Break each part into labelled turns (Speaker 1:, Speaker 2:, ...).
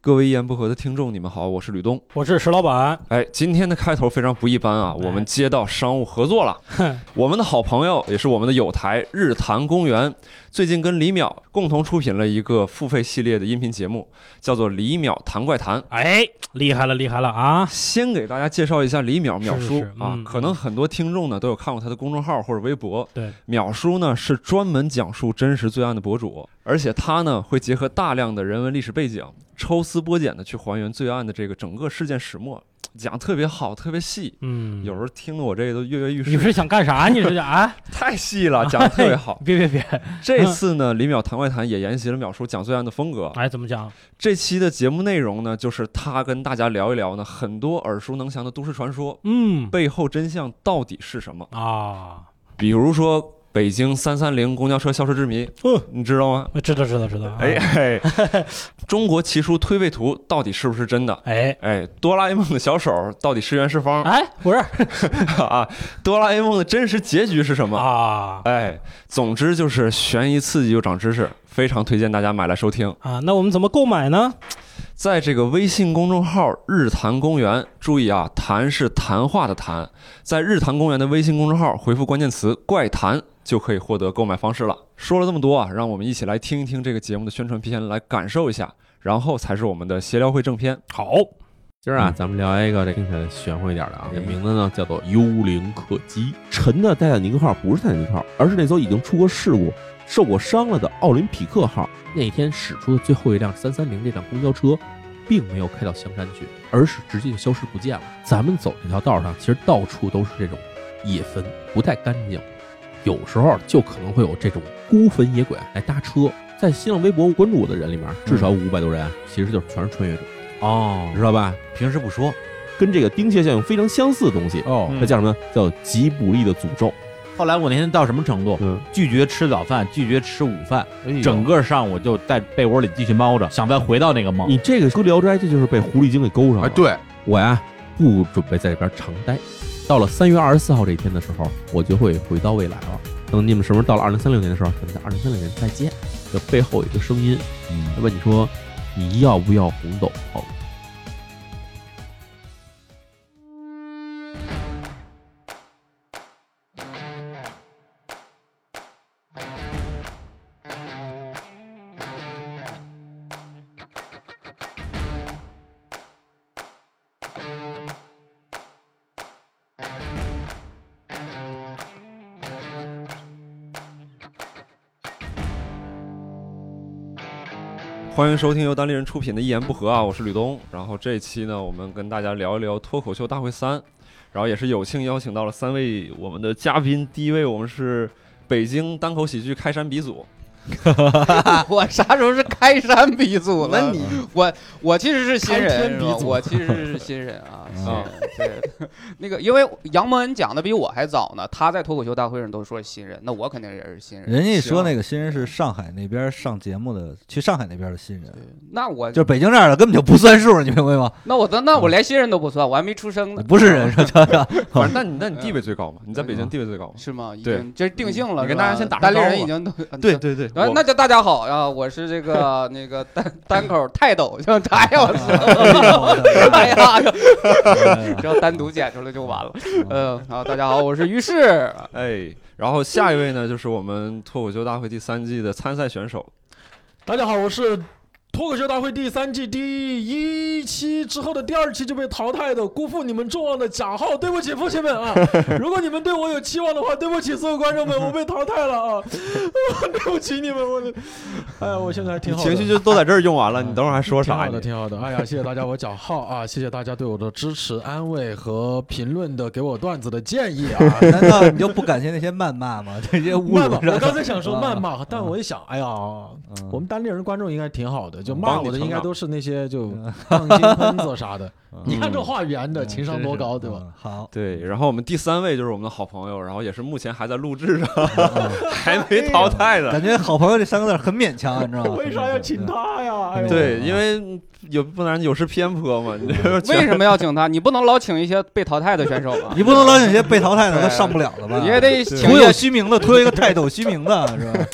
Speaker 1: 各位一言不合的听众，你们好，我是吕东。
Speaker 2: 我是石老板，
Speaker 1: 哎，今天的开头非常不一般啊，
Speaker 2: 哎
Speaker 1: 我们接到商务合 作了。我们的好朋友也是我们的友台日坛公园，最近跟李淼共同出品了一个付费系列的音频节目，叫做《李淼谈怪谈》。
Speaker 2: 哎，厉害了，厉害了啊！
Speaker 1: 先给大家介绍一下李淼
Speaker 2: 是
Speaker 1: 淼
Speaker 2: 是
Speaker 1: 叔
Speaker 2: 是
Speaker 1: 啊
Speaker 2: 嗯，
Speaker 1: 可能很多听众呢都有看过他的公众号或者微博。
Speaker 2: 对，
Speaker 1: 淼叔呢是专门讲述真实罪案的博主，而且他呢会结合大量的人文历史背景，抽丝剥茧的去还原罪案的这个整个事件始末，讲得特别好，特别细。
Speaker 2: 嗯，
Speaker 1: 有时候听得我这都跃跃欲
Speaker 2: 你
Speaker 1: 试，
Speaker 2: 是想干啥？你这叫 啊？。
Speaker 1: 太细了，讲得特别好
Speaker 2: 别别别！
Speaker 1: 这次呢，李淼谈外谈也沿袭了淼叔讲罪案的风格。
Speaker 2: 哎，怎么讲？
Speaker 1: 这期的节目内容呢，就是他跟大家聊一聊呢很多耳熟能详的都市传说
Speaker 2: 嗯
Speaker 1: 背后真相到底是什么。
Speaker 2: 啊，
Speaker 1: 比如说北京三三零公交车消失之谜，
Speaker 2: 嗯
Speaker 1: 你知道吗？
Speaker 2: 我知道知道啊知道。
Speaker 1: 哎哎，中国奇书推背图到底是不是真的？
Speaker 2: 哎
Speaker 1: 哎，哆啦 A 梦的小手到底是圆是方
Speaker 2: 哎，不是
Speaker 1: 啊？哆啦 A 梦的真实结局是什么？
Speaker 2: 啊
Speaker 1: 哎，总之就是悬疑刺激又长知识，非常推荐大家买来收听。
Speaker 2: 啊，那我们怎么购买呢？
Speaker 1: 在这个微信公众号“日坛公园”，注意啊，“谈”是谈话的“谈”，在“日坛公园”的微信公众号回复关键词“怪谈”，就可以获得购买方式了。说了这么多啊，让我们一起来听一听这个节目的宣传片，来感受一下，然后才是我们的闲聊会正片。
Speaker 2: 好，
Speaker 3: 今儿啊，咱们聊一个这听起来玄乎一点的啊，这名字呢叫做《幽灵客机》。沉的泰坦尼克号不是泰坦尼克号，而是那艘已经出过事故、受过伤了的奥林匹克号。那天驶出的最后一辆三三零这辆公交车，并没有开到香山去，而是直接就消失不见了。咱们走这条道上，其实到处都是这种野坟，不太干净。有时候就可能会有这种孤坟野鬼来搭车。在新浪微博关注我的人里面，至少五百多人，啊其实就是全是穿越者，
Speaker 4: 哦
Speaker 3: 你，知道吧？
Speaker 4: 平时不说
Speaker 3: 跟这个丁蟹效应非常相似的东西，
Speaker 4: 哦
Speaker 1: 嗯
Speaker 3: 它叫什么？叫吉卜力的诅咒。
Speaker 4: 后来我那天到什么程度？
Speaker 3: 嗯，
Speaker 4: 拒绝吃早饭，拒绝吃午饭，
Speaker 5: 哎
Speaker 4: 整个上午就在被窝里继续
Speaker 5: 嗯
Speaker 4: 猫着，想再回到那个梦。
Speaker 3: 你这个搁《聊斋》，这就是被狐狸精给勾上了。
Speaker 5: 哎，，对，
Speaker 3: 我呀不准备在这边常待。到了三月二十四号这一天的时候，我就会回到未来了。等你们什么时候到了二零三六年的时候，咱们在二零三六年再见。这背后有一个声音，
Speaker 4: 嗯
Speaker 3: 问你说你要不要红斗篷？
Speaker 1: 欢迎收听由单立人出品的《一言不合》啊，我是吕东。然后这一期呢，我们跟大家聊一聊脱口秀大会三，然后也是有幸邀请到了三位我们的嘉宾。第一位我们是北京单口喜剧开山鼻祖，
Speaker 6: 我啥时候是开山鼻祖了？你我我其实是新
Speaker 2: 开天
Speaker 6: 人，是
Speaker 2: 鼻
Speaker 6: 吧
Speaker 2: 祖
Speaker 6: 我其实是新人 啊，新
Speaker 1: 啊
Speaker 6: 人。对，那个因为杨蒙恩讲的比我还早呢，他在脱口秀大会上都说新人，那我肯定也是新人。
Speaker 7: 人家说
Speaker 1: 行
Speaker 7: 那个新人是上海那边上节目的，去上海那边的新人
Speaker 6: 对，那我
Speaker 7: 就是北京这儿的根本就不算数，你明白吗？
Speaker 6: 那我的
Speaker 1: 嗯
Speaker 6: 那我连新人都不算，我还没出生呢。
Speaker 7: 不是人，说瞧瞧，
Speaker 1: 反正那你那你地位最
Speaker 6: 嗯
Speaker 1: 高嘛？你在北京地位最高嘛？
Speaker 6: 是吗？已
Speaker 1: 对
Speaker 6: 经这是定性了。
Speaker 1: 你跟
Speaker 6: 是吧
Speaker 1: 大家先打个
Speaker 6: 单立
Speaker 1: 招
Speaker 6: 人
Speaker 1: 呼
Speaker 6: 已经都
Speaker 1: 对。对对，
Speaker 6: 然后
Speaker 1: 我
Speaker 6: 那就大家好啊，我是这 个那个单单口泰斗，叫哎呀，我操！ 哎呀， 只要单独剪出来就完了。嗯，好，大家好，我是于适。啊
Speaker 1: 哎，然后下一位呢，就是我们脱口秀大会第三季的参赛选手，
Speaker 8: 大家好，我是脱口秀大会第三季第一期之后的第二期就被淘汰的，辜负你们众望的贾浩，对不起，父亲们啊！如果你们对我有期望的话，对不起所有观众们，我被淘汰了啊！ 对不起你们，我的，哎呀，我现在还挺好的，
Speaker 1: 情绪就都在这儿用
Speaker 4: 嗯
Speaker 1: 完了，你等会儿还说
Speaker 8: 挺
Speaker 1: 啥
Speaker 8: 好的，
Speaker 1: 你？
Speaker 8: 挺好的。哎呀，谢谢大家，我贾浩啊， 谢谢大家对我的支持、安慰和评论的给我段子的建 议啊。
Speaker 7: 难道你就不感谢那些谩骂吗？ 这些侮
Speaker 8: 谩骂
Speaker 7: 辱，上
Speaker 8: 我刚
Speaker 7: 的，
Speaker 8: 才想说谩骂，但
Speaker 7: 嗯
Speaker 8: 我一想，哎呀，
Speaker 7: 嗯
Speaker 8: 我们单立人观众应该挺好的，就
Speaker 1: 嗯
Speaker 8: 骂
Speaker 1: 帮你
Speaker 8: 我的
Speaker 1: 成
Speaker 8: 应该
Speaker 1: 长
Speaker 8: 都是那些就 杠精喷子啥的。你看这
Speaker 1: 嗯
Speaker 8: 话圆的，情商多高，对吧？
Speaker 7: 嗯？
Speaker 6: 哦
Speaker 7: 好，
Speaker 1: 对，然后我们第三位就是我们的好朋 友，然后也是目前还在录制上，还没淘汰的。
Speaker 6: 哎
Speaker 7: 感觉好朋友这三个字很勉强档啊案，你
Speaker 1: 嗯
Speaker 7: 知道吗？
Speaker 8: 为啥要请他呀？哎呦
Speaker 1: 对，因为有不然有失偏颇嘛。你这个
Speaker 6: 为什么要请他？你不能老请一些被淘汰的选手吧？
Speaker 7: 你不能老请些被淘汰的，他上不了了吧？
Speaker 6: 你也得请
Speaker 7: 徒
Speaker 6: 一
Speaker 7: 有
Speaker 6: 些
Speaker 7: 虚名的，徒有一个泰斗虚名的，是吧？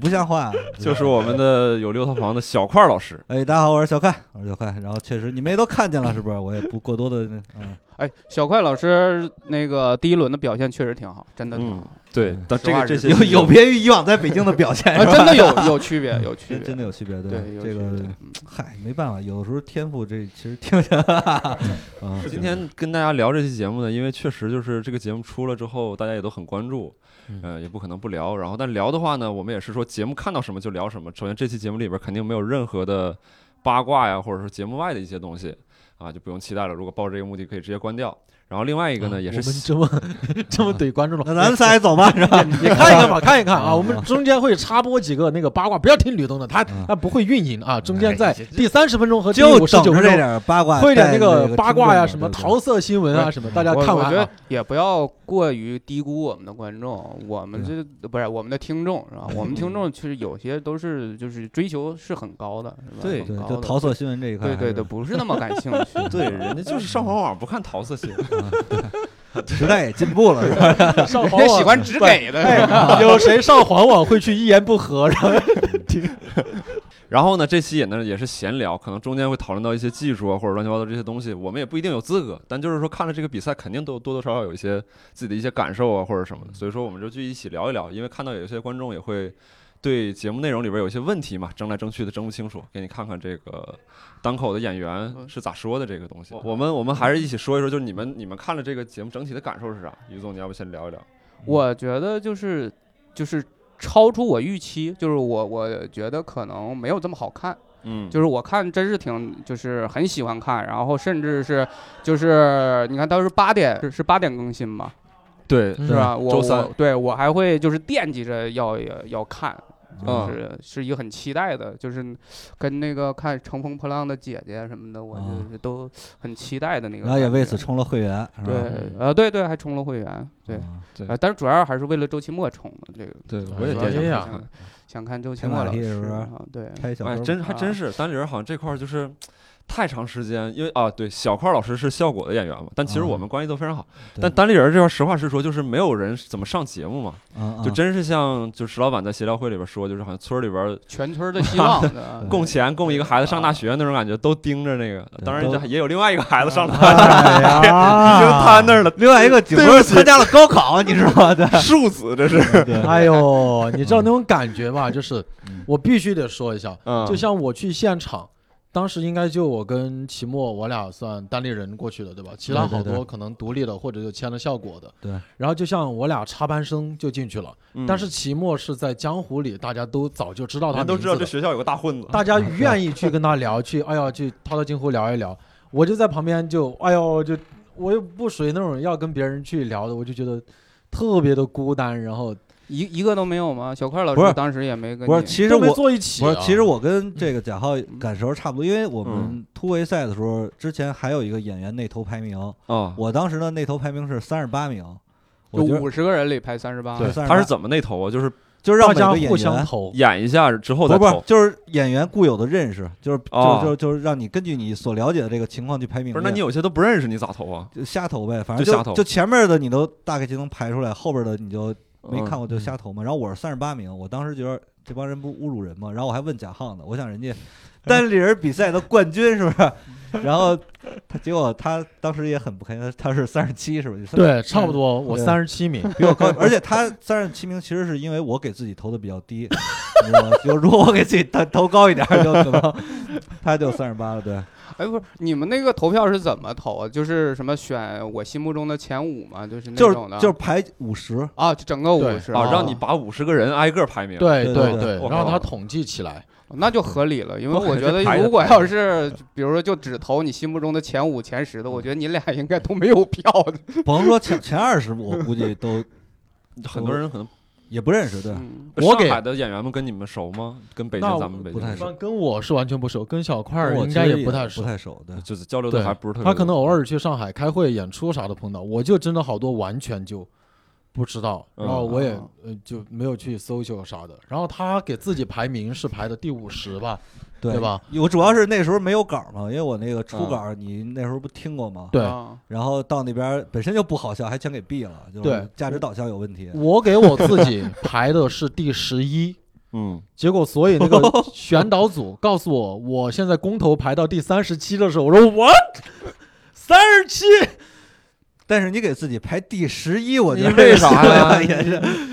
Speaker 7: 不像话。
Speaker 1: 就是我们的有六套房的小块儿老师，
Speaker 7: 哎，大家好，我是小快，我是小快。然后确实你们也都看见了，是不是？我也不过多的，嗯，
Speaker 6: 哎，小快老师那个第一轮的表现确实挺好，真的挺
Speaker 1: 嗯
Speaker 6: 好，，
Speaker 1: 对，但这
Speaker 6: 实
Speaker 1: 个
Speaker 6: 话
Speaker 1: 这
Speaker 6: 是
Speaker 1: 些
Speaker 7: 有有别于以往在北京的表现，
Speaker 6: 啊，真的有有区别，有区
Speaker 7: 真
Speaker 6: 别，
Speaker 7: 嗯真的有区别，对吧
Speaker 6: 对有
Speaker 7: 这
Speaker 6: 区
Speaker 7: 个
Speaker 6: 别嗯
Speaker 7: 嗨没办法，有时候天赋这其实挺啊，
Speaker 1: 今天跟大家聊这期节目呢，因为确实就是这个节目出了之后，大家也都很关注，
Speaker 5: 嗯
Speaker 1: 呃，也不可能不聊。然后，但聊的话呢，我们也是说节目看到什么就聊什么。首先，这期节目里边肯定没有任何的八卦呀，或者说节目外的一些东西啊，就不用期待了。如果抱着这个目的，可以直接关掉。然后另外一个呢，也
Speaker 5: 啊我们
Speaker 1: 是
Speaker 5: 这么这么怼观众了，
Speaker 7: 那咱仨也走吧，是吧？
Speaker 5: 也看一看吧，看一看啊，
Speaker 7: 嗯
Speaker 5: 我们中间会插播几个那个八卦，不要听吕东的，他
Speaker 7: 嗯哎
Speaker 5: 他不会运营啊，中间在第三十分钟和第
Speaker 7: 就
Speaker 5: 五十
Speaker 7: 等
Speaker 5: 九
Speaker 7: 着
Speaker 5: 分
Speaker 7: 这
Speaker 5: 钟
Speaker 7: 点儿八卦，
Speaker 5: 会点那
Speaker 7: 带着这
Speaker 5: 个八卦呀，什
Speaker 7: 听众
Speaker 5: 么
Speaker 7: 对不对
Speaker 5: 桃色新闻啊，什么，大家
Speaker 6: 我
Speaker 5: 看
Speaker 6: 我
Speaker 5: 完
Speaker 6: 觉得
Speaker 5: 啊，
Speaker 6: 也不要过于低估我们的观众，我们这不是我们的听众是吧？我们听众其实有些都是就是追求是很高的，是吧
Speaker 1: 对
Speaker 6: 很
Speaker 7: 对，
Speaker 6: 高
Speaker 7: 就
Speaker 6: 的
Speaker 7: 桃色新闻这一块，
Speaker 6: 对对对，，不是那么感兴趣。
Speaker 1: 对人家就是 上黄网不看桃色新闻，
Speaker 7: 时代也进步了，是吧
Speaker 5: 啊上
Speaker 6: 人
Speaker 5: 黄
Speaker 6: 家
Speaker 5: 网
Speaker 6: 喜 欢直给的，是吧
Speaker 7: 啊
Speaker 5: 有谁上黄网会去一言不合，然后
Speaker 1: 然后呢，这期也呢也是闲聊，可能中间会讨论到一些技术啊或者乱七八糟这些东西，我们也不一定有资格，但就是说看了这个比赛，肯定都有多多少少有一些自己的一些感受啊或者什么的，所以说我们就去一起聊一聊，因为看到有些观众也会对节目内容里边有一些问题嘛，争来争去的争不清楚，给你看看这个当口的演员是咋说的这个东西。我们我们还是一起说一说，就是你们你们看了这个节目整体的感受是啥？于总，你要不先聊一聊？
Speaker 7: 嗯
Speaker 6: 我觉得就是就是超出我预期，就是我我觉得可能没有这么好看。
Speaker 1: 嗯
Speaker 6: 就是我看真是挺，就是很喜欢看，然后甚至是，就是你看当时八点是是八点更新嘛，
Speaker 1: 对，
Speaker 6: 是吧？我
Speaker 1: 周三
Speaker 6: 我对我还会就是惦记着要要要看，
Speaker 1: 嗯
Speaker 6: 就是是一个很期待的，就是跟那个看《乘风破浪的姐姐》什么的，我
Speaker 7: 啊
Speaker 6: 就是都很期待的那个
Speaker 7: 然
Speaker 6: 感觉。
Speaker 7: 后也为此充了会员，是吧
Speaker 6: 对，呃对对，还充了会员，对，
Speaker 7: 嗯
Speaker 1: 对
Speaker 6: 呃，但是主要还是为了周奇墨充的这个。
Speaker 1: 对，
Speaker 5: 啊
Speaker 1: 我也
Speaker 5: 主
Speaker 1: 惦
Speaker 5: 要
Speaker 1: 记
Speaker 5: 这
Speaker 1: 着
Speaker 5: 样
Speaker 1: 看。
Speaker 6: 想想看周奇
Speaker 7: 天
Speaker 6: 墨
Speaker 7: 马
Speaker 6: 老
Speaker 7: 地
Speaker 6: 师
Speaker 7: 是不是
Speaker 6: 啊，对，
Speaker 7: 开小
Speaker 1: 哎，
Speaker 7: 包
Speaker 1: 真还真
Speaker 6: 啊
Speaker 1: 是，单立人好像这块儿就是太长时间，因为啊，对，小块儿老师是效果的演员嘛，但其实
Speaker 7: 啊
Speaker 1: 我们关系都非常好。
Speaker 7: 对
Speaker 1: 但单立人这块儿实话实说，就是没有人怎么上节目嘛，
Speaker 7: 嗯
Speaker 1: 就
Speaker 7: 嗯
Speaker 1: 真是像就石老板在协调会里边说，就是好像村儿里边儿
Speaker 6: 全村儿的希望的啊
Speaker 1: 供钱供一个孩子上大学那种感觉，都盯着那个。当然，
Speaker 7: 啊都
Speaker 1: 这也有另外一个孩子上大
Speaker 7: 哎
Speaker 1: 已经
Speaker 7: 呀，
Speaker 1: 瘫那儿了，
Speaker 7: 另外一个景哥参加了高考，你知道吗？对，
Speaker 1: 庶子这 是。
Speaker 5: 哎呦，你知道那种感觉吧？就是
Speaker 7: 嗯
Speaker 5: 我必须得说一下，
Speaker 1: 嗯，
Speaker 5: 就像我去现场，当时应该就我跟齐墨，我俩算单立人过去的，对吧？其他
Speaker 7: 对对
Speaker 5: 好
Speaker 7: 对
Speaker 5: 多可能独立的或者就签了效果的。
Speaker 7: 对。
Speaker 5: 然后就像我俩插班生就进去了，
Speaker 1: 嗯
Speaker 5: 但是齐墨是在江湖里，大家都早就知道他
Speaker 1: 人都
Speaker 5: 名
Speaker 1: 知道
Speaker 5: 字
Speaker 1: 这
Speaker 5: 的
Speaker 1: 学校有个大混子。
Speaker 5: 大
Speaker 7: 啊
Speaker 5: 家愿意去跟他聊，去哎呀去掏掏金湖聊一聊。我就在旁边就哎呦就我又不属于那种要跟别人去聊的，我就觉得特别的孤单，然后
Speaker 6: 一一个都没有吗？小块老
Speaker 7: 不是
Speaker 6: 师当时也没跟
Speaker 7: 不是，
Speaker 6: 你
Speaker 7: 其实
Speaker 5: 都没
Speaker 7: 我
Speaker 5: 坐一起、
Speaker 7: 不
Speaker 5: 啊。
Speaker 7: 是，其实我跟这个贾浩感受差不多，因为我
Speaker 1: 嗯
Speaker 7: 们突围赛的时候，之前还有一个演员内投排名，
Speaker 1: 啊，
Speaker 7: 我当时的内投排名是三十八名，我
Speaker 6: 就
Speaker 7: 觉得
Speaker 6: 五十个人里排三十八，
Speaker 5: 对
Speaker 1: 他是怎么那头啊？就是
Speaker 7: 就
Speaker 5: 大
Speaker 7: 让每
Speaker 5: 家
Speaker 7: 个演
Speaker 5: 互相
Speaker 7: 员。
Speaker 5: 投，
Speaker 1: 演一下之后
Speaker 7: 不
Speaker 1: 再
Speaker 7: 是不是
Speaker 1: 投。，
Speaker 7: 就是演员固有的认识，就是就
Speaker 1: 哦
Speaker 7: 就就是让你根据你所了解的这个情况去排名。
Speaker 1: 不是，那你有些都不认识，你咋投啊？
Speaker 7: 就瞎投呗，反
Speaker 1: 就
Speaker 7: 正
Speaker 1: 瞎投
Speaker 7: 就前面的你都大概就能排出来，后边的你就没
Speaker 1: 嗯
Speaker 7: 看过就瞎投嘛。然后我是三十八名，我当时觉得这帮人不侮辱人吗？然后我还问贾浩呢，我 想人家单立人比赛的冠军是不是？然后他结果他当时也很不开心，他他是三十七是不是？，
Speaker 5: 对，差不多，我
Speaker 7: 对
Speaker 5: 三十七名，
Speaker 7: 比我高， 而且他三十七名其实是因为我给自己投的比较低， 你知道吗？就如果我给自己投投高一点，就可能他就三十八了，对。
Speaker 6: 哎，不是，你们那个投票是怎么投啊？就是什么选我心目中的前五嘛，就是
Speaker 7: 就
Speaker 6: 那
Speaker 7: 是
Speaker 6: 种的，
Speaker 7: 就是排五十，
Speaker 6: 啊，就整个
Speaker 5: 对
Speaker 6: 五十
Speaker 1: 啊，
Speaker 7: 哦
Speaker 1: 让你把五十个人挨个排名。
Speaker 5: 对
Speaker 7: 对对
Speaker 5: 对
Speaker 7: 对
Speaker 5: 对，
Speaker 1: 我
Speaker 5: 然后
Speaker 1: 靠
Speaker 5: 他统计起来，
Speaker 6: 那就合理了。因为
Speaker 1: 我感
Speaker 6: 我
Speaker 1: 觉
Speaker 6: 觉得
Speaker 1: 排得
Speaker 6: 如果要是比如说就只投你心目中的前五、前十的，我觉得你俩应该都没有票的。
Speaker 7: 甭说前前二十，我估计都
Speaker 1: 很多人可能
Speaker 7: 也不认识，对。
Speaker 6: 嗯
Speaker 5: 我给
Speaker 1: 上海的演员们跟你们熟吗？跟北
Speaker 5: 那
Speaker 1: 京
Speaker 5: 我
Speaker 1: 咱们北京
Speaker 7: 不太熟
Speaker 1: 熟，
Speaker 5: 跟我是完全不熟，跟小块
Speaker 7: 跟
Speaker 5: 儿
Speaker 7: 我
Speaker 5: 应
Speaker 7: 其
Speaker 5: 该
Speaker 7: 实
Speaker 5: 也不太熟
Speaker 7: 不。太熟，对，
Speaker 1: 就是交流
Speaker 5: 对
Speaker 1: 的还不是特别多。
Speaker 5: 他可能偶尔去上海开会、演出啥的碰到，我就真的好多完全就不知道，
Speaker 1: 嗯
Speaker 5: 然后我也
Speaker 6: 哦
Speaker 5: 呃就没有去搜求啥的。然后他给自己排名是排的第五十吧，对吧？
Speaker 7: 我主要是那时候没有稿嘛，因为我那个初稿
Speaker 5: 嗯
Speaker 7: 你那时候不听过吗？
Speaker 5: 对
Speaker 6: 啊
Speaker 7: 然后到那边本身就不好笑，还全给毙了，就
Speaker 5: 对
Speaker 7: 是价值导向有问题。
Speaker 5: 我给我自己排的是第十一，
Speaker 1: 嗯，
Speaker 5: 结果所以那个选导组告诉我，我现在公投排到第三十七的时候，我说 what？三十七
Speaker 7: 但是你给自己排第十一，我觉得
Speaker 1: 你 为啥呀
Speaker 7: 也 是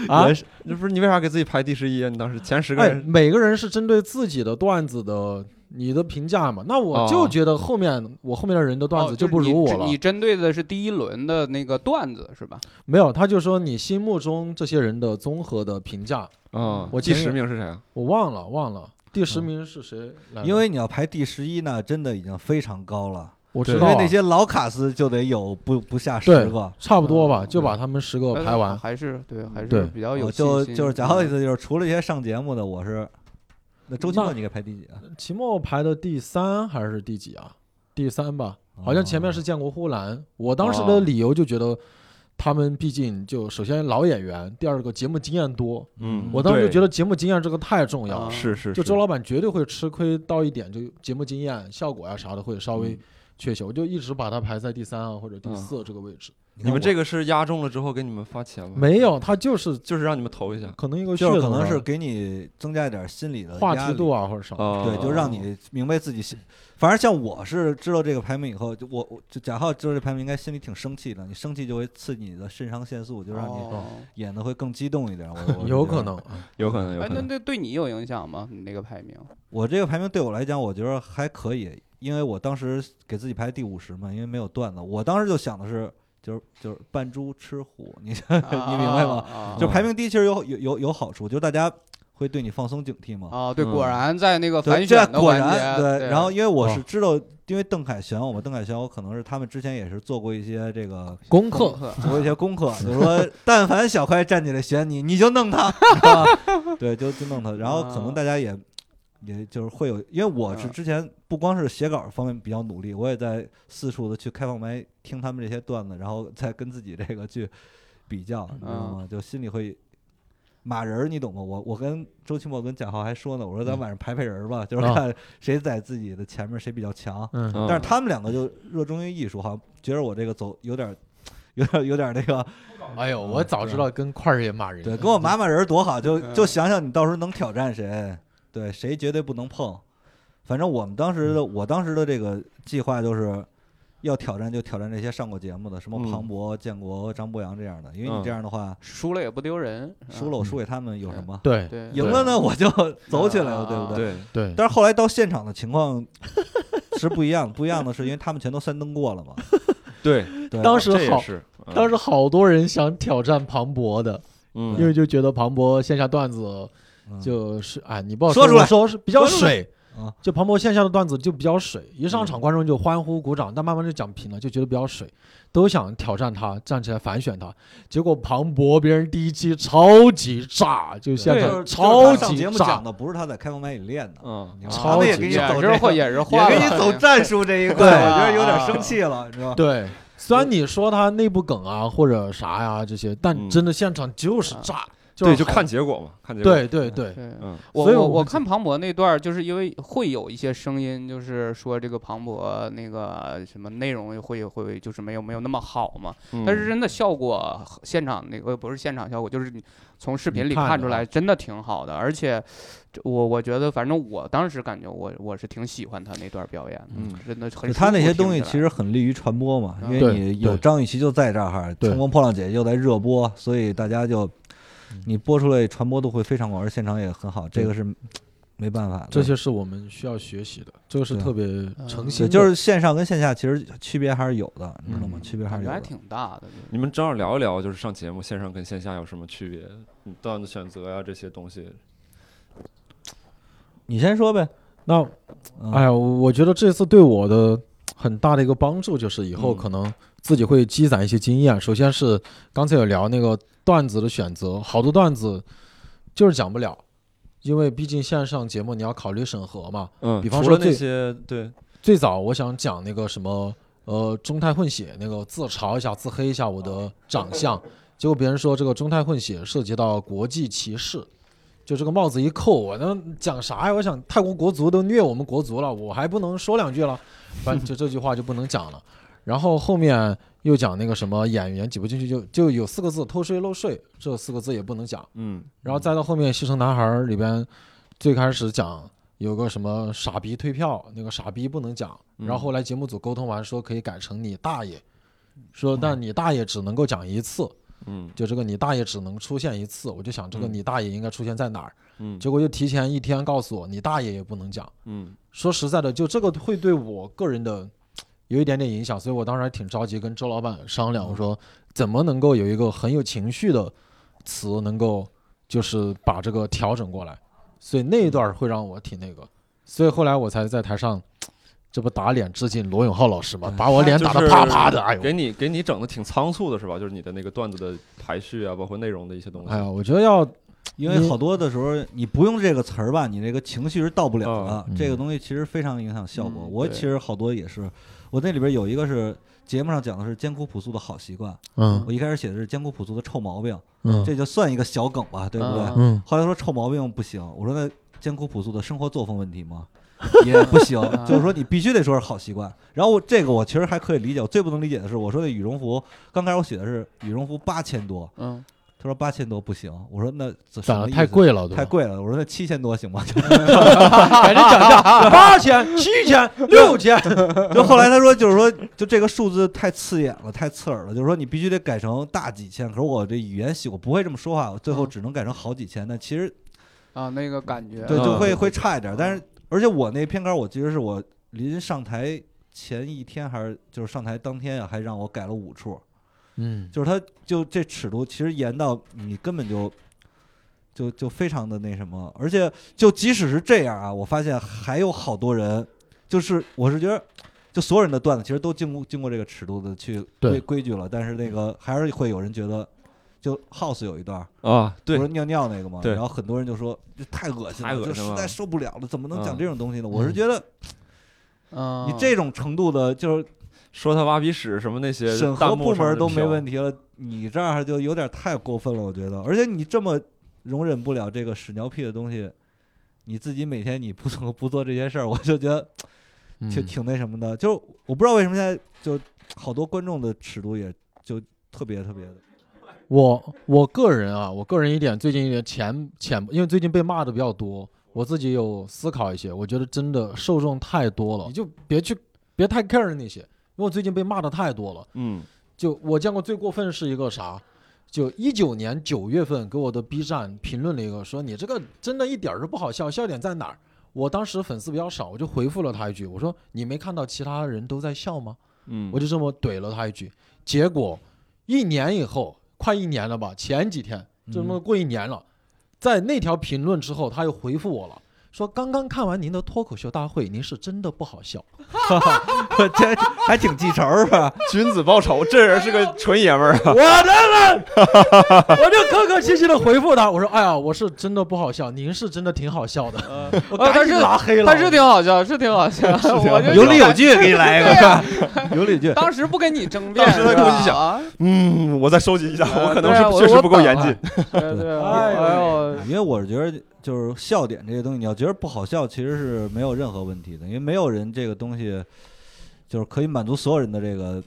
Speaker 5: 啊
Speaker 1: 也！是，那不是你为啥给自己排第十一啊？你当时前十个
Speaker 5: 哎，
Speaker 1: 人，
Speaker 5: 每个人是针对自己的段子的你的评价嘛？那我就
Speaker 1: 哦
Speaker 5: 觉得后面、我后面的人的段
Speaker 6: 哦
Speaker 5: 子
Speaker 6: 就
Speaker 5: 不
Speaker 6: 是你
Speaker 5: 如我
Speaker 6: 针
Speaker 5: 了。
Speaker 6: 你针对的是第一轮的那个段子是吧？
Speaker 5: 没有，他就说你心目中这些人的综合的评价，
Speaker 1: 嗯，
Speaker 5: 我
Speaker 1: 第十
Speaker 5: 前面
Speaker 1: 名是谁啊？
Speaker 5: 我忘了忘了。第十名是谁来着？
Speaker 7: 因为你要排第十一呢，真的已经非常高了，
Speaker 5: 我
Speaker 7: 因
Speaker 5: 知道
Speaker 7: 为
Speaker 5: 啊
Speaker 7: 那些老卡司就得有不不下十
Speaker 5: 对
Speaker 7: 个。
Speaker 5: 差不多吧，就把他们十个
Speaker 6: 但是
Speaker 5: 排完。
Speaker 6: 还是对，还是
Speaker 5: 对
Speaker 6: 比较有
Speaker 7: 我
Speaker 6: 信
Speaker 7: 哦就
Speaker 6: 心
Speaker 7: 就是贾浩意思就是，除了一些上节目的，我是那周奇墨
Speaker 5: 那
Speaker 7: 你给排第几啊？
Speaker 5: 期末排的第三还是第几啊？第三吧，
Speaker 7: 哦
Speaker 5: 好像前面是建国呼兰。我当时的理由就觉得，他们毕竟就首先老演员，第二个节目经验多。
Speaker 1: 嗯，
Speaker 5: 我当时就
Speaker 1: 得
Speaker 5: 觉得节目经验这个太重
Speaker 6: 嗯
Speaker 5: 要了，
Speaker 1: 是是，
Speaker 5: 就是周老板绝对会吃亏到一点，就节目经验、效果呀、啊啥的会稍微缺席。我就一直把他排在第三啊或者第四这个位置。
Speaker 1: 你们
Speaker 7: 我
Speaker 1: 这个是压中了之后给你们发钱吗？
Speaker 5: 没有，他就是
Speaker 1: 就是让你们投一下。
Speaker 5: 可能一个
Speaker 7: 就是
Speaker 5: 噱
Speaker 7: 可
Speaker 5: 头
Speaker 7: 能
Speaker 5: 啊
Speaker 7: 是给你增加一点心理的
Speaker 5: 话
Speaker 7: 压
Speaker 5: 题
Speaker 7: 力
Speaker 5: 度啊或者啥。
Speaker 1: 哦，
Speaker 7: 对，就让你明白自己心。反正像我是知道这个排名以后，就我我就贾浩知道这排名，应该心里挺生气的。你生气就会刺激你的肾上腺素，就让你
Speaker 6: 哦
Speaker 7: 演的会更激动一 点。我哦我
Speaker 5: 有
Speaker 7: 觉得
Speaker 5: 可能，
Speaker 1: 哦
Speaker 5: 啊
Speaker 1: 有可能，有
Speaker 6: 哎
Speaker 1: 可，
Speaker 6: 那
Speaker 1: 能。
Speaker 6: 那对你有影响吗？你那个排 名？
Speaker 7: 我这个排名对我来讲，我觉得还可以，因为我当时给自己排第五十嘛，因为没有段子。我当时就想的是，就是就是扮猪吃虎，你 你明白吗
Speaker 5: 啊
Speaker 6: 吗
Speaker 7: 就排名低其实有有有有好处，就是大家会对你放松警惕嘛。
Speaker 6: 啊，对，
Speaker 1: 嗯
Speaker 6: 果然在那个
Speaker 7: 对，
Speaker 6: 反
Speaker 7: 这
Speaker 6: 选的
Speaker 7: 果
Speaker 6: 环
Speaker 7: 然
Speaker 6: 节，
Speaker 7: 对，然后因为我是
Speaker 5: 哦
Speaker 7: 知道，因为邓凯旋我嘛，邓凯旋我可能是他们之前也是做过一些这个
Speaker 5: 功
Speaker 6: 功
Speaker 5: 课
Speaker 6: 课
Speaker 7: 做过一些功课，就是说但凡小快站起来选你，你就弄他，是吧对，就就弄他，然后可能大家也。也就是会有，因为我是
Speaker 6: 嗯
Speaker 7: 之前不光是写稿方面比较努力，我也在四处的去开放麦听他们这些段子，然后再跟自己这个去比较，你知道吗？就心里会马人儿，你懂吗？我我跟周奇墨跟贾浩还说呢，我说咱晚上排排人儿吧，就是
Speaker 5: 啊
Speaker 7: 看谁在自己的前面谁比较强。
Speaker 5: 嗯
Speaker 1: 嗯
Speaker 7: 但是他们两个就热衷于艺术，好像觉得我这个走有点儿。 有点儿有点儿那个，
Speaker 5: 哎呦，我早知道跟块儿爷骂人。
Speaker 7: 对，跟我码码人儿多好，就
Speaker 6: 嗯
Speaker 7: 就想想你到时候能挑战谁，对，谁绝对不能碰。反正我们当时的，我当时的这个计划就是，要挑战就挑战这些上过节目的，什么
Speaker 1: 嗯
Speaker 7: 庞博、建国、张博洋这样的，因为你
Speaker 1: 嗯
Speaker 7: 这样的话，
Speaker 6: 输了也不丢人，
Speaker 7: 输了我输给他们有什么？
Speaker 5: 嗯对
Speaker 6: 嗯对
Speaker 7: 赢了呢，我就走起来
Speaker 6: 啊
Speaker 7: 了，对不对？
Speaker 1: 对，
Speaker 5: 对，
Speaker 7: 但是后来到现场的情况是不一样的，不一样的是因为他们全都三灯过了嘛。
Speaker 1: 对，
Speaker 7: 对，
Speaker 5: 当时
Speaker 1: 这也
Speaker 5: 好，
Speaker 1: 是，嗯
Speaker 5: 当时好多人想挑战庞博的，
Speaker 1: 嗯，
Speaker 5: 因为就觉得庞博线下段子
Speaker 7: 嗯
Speaker 5: 就是哎，你不好
Speaker 7: 说出来
Speaker 5: 我说是比较
Speaker 7: 说出来
Speaker 5: 水
Speaker 7: 啊。嗯
Speaker 5: 就庞博线下的段子就比较水，一上场观众就欢呼鼓掌，但慢慢就讲平了，就觉得比较水，都想挑战他，站起来反选他。结果庞博别人第一期超级炸，就现
Speaker 7: 对就
Speaker 5: 场
Speaker 7: 是
Speaker 5: 超
Speaker 7: 就是他上
Speaker 5: 级
Speaker 7: 节目
Speaker 5: 炸
Speaker 7: 讲，的不是他在开放麦里练的，
Speaker 1: 嗯，
Speaker 7: 你知道吗
Speaker 5: 超
Speaker 7: 他
Speaker 5: 级
Speaker 7: 们也给你
Speaker 6: 也
Speaker 7: 走
Speaker 6: 是
Speaker 7: 这个
Speaker 6: 会，也是
Speaker 7: 也
Speaker 6: 换
Speaker 7: 给
Speaker 6: 了啊
Speaker 7: 你走战术这一
Speaker 6: 对
Speaker 7: 块，我觉得有点
Speaker 6: 啊
Speaker 7: 生气了，你知道吧？
Speaker 5: 对，虽然你说他内部梗啊或者啥呀、这些，但
Speaker 1: 嗯
Speaker 5: 真的现场就是
Speaker 7: 嗯
Speaker 6: 啊
Speaker 5: 炸，
Speaker 1: 对，
Speaker 5: 是
Speaker 1: 就
Speaker 5: 好
Speaker 1: 看结果嘛，看结果。
Speaker 5: 对对对，
Speaker 6: 对。
Speaker 1: 嗯，
Speaker 6: 我
Speaker 5: 所以
Speaker 6: 我
Speaker 5: 我
Speaker 6: 我
Speaker 5: 就
Speaker 6: 看庞博那段儿，就是因为会有一些声音，就是说这个庞博那个什么内容会会就是没有没有那么好嘛，
Speaker 1: 嗯，
Speaker 6: 但是真的效果现场那呃个不是现场效果，就是你从视频
Speaker 5: 你
Speaker 6: 里
Speaker 5: 看
Speaker 6: 看
Speaker 5: 着
Speaker 6: 出
Speaker 5: 啊
Speaker 6: 来真的挺好的，而且这我我觉得反正我当时感觉我我是挺喜欢他那段表演的，
Speaker 1: 嗯
Speaker 6: 真的很
Speaker 7: 就他
Speaker 6: 舒
Speaker 7: 那
Speaker 6: 服
Speaker 7: 些
Speaker 6: 听
Speaker 7: 东西
Speaker 6: 起来
Speaker 7: 其实很利于传播嘛，因为
Speaker 5: 对
Speaker 7: 你
Speaker 5: 对
Speaker 7: 有张雨绮就在这儿，
Speaker 5: 对
Speaker 7: 乘风破浪姐姐又在热播，所以大家就你播出来传播度会非常广，而现场也很好，这个是没办法的。
Speaker 5: 这些是我们需要学习的，这个是
Speaker 7: 对嗯
Speaker 5: 特别诚
Speaker 7: 对
Speaker 5: 心的，
Speaker 7: 就是线上跟线下其实区别还是有的，你知道吗？
Speaker 1: 嗯
Speaker 7: 区别还
Speaker 6: 感
Speaker 7: 是有
Speaker 6: 觉还
Speaker 7: 的。
Speaker 6: 挺大的。
Speaker 1: 你们正好聊一聊，就是上节目线上跟线下有什么区别？你段子选择呀、这些东西，
Speaker 7: 你先说呗。
Speaker 5: 那
Speaker 7: 嗯
Speaker 5: 哎呀，我我觉得这次对我的很大的一个帮助就是以后
Speaker 1: 嗯
Speaker 5: 可能自己会积攒一些经验。首先是刚才有聊那个段子的选择，好多段子就是讲不了，因为毕竟线上节目你要考虑审核嘛。
Speaker 1: 嗯，
Speaker 5: 比方
Speaker 1: 除
Speaker 5: 说
Speaker 1: 了那
Speaker 5: 最
Speaker 1: 些，对，
Speaker 5: 最早我想讲那个什么呃中泰混血那个自嘲一下、自黑一下我的长相，结果别人说这个中泰混血涉及到国际歧视，就这个帽子一扣，我能讲啥呀？我想泰国国足都虐我们国足了，我还不能说两句了，反正就这句话就不能讲了。然后后面又讲那个什么演员挤不进去就就有四个字偷税漏税，这四个字也不能讲。
Speaker 1: 嗯，
Speaker 5: 然后再到后面《西城男孩》里边，最开始讲有个什么傻逼退票，那个傻逼不能讲。然后后来节目组沟通完说可以改成你大爷，说但你大爷只能够讲一次，
Speaker 1: 嗯
Speaker 5: 就这个你大爷只能出现一次。我就想这个
Speaker 1: 嗯
Speaker 5: 你大爷应该出现在哪儿？
Speaker 1: 嗯
Speaker 5: 结果又提前一天告诉我你大爷也不能讲。
Speaker 1: 嗯
Speaker 5: 说实在的，就这个会对我个人的有一点点影响，所以我当时还挺着急跟周老板商量，我
Speaker 7: 嗯
Speaker 5: 说怎么能够有一个很有情绪的词，能够就是把这个调整过来。所以那一
Speaker 7: 嗯
Speaker 5: 段会让我挺那个，所以后来我才在台上，这不打脸致敬罗永浩老师嘛，把我脸打
Speaker 1: 就
Speaker 5: 得
Speaker 1: 是
Speaker 5: 啪啪的，哎呦，
Speaker 1: 给你给你整的挺仓促的是吧？就是你的那个段子的排序啊，包括内容的一些东西。
Speaker 5: 哎呀，我觉得要
Speaker 7: 因为
Speaker 5: 你
Speaker 7: 好多的时候你不用这个词儿吧，你这个情绪是到不了的。
Speaker 5: 嗯
Speaker 7: 这个东西其实非常影响效果。
Speaker 1: 嗯
Speaker 7: 我
Speaker 1: 对
Speaker 7: 其实好多也是，我那里边有一个是节目上讲的是艰苦朴素的好习惯，
Speaker 5: 嗯
Speaker 7: 我一开始写的是艰苦朴素的臭毛病，
Speaker 5: 嗯
Speaker 7: 这就算一个小梗吧，对不对？
Speaker 6: 嗯
Speaker 5: 嗯
Speaker 7: 后来说臭毛病不行，我说那艰苦朴素的生活作风问题吗？也不行，就是说你必须得说是好习惯。然后我这个我其实还可以理解，我最不能理解的是，我说那羽绒服，刚开始我写的是羽绒服八千多，
Speaker 6: 嗯，
Speaker 7: 他说八千多不行，我说那怎
Speaker 5: 攒的太，贵了，
Speaker 7: 什么意思
Speaker 5: 对
Speaker 7: 太
Speaker 5: 吧？
Speaker 7: 贵了，我说那七千多行吗？
Speaker 5: 赶紧讲一下，八千、七千、六千，
Speaker 7: 就后来他说就是说就这个数字太刺眼了，太刺耳了，就是说你必须得改成大几千。可是我这语言习我不会这么说话，我最后只能改成好几千。那其实
Speaker 6: 啊，那个感觉，啊
Speaker 7: 对，
Speaker 1: 嗯
Speaker 7: 就会会差一点。但是，而且我那篇稿，我记得是我临上台前一天，还是就是上台当天啊，还让我改了五处。
Speaker 5: 嗯，
Speaker 7: 就是他就这尺度，其实严到你根本就就就非常的那什么。而且，就即使是这样啊，我发现还有好多人，就是我是觉得。就所有人的段子其实都经过经过这个尺度的去规
Speaker 5: 对
Speaker 7: 规矩了，但是那个还是会有人觉得，就 House 有一段，
Speaker 1: 啊，对
Speaker 7: 不，是尿尿那个吗？
Speaker 1: 对
Speaker 7: 然后很多人就说这太恶心了，
Speaker 1: 太恶心
Speaker 7: 就实
Speaker 1: 了
Speaker 7: 在受不了了，怎么能
Speaker 1: 嗯
Speaker 7: 讲这种东西呢？我是
Speaker 5: 嗯
Speaker 7: 觉得
Speaker 6: 嗯，
Speaker 7: 你这种程度的，就是
Speaker 1: 说他挖鼻屎什么那些
Speaker 7: 审核
Speaker 1: 弹幕
Speaker 7: 部
Speaker 1: 上
Speaker 7: 门都
Speaker 1: 的
Speaker 7: 没
Speaker 1: 飘
Speaker 7: 问题了，你这儿就有点太过分了，我觉得。而且你这么容忍不了这个屎尿屁的东西，你自己每天你不做 不做这些事儿，我就觉得
Speaker 1: 嗯
Speaker 5: 嗯
Speaker 7: 挺挺那什么的。就是我不知道为什么现在就好多观众的尺度也就特别特别的。
Speaker 5: 我我个人啊，我个人一点最近一点浅浅，因为最近被骂的比较多，我自己有思考一些，我觉得真的受众太多了，你就别去别太 care 那些，因为我最近被骂的太多了。
Speaker 1: 嗯
Speaker 5: 就我见过最过分是一个啥？就一九年九月份给我的 B 站评论了一个说你这个真的一点儿都不好笑，笑点在哪儿？我当时粉丝比较少，我就回复了他一句，我说你没看到其他人都在笑吗？
Speaker 1: 嗯，
Speaker 5: 我就这么怼了他一句。结果一年以后，快一年了吧，前几天就这么过一年了，在那条评论之后，他又回复我了。说刚刚看完您的脱口秀大会，您是真的不好笑。
Speaker 7: 这还挺记仇是吧？
Speaker 1: 君子报仇，这人是
Speaker 8: 哎
Speaker 1: 个纯爷们儿啊。
Speaker 5: 我的妈！我就客客气气的回复他，我说：“哎呀，我是真的不好笑，您是真的挺好笑的。 我
Speaker 6: 啊
Speaker 5: 赶
Speaker 6: 但
Speaker 5: 紧
Speaker 6: 是
Speaker 5: 拉黑了。
Speaker 6: 他是挺好笑，是挺好笑，我就
Speaker 7: 有理有据，给你来一
Speaker 6: 对啊
Speaker 7: 个，有理有据。
Speaker 6: 当时不跟你争辩，
Speaker 1: 当时他
Speaker 6: 是
Speaker 1: 跟我
Speaker 6: 吧
Speaker 1: 一起想
Speaker 6: 啊
Speaker 1: 嗯，我再收集一下，我可能
Speaker 6: 对啊
Speaker 1: 是
Speaker 6: 我
Speaker 1: 确实
Speaker 6: 我
Speaker 1: 不够
Speaker 6: 懂
Speaker 1: 严
Speaker 6: 了
Speaker 1: 谨。
Speaker 6: 对对，
Speaker 5: 哎呦
Speaker 6: 哎呦，
Speaker 7: 因为我是觉得就是笑点这些东西，你要觉得不好笑，其实是没有任何问题的，因为没有人这个东西就是可以满足所有人的这个。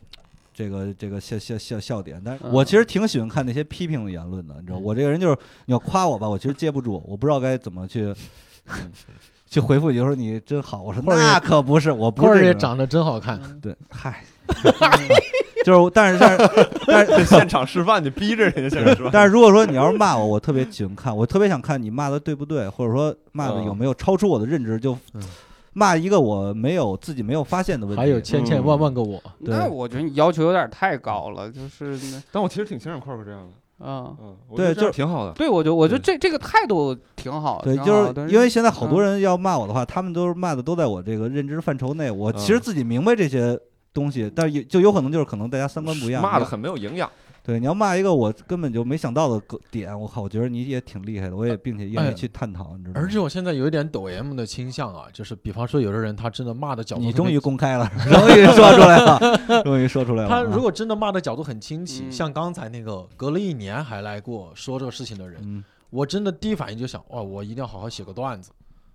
Speaker 7: 这个这个笑笑笑笑点，但是我其实
Speaker 5: 嗯
Speaker 7: 挺喜欢看那些批评的言论的，你知道，我这个人就是你要夸我吧，我其实接不住，我不知道该怎么去 去回复你，就说你真好，我说
Speaker 5: 嗯或者
Speaker 7: 那可不是，我不
Speaker 5: 棍
Speaker 7: 是
Speaker 5: 儿
Speaker 7: 这
Speaker 5: 也
Speaker 7: 种
Speaker 5: 长得真好看，
Speaker 7: 对，嗨，就是但是但是 但是
Speaker 1: 现场示范，你逼着人家现场示范。
Speaker 7: 但是如果说你要是骂我，我特别喜欢看，我特别想看你骂的对不对，或者说骂的有没有超出我的认知，就
Speaker 5: 嗯
Speaker 7: 骂一个我没有自己没有发现的问题。
Speaker 5: 还有千千万万个我。
Speaker 7: 对
Speaker 6: 那我觉得你要求有点太高了，就是
Speaker 1: 但我其实挺欣赏块儿哥这样的，
Speaker 6: 那啊。
Speaker 1: 嗯，我
Speaker 7: 对
Speaker 1: 觉得这样
Speaker 7: 就
Speaker 1: 挺好的。
Speaker 6: 对，我就我觉得这这个态度挺好，
Speaker 7: 对，
Speaker 6: 挺
Speaker 7: 就
Speaker 6: 好但
Speaker 7: 是
Speaker 6: 是
Speaker 7: 因为现在好多
Speaker 6: 嗯
Speaker 7: 人要骂我的话，他们都是骂的都在我这个认知范畴内，我其实
Speaker 1: 嗯
Speaker 7: 自己明白这些东西，但是有就有可能就是可能大家三观不一样，
Speaker 1: 骂的很没有营养。
Speaker 7: 对，你要骂一个我根本就没想到的个点，我靠，我觉得你也挺厉害的，我也并且愿
Speaker 5: 哎
Speaker 7: 意去探讨，你知道吗？
Speaker 5: 而且我现在有一点抖 M 的倾向啊，就是比方说有的人他真的骂的角度，
Speaker 7: 你终于公开了，终于说出来了，终于说出来了。
Speaker 5: 他
Speaker 7: 啊
Speaker 5: 如果真的骂的角度很清奇，
Speaker 6: 嗯
Speaker 5: 像刚才那个隔了一年还来过说这个事情的人，
Speaker 7: 嗯
Speaker 5: 我真的第一反应就想，哇，我一定要好好写个段子，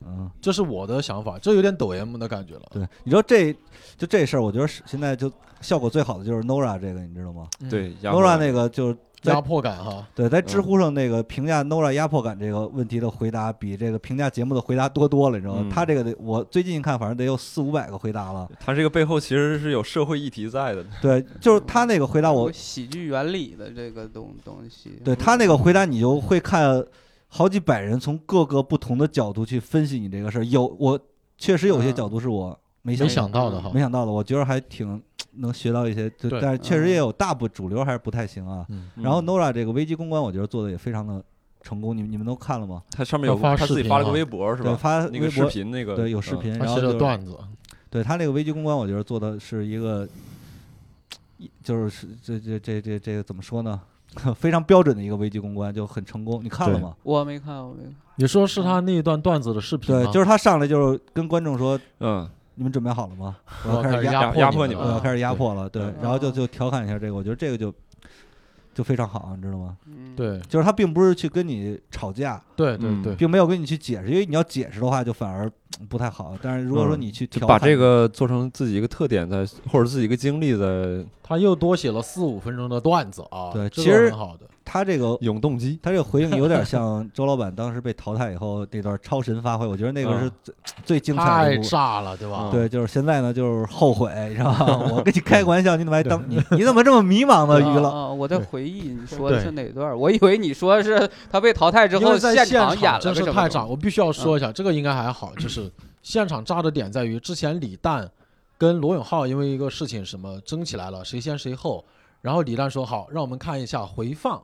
Speaker 7: 嗯，
Speaker 5: 这是我的想法，这有点抖 M 的感觉了。
Speaker 7: 对，你知道这就这事儿，我觉得是现在就效果最好的就是 Nora 这个，你知道吗
Speaker 5: 嗯
Speaker 1: 对
Speaker 7: ？Nora 那个就是在
Speaker 5: 压迫感哈，
Speaker 7: 对在知乎上那个评价 Nora 压迫感这个问题的回答，比这个评价节目的回答多多了，你知道吗
Speaker 1: 嗯？
Speaker 7: 他这个得我最近看，反正得有四五百个回答了。
Speaker 1: 他这个背后其实是有社会议题在的，
Speaker 7: 对，就是他那个回答我
Speaker 6: 有喜剧原理的这个东东西，嗯
Speaker 7: 对他那个回答，你就会看好几百人从各个不同的角度去分析你这个事儿。有我确实有些
Speaker 6: 嗯
Speaker 7: 角度是我没想嗯
Speaker 5: 没想到的哈
Speaker 7: 没。想到的，我觉得还挺能学到一些，就
Speaker 5: 对
Speaker 7: 但是确
Speaker 1: 嗯
Speaker 7: 实也有大部主流还是不太行啊。
Speaker 5: 嗯，
Speaker 7: 然后 Nora 这个危机公关，我觉得做的也非常的成功。你们你们都看了吗？
Speaker 1: 他上面有
Speaker 5: 他发
Speaker 1: 他
Speaker 5: 视
Speaker 1: 自己
Speaker 5: 频
Speaker 1: 发了个
Speaker 5: 啊
Speaker 1: 微博是
Speaker 7: 对，
Speaker 1: 吧？
Speaker 7: 发
Speaker 1: 那
Speaker 7: 微
Speaker 1: 个视
Speaker 7: 博
Speaker 1: 频那个
Speaker 7: 对有视
Speaker 1: 嗯
Speaker 7: 频，
Speaker 5: 他
Speaker 7: 然后
Speaker 5: 写
Speaker 7: 就是
Speaker 5: 了段子，
Speaker 7: 对他那个危机公关，我觉得做的是一个，一就是是这这这这这个怎么说呢？ 非常标准的一个危机公关，就很成功。你看了
Speaker 3: 对
Speaker 7: 吗？
Speaker 6: 我没看，我没看，
Speaker 5: 你说是他那一段段子的视频
Speaker 7: 对
Speaker 5: 吗？，
Speaker 7: 就是他上来就是跟观众说
Speaker 1: 嗯，
Speaker 7: 你们准备好了吗？
Speaker 5: 我要
Speaker 7: 我要开
Speaker 5: 开
Speaker 7: 始
Speaker 5: 始
Speaker 7: 压，
Speaker 1: 压
Speaker 5: 迫
Speaker 1: 压迫
Speaker 5: 你
Speaker 1: 你们
Speaker 5: 们
Speaker 7: 我要
Speaker 5: 了
Speaker 7: 开始压迫了。对
Speaker 6: 对，
Speaker 7: 然后就就调侃一下这个，我觉得这个就就非常好，你知道吗？
Speaker 6: 嗯，
Speaker 5: 对
Speaker 7: 就是他并不是去跟你吵架，
Speaker 5: 对对
Speaker 1: 嗯
Speaker 5: 对，
Speaker 7: 并没有跟你去解释，因为你要解释的话就反而嗯不太好。但是如果说
Speaker 1: 嗯
Speaker 7: 你去
Speaker 1: 就
Speaker 7: 调
Speaker 1: 把
Speaker 7: 侃
Speaker 1: 这个做成自己一个特点在，或者自己一个经历在
Speaker 5: 他又多写了四五分钟的段子啊，
Speaker 7: 对
Speaker 5: 这
Speaker 7: 其
Speaker 5: 个
Speaker 7: 实
Speaker 5: 很好的，
Speaker 7: 他这个
Speaker 1: 永动机。
Speaker 7: 他这个回应有点像周老板当时被淘汰以后那段超神发挥，我觉得那个是
Speaker 1: 嗯
Speaker 7: 最最精彩的
Speaker 5: 太
Speaker 7: 一部分。嗯
Speaker 5: 炸了，对
Speaker 1: 啊
Speaker 5: 吧？
Speaker 7: 对，就是现在呢，就是后悔，你知道吗？我跟你开个玩笑，你怎么还当你你怎么这么迷茫呢？娱
Speaker 6: 啊
Speaker 7: 乐，
Speaker 6: 啊我在
Speaker 5: 对
Speaker 6: 回忆你说的
Speaker 5: 对
Speaker 6: 是哪段儿，我以为你说是他被淘汰之
Speaker 5: 因
Speaker 6: 后
Speaker 5: 为在
Speaker 6: 场演了
Speaker 5: 真
Speaker 6: 个
Speaker 5: 是
Speaker 6: 什
Speaker 5: 太
Speaker 6: 么
Speaker 5: 炸，
Speaker 6: 东西。
Speaker 5: 我必须要说一下，这个应该还 好，就是现场炸的点在于之前李诞跟罗永浩因为一个事情什么争起来了，谁先谁后，然后李诞说好，让我们看一下回放，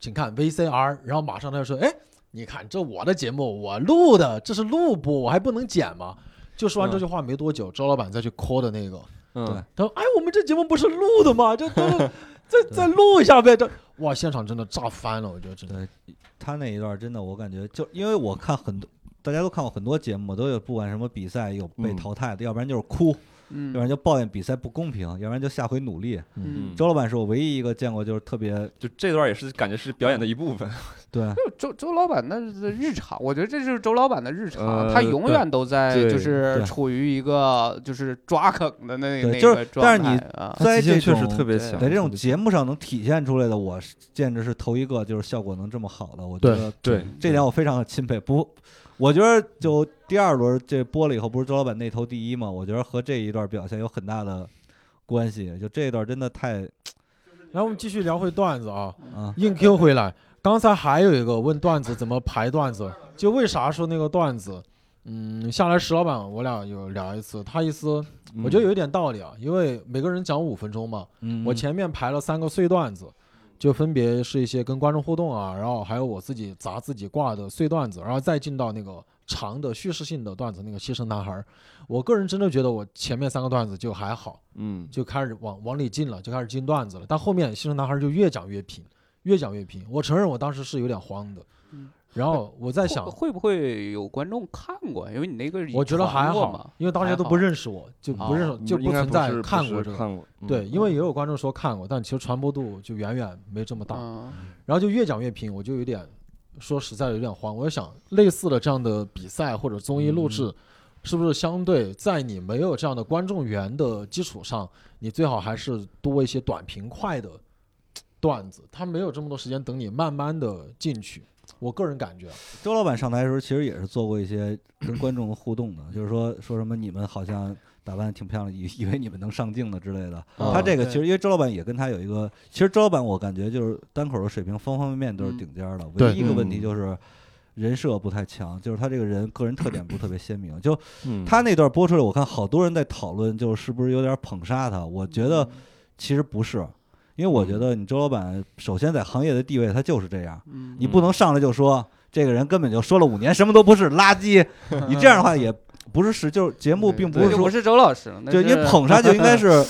Speaker 5: 请看 VCR，然后马上他就说，哎，你看这我的节目我录的，这是录播，我还不能剪吗？就说完这句话没多久，周老板再去 call 的那个，
Speaker 1: 嗯
Speaker 7: 对，
Speaker 5: 他说：“哎，我们这节目不是录的吗？就都是再再录一下呗。”这
Speaker 7: 啊
Speaker 5: 哇，现场真的炸翻了，我觉得真的。
Speaker 7: 对他那一段真的，我感觉就因为我看很多，大家都看过很多节目，都有不管什么比赛有被
Speaker 1: 嗯
Speaker 7: 淘汰的，要不然就是哭，要不
Speaker 6: 嗯
Speaker 7: 然就抱怨比赛不公平，要不然就下回努力。
Speaker 6: 嗯，
Speaker 7: 周老板是我唯一一个见过就是特别
Speaker 1: 就这段也是感觉是表演的一部分。
Speaker 7: 对
Speaker 6: 就周周老板的日常，我觉得这就是周老板的日常，
Speaker 1: 呃
Speaker 6: 他永远都在
Speaker 1: 对
Speaker 6: 就是
Speaker 7: 对
Speaker 6: 处于一个就是抓梗的那
Speaker 7: 对
Speaker 6: 那
Speaker 7: 就是
Speaker 6: 个状
Speaker 7: 但是
Speaker 6: 态
Speaker 7: 你
Speaker 6: 啊。
Speaker 1: 他
Speaker 7: 在
Speaker 1: 即兴
Speaker 7: 这
Speaker 1: 确实
Speaker 7: 种
Speaker 1: 特别
Speaker 6: 对
Speaker 1: 强，
Speaker 7: 在这种节目上能体现出来的，我是简直是头一个，就是效果能这么好的，我觉
Speaker 5: 对
Speaker 7: 得
Speaker 1: 对
Speaker 7: 这点我非常的钦佩。不，我觉得就第二轮这播了以后，不是周老板那头第一嘛？我觉得和这一段表现有很大的关系。就这一段真的太
Speaker 5: 然后我们继续聊回段子啊，
Speaker 7: 啊，
Speaker 5: 硬 Q 回来。刚才还有一个问段子怎么排段子，就为啥说那个段子，嗯，下来石老板我俩有聊一次，他意思我觉得有一点道理啊，因为每个人讲五分钟嘛，
Speaker 7: 嗯
Speaker 5: 我前面排了三个碎段子，就分别是一些跟观众互动啊，然后还有我自己砸自己挂的碎段子，然后再进到那个长的叙事性的段子，那个牺牲男孩儿。我个人真的觉得我前面三个段子就还好，
Speaker 1: 嗯，
Speaker 5: 就开始往往里进了，就开始进段子了。但后面牺牲男孩儿就越讲越平，越讲越平。我承认我当时是有点慌的
Speaker 6: 嗯，
Speaker 5: 然后我在
Speaker 6: 会
Speaker 5: 想，
Speaker 6: 会不会有观众看过？因为你那个已
Speaker 5: 我觉得
Speaker 6: 传
Speaker 5: 还
Speaker 6: 过嘛
Speaker 5: 好，因为大家
Speaker 6: 还
Speaker 5: 都
Speaker 6: 好
Speaker 5: 不认识我，就不认识
Speaker 6: 哦
Speaker 5: 就
Speaker 1: 应该
Speaker 5: 存
Speaker 1: 不
Speaker 5: 在
Speaker 1: 是不
Speaker 5: 看
Speaker 1: 是
Speaker 5: 过这个。
Speaker 1: 看过，嗯
Speaker 5: 对，因为也有观众说看过，但其实传播度就远远没这么大。
Speaker 6: 嗯
Speaker 5: 然后就越讲越平，我就有点说实在的有点慌。我就想，类似的这样的比赛或者综艺录制，是不是相对在你没有这样的观众缘的基础上，你最好还是多一些短平快的段子，他没有这么多时间等你慢慢的进去。我个人感觉，啊
Speaker 7: 周老板上台的时候，其实也是做过一些跟观众互动的，就是说说什么你们好像打扮得挺漂亮，以以为你们能上镜了之类的。
Speaker 1: 嗯
Speaker 7: 啊他这个
Speaker 5: 对
Speaker 7: 其实因为周老板也跟他有一个，其实周老板我感觉就是单口的水平方方面面都是顶尖儿的，唯
Speaker 5: 对
Speaker 7: 一一个问题
Speaker 1: 嗯
Speaker 7: 就是人设不太强，就是他这个人个人特点不是特别鲜明。就
Speaker 1: 嗯
Speaker 7: 他那段播出来，我看好多人在讨论，就是是不是有点捧杀他？我觉得其实不是。因为我
Speaker 1: 嗯
Speaker 7: 觉得你周老板首先在行业的地位，他就是这样，
Speaker 6: 嗯
Speaker 7: 你不能上来就说这个人根本就说了五年什么都不是 垃圾，你这样的话也不是实，就是节目并不
Speaker 6: 对
Speaker 7: 是
Speaker 6: 就
Speaker 7: 说
Speaker 6: 不，是周老师了，那
Speaker 7: 就是你捧杀就应该是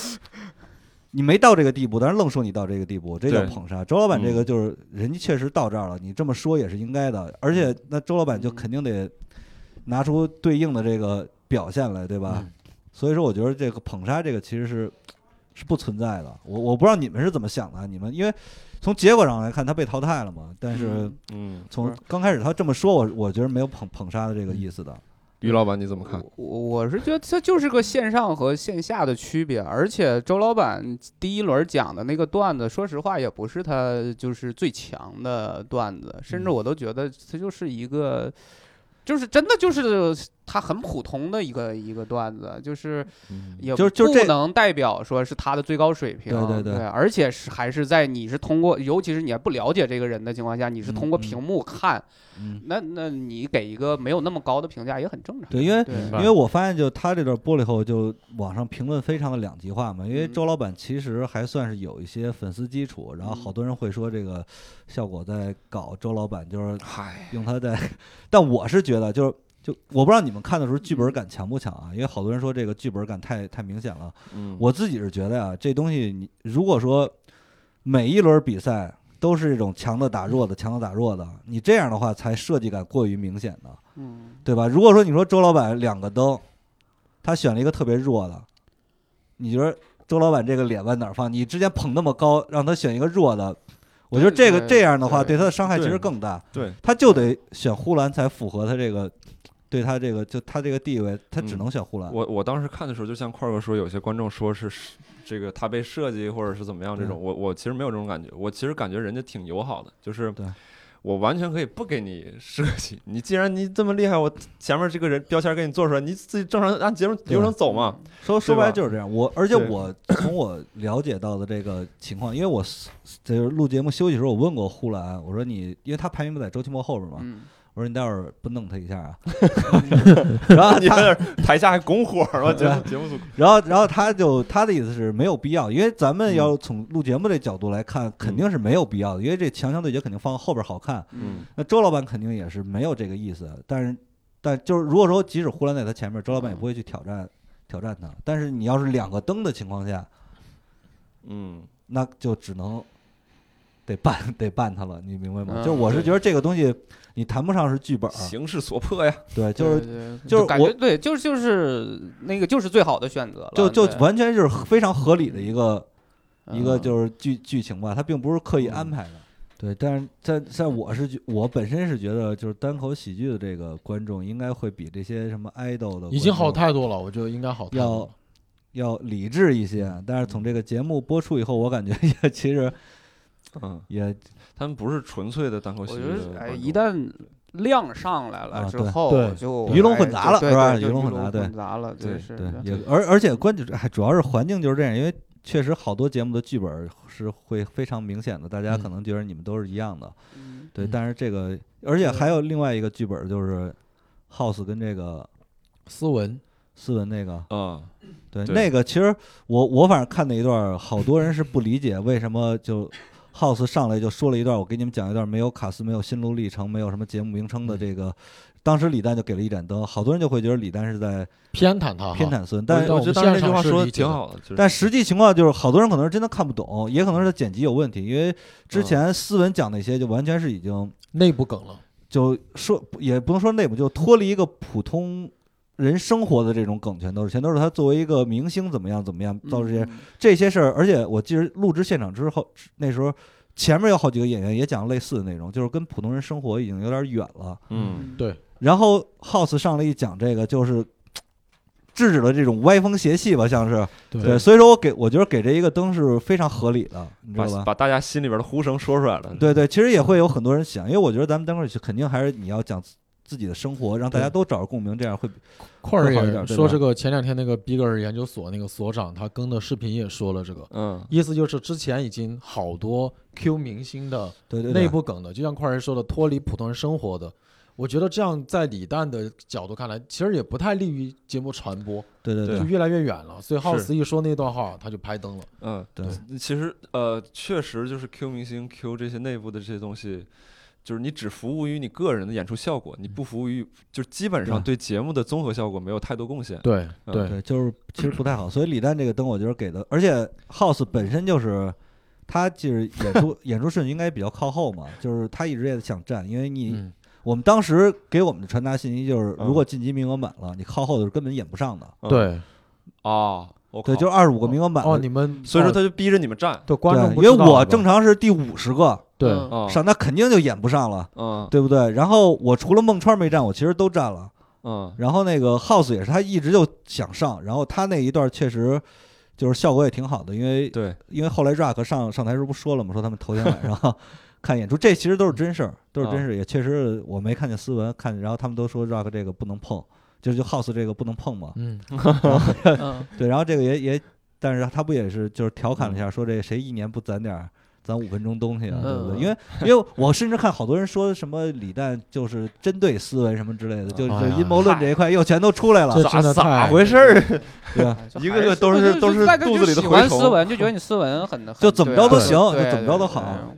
Speaker 7: 你没到这个地步，但是愣说你到这个地步，这叫
Speaker 1: 对
Speaker 7: 捧杀。周老板这
Speaker 6: 嗯
Speaker 7: 个就是人家确实到这儿了，你这么说也是应该的，而且那周老板
Speaker 6: 嗯
Speaker 7: 就肯定得拿出对应的这个表现来，对
Speaker 6: 嗯
Speaker 7: 吧？所以说，我觉得这个捧杀这个其实是是不存在的。我我不知道你们是怎么想的啊，你们因为从结果上来看，他被淘汰了嘛，但是
Speaker 6: 嗯
Speaker 1: 嗯，
Speaker 7: 从
Speaker 6: 不是
Speaker 7: 刚开始他这么说，我我觉得没有捧捧杀的这个意思的。
Speaker 1: 于老板你怎么
Speaker 7: 嗯
Speaker 1: 看？
Speaker 6: 我我是觉得这就是个线上和线下的区别，而且周老板第一轮讲的那个段子，说实话也不是他就是最强的段子，
Speaker 7: 嗯
Speaker 6: 甚至我都觉得他就是一个，就是真的就是他很普通的一个一个段子，就是也
Speaker 7: 嗯就就这
Speaker 6: 不能代表说是他的最高水平，
Speaker 7: 对对对
Speaker 6: 而且是还是在你是通过，尤其是你还不了解这个人的情况下，你是通过
Speaker 7: 嗯嗯
Speaker 6: 屏幕看，
Speaker 7: 嗯
Speaker 6: 那那你给一个没有那么高的评价也很正常，
Speaker 7: 对因为
Speaker 6: 对
Speaker 7: 因为我发现，就他这段播了以后，就网上评论非常的两极化嘛。因为
Speaker 6: 嗯
Speaker 7: 周老板其实还算是有一些粉丝基础，然后好多人会说这个效果在搞周老板，就是
Speaker 1: 嗨，
Speaker 7: 用他在。 但我是觉得，就是就我不知道你们看的时候剧本感强不强啊？因为好多人说这个剧本感太太明显了。
Speaker 1: 嗯，
Speaker 7: 我自己是觉得呀、这东西你如果说每一轮比赛都是这种强的打弱的，强的打弱的，你这样的话才设计感过于明显的。
Speaker 6: 嗯。
Speaker 7: 对吧？如果说你说周老板两个灯，他选了一个特别弱的，你觉得周老板这个脸往哪儿放？你之前捧那么高，让他选一个弱的，我觉得这个
Speaker 6: 对对
Speaker 7: 这样的话
Speaker 6: 对
Speaker 7: 对他的伤害其
Speaker 1: 对
Speaker 7: 实更大。
Speaker 1: 对，
Speaker 7: 他就得选呼兰才符合他这个，对他这个就他这个地位，他只
Speaker 1: 嗯
Speaker 7: 能选呼兰。
Speaker 1: 我我当时看的时候，就像块儿哥说，有些观众说是是这个他被设计或者是怎么样这种，我我其实没有这种感觉，我其实感觉人家挺友好的，就是
Speaker 7: 对
Speaker 1: 我完全可以不给你设计，你既然你这么厉害，我前面这个人标签给你做出来，你自己正常按节目流程走嘛。
Speaker 7: 说说
Speaker 1: 对
Speaker 7: 白
Speaker 1: 吧
Speaker 7: 了就是这样。我而且
Speaker 1: 对
Speaker 7: 我从我了解到的这个情况，因为我就是录节目休息的时候，我问过呼兰，我说你，因为他排名不在周奇墨后边嘛，
Speaker 6: 嗯，
Speaker 7: 我说你待会儿不弄他一下啊，然后
Speaker 1: 你
Speaker 7: 他，
Speaker 1: 在那台下还拱火儿，我觉得节目组
Speaker 7: 然后然后他就他的意思是没有必要，因为咱们要从录节目这角度来看，肯定是没有必要的，因为这强强对决肯定放后边好看。
Speaker 1: 嗯
Speaker 7: 那周老板肯定也是没有这个意思，但是但就是如果说即使呼兰在他前面，周老板也不会去挑战挑战他。但是你要是两个灯的情况下，
Speaker 1: 嗯
Speaker 7: 那就只能得办 得办他了，你明白吗？
Speaker 6: 嗯
Speaker 7: 就是我是
Speaker 1: 对
Speaker 7: 觉得这个东西你谈不上是剧本儿，
Speaker 1: 形势所迫呀，
Speaker 7: 对，就是
Speaker 6: 对对
Speaker 7: 就是
Speaker 6: 感
Speaker 7: 我
Speaker 6: 觉对，就是就是那个就是最好的选择了，
Speaker 7: 就就
Speaker 6: 对
Speaker 7: 完全就是非常合理的一个一个
Speaker 6: 嗯
Speaker 7: 就是剧剧情吧，它并不是刻意安排的。对，但是在在我是觉我本身是觉得，就是单口喜剧的这个观众应该会比这些什么 idol 的
Speaker 5: 嗯已经好
Speaker 7: 观众
Speaker 5: 太多了，我觉得应该好太多了。
Speaker 7: 要理智一些。
Speaker 5: 嗯
Speaker 7: 但是从这个节目播出以后，我感觉也 其实
Speaker 1: 嗯，
Speaker 7: 也
Speaker 1: 他们不是纯粹的单口
Speaker 6: 我
Speaker 1: 喜
Speaker 6: 觉
Speaker 1: 剧
Speaker 6: 得
Speaker 1: 的
Speaker 6: 哎，
Speaker 1: 观
Speaker 6: 一
Speaker 1: 众
Speaker 6: 旦量上来了
Speaker 7: 啊
Speaker 6: 之
Speaker 7: 对
Speaker 6: 后
Speaker 5: 对，
Speaker 6: 就
Speaker 7: 鱼龙
Speaker 6: 哎
Speaker 7: 混杂了
Speaker 6: 对
Speaker 7: 是吧
Speaker 6: 对就
Speaker 7: 鱼
Speaker 6: 鱼
Speaker 7: 龙混杂
Speaker 6: 杂，
Speaker 7: 对
Speaker 6: 混杂了，
Speaker 1: 对
Speaker 6: 是
Speaker 7: 对
Speaker 6: 的
Speaker 7: 也，而而且关键还主要是环境就是这样，因为确实好多节目的剧本是会非常明显的，大家可能觉得你们都是一样的，
Speaker 6: 嗯
Speaker 7: 对，
Speaker 5: 嗯
Speaker 7: 但是这个，而且还有另外一个剧本儿，就是 House 跟这个
Speaker 5: 斯文，
Speaker 7: 斯文那个，
Speaker 1: 啊，
Speaker 7: 对，
Speaker 1: 对
Speaker 7: 那个其实我我反正看那一段儿，好多人是不理解为什么就 House 上来就说了一段儿，我给你们讲一段儿没有卡斯、没有心路历程、没有什么节目名称的这个，当时李诞就给了一盏灯，好多人就会觉得李诞是在
Speaker 5: 偏袒啊他哈，
Speaker 7: 偏袒斯文，
Speaker 5: 但
Speaker 7: 但
Speaker 5: 是我
Speaker 1: 觉得
Speaker 5: 们
Speaker 1: 当时那句
Speaker 5: 现场
Speaker 1: 话
Speaker 5: 是
Speaker 1: 说的
Speaker 5: 理解
Speaker 1: 挺
Speaker 5: 的
Speaker 1: 好的，就是
Speaker 7: 但实际情况就是，好多人可能是真的看不懂，也可能是剪辑有问题，因为之前斯文讲那些就完全是已经。
Speaker 5: 内部梗了。
Speaker 7: 就说也不能说内部，就脱离一个普通人生活的这种梗，全都是全都是他作为一个明星怎么样怎么样，造这些、
Speaker 6: 嗯
Speaker 7: 这些事儿。而且我记得录制现场之后，那时候前面有好几个演员也讲类似的内容，就是跟普通人生活已经有点远了。
Speaker 1: 嗯
Speaker 5: 对
Speaker 7: 然后 House 上来一讲这个，就是制止了这种歪风邪气吧，像是
Speaker 5: 对
Speaker 7: 对。所以说我给我觉得给这一个灯是非常合理的，你知道吧
Speaker 1: 把？把大家心里边的呼声说出来了，
Speaker 7: 对对，其实也会有很多人想，因为我觉得咱们待会儿去肯定还是你要讲自自己的生活，让大家
Speaker 5: 对
Speaker 7: 都找着共鸣，这样会比
Speaker 5: 块儿
Speaker 7: 会好一点
Speaker 5: 也
Speaker 7: 对
Speaker 5: 说
Speaker 7: 吧
Speaker 5: 这个，前两天那个比格尔研究所那个所长他更的视频也说了这个，
Speaker 1: 嗯
Speaker 5: 意思就是之前已经好多 Q 明星的
Speaker 7: 对对对
Speaker 5: 内部梗的，就像块儿爷说的，脱离普通人生活的。我觉得这样在李诞的角度看来，其实也不太利于节目传播，
Speaker 7: 对对
Speaker 1: 对
Speaker 5: 就越来越远了。所以
Speaker 1: 是
Speaker 5: 浩斯一说那段话，他就拍灯了。
Speaker 1: 嗯，
Speaker 7: 对
Speaker 1: 其实呃，确实就是 Q 明星 Q 这些内部的这些东西，就是你只服务于你个人的演出效果，你不服务于，就是基本上对节目的综合效果没有太多贡献。
Speaker 5: 对
Speaker 1: 嗯
Speaker 5: 对，
Speaker 7: 对，就是其实不太好。所以李诞这个灯，我觉得给的，而且 House 本身就是他其实演出 演出顺序应该比较靠后嘛，就是他一直也想占，因为你、
Speaker 5: 嗯
Speaker 7: 我们当时给我们的传达信息就是，
Speaker 1: 嗯
Speaker 7: 如果晋级名额满了，你靠后的是根本演不上的。
Speaker 1: 嗯
Speaker 5: 对
Speaker 1: 啊，我靠
Speaker 7: 对，就是二十五个名额满了，
Speaker 5: 哦，你们
Speaker 1: 所以说
Speaker 5: 哦
Speaker 1: 他就逼着你们站
Speaker 5: 对观众不
Speaker 7: 对，因
Speaker 5: 知
Speaker 7: 为
Speaker 5: 道
Speaker 7: 我
Speaker 5: 是吧
Speaker 7: 正常是第五十个
Speaker 5: 对
Speaker 6: 嗯
Speaker 1: 啊，
Speaker 7: 上，那肯定就演不上了，
Speaker 1: 嗯
Speaker 7: 对不对？然后我除了孟川没站，我其实都站了。
Speaker 1: 嗯
Speaker 7: 然后那个 House 也是，他一直就想上，然后他那一段确实就是效果也挺好的，因为
Speaker 1: 对，
Speaker 7: 因为后来 Rock 上上台时候不说了吗？说他们头天晚上看演出，这其实都是真事儿，都是真事儿，也确实我没看见斯文看，然后他们都说 Rock 这个不能碰，就就 House 这个不能碰嘛，
Speaker 5: 嗯
Speaker 6: 嗯
Speaker 7: 对，然后这个也也，但是他不也是就是调侃了一下，说这谁一年不攒点儿攒五分钟东西啊，对不
Speaker 6: 嗯
Speaker 7: 对？因为因为我甚至看好多人说什么李诞就是针对斯文什么之类的，就
Speaker 5: 哎
Speaker 7: 就
Speaker 5: 呀
Speaker 7: 阴谋论这一块又全都出来了
Speaker 5: 这，真的
Speaker 1: 咋
Speaker 5: 太
Speaker 1: 回事儿？
Speaker 7: 对吧？
Speaker 1: 一个个都是
Speaker 6: 就
Speaker 1: 都是
Speaker 6: 大家
Speaker 1: 肚子
Speaker 6: 就
Speaker 1: 里的
Speaker 6: 喜
Speaker 1: 蛔
Speaker 6: 欢斯
Speaker 1: 虫。
Speaker 6: 文，就觉得你斯文很很
Speaker 7: 就怎么着都
Speaker 6: 对啊
Speaker 7: 行
Speaker 6: 对
Speaker 7: 就怎么着都好
Speaker 6: 对对对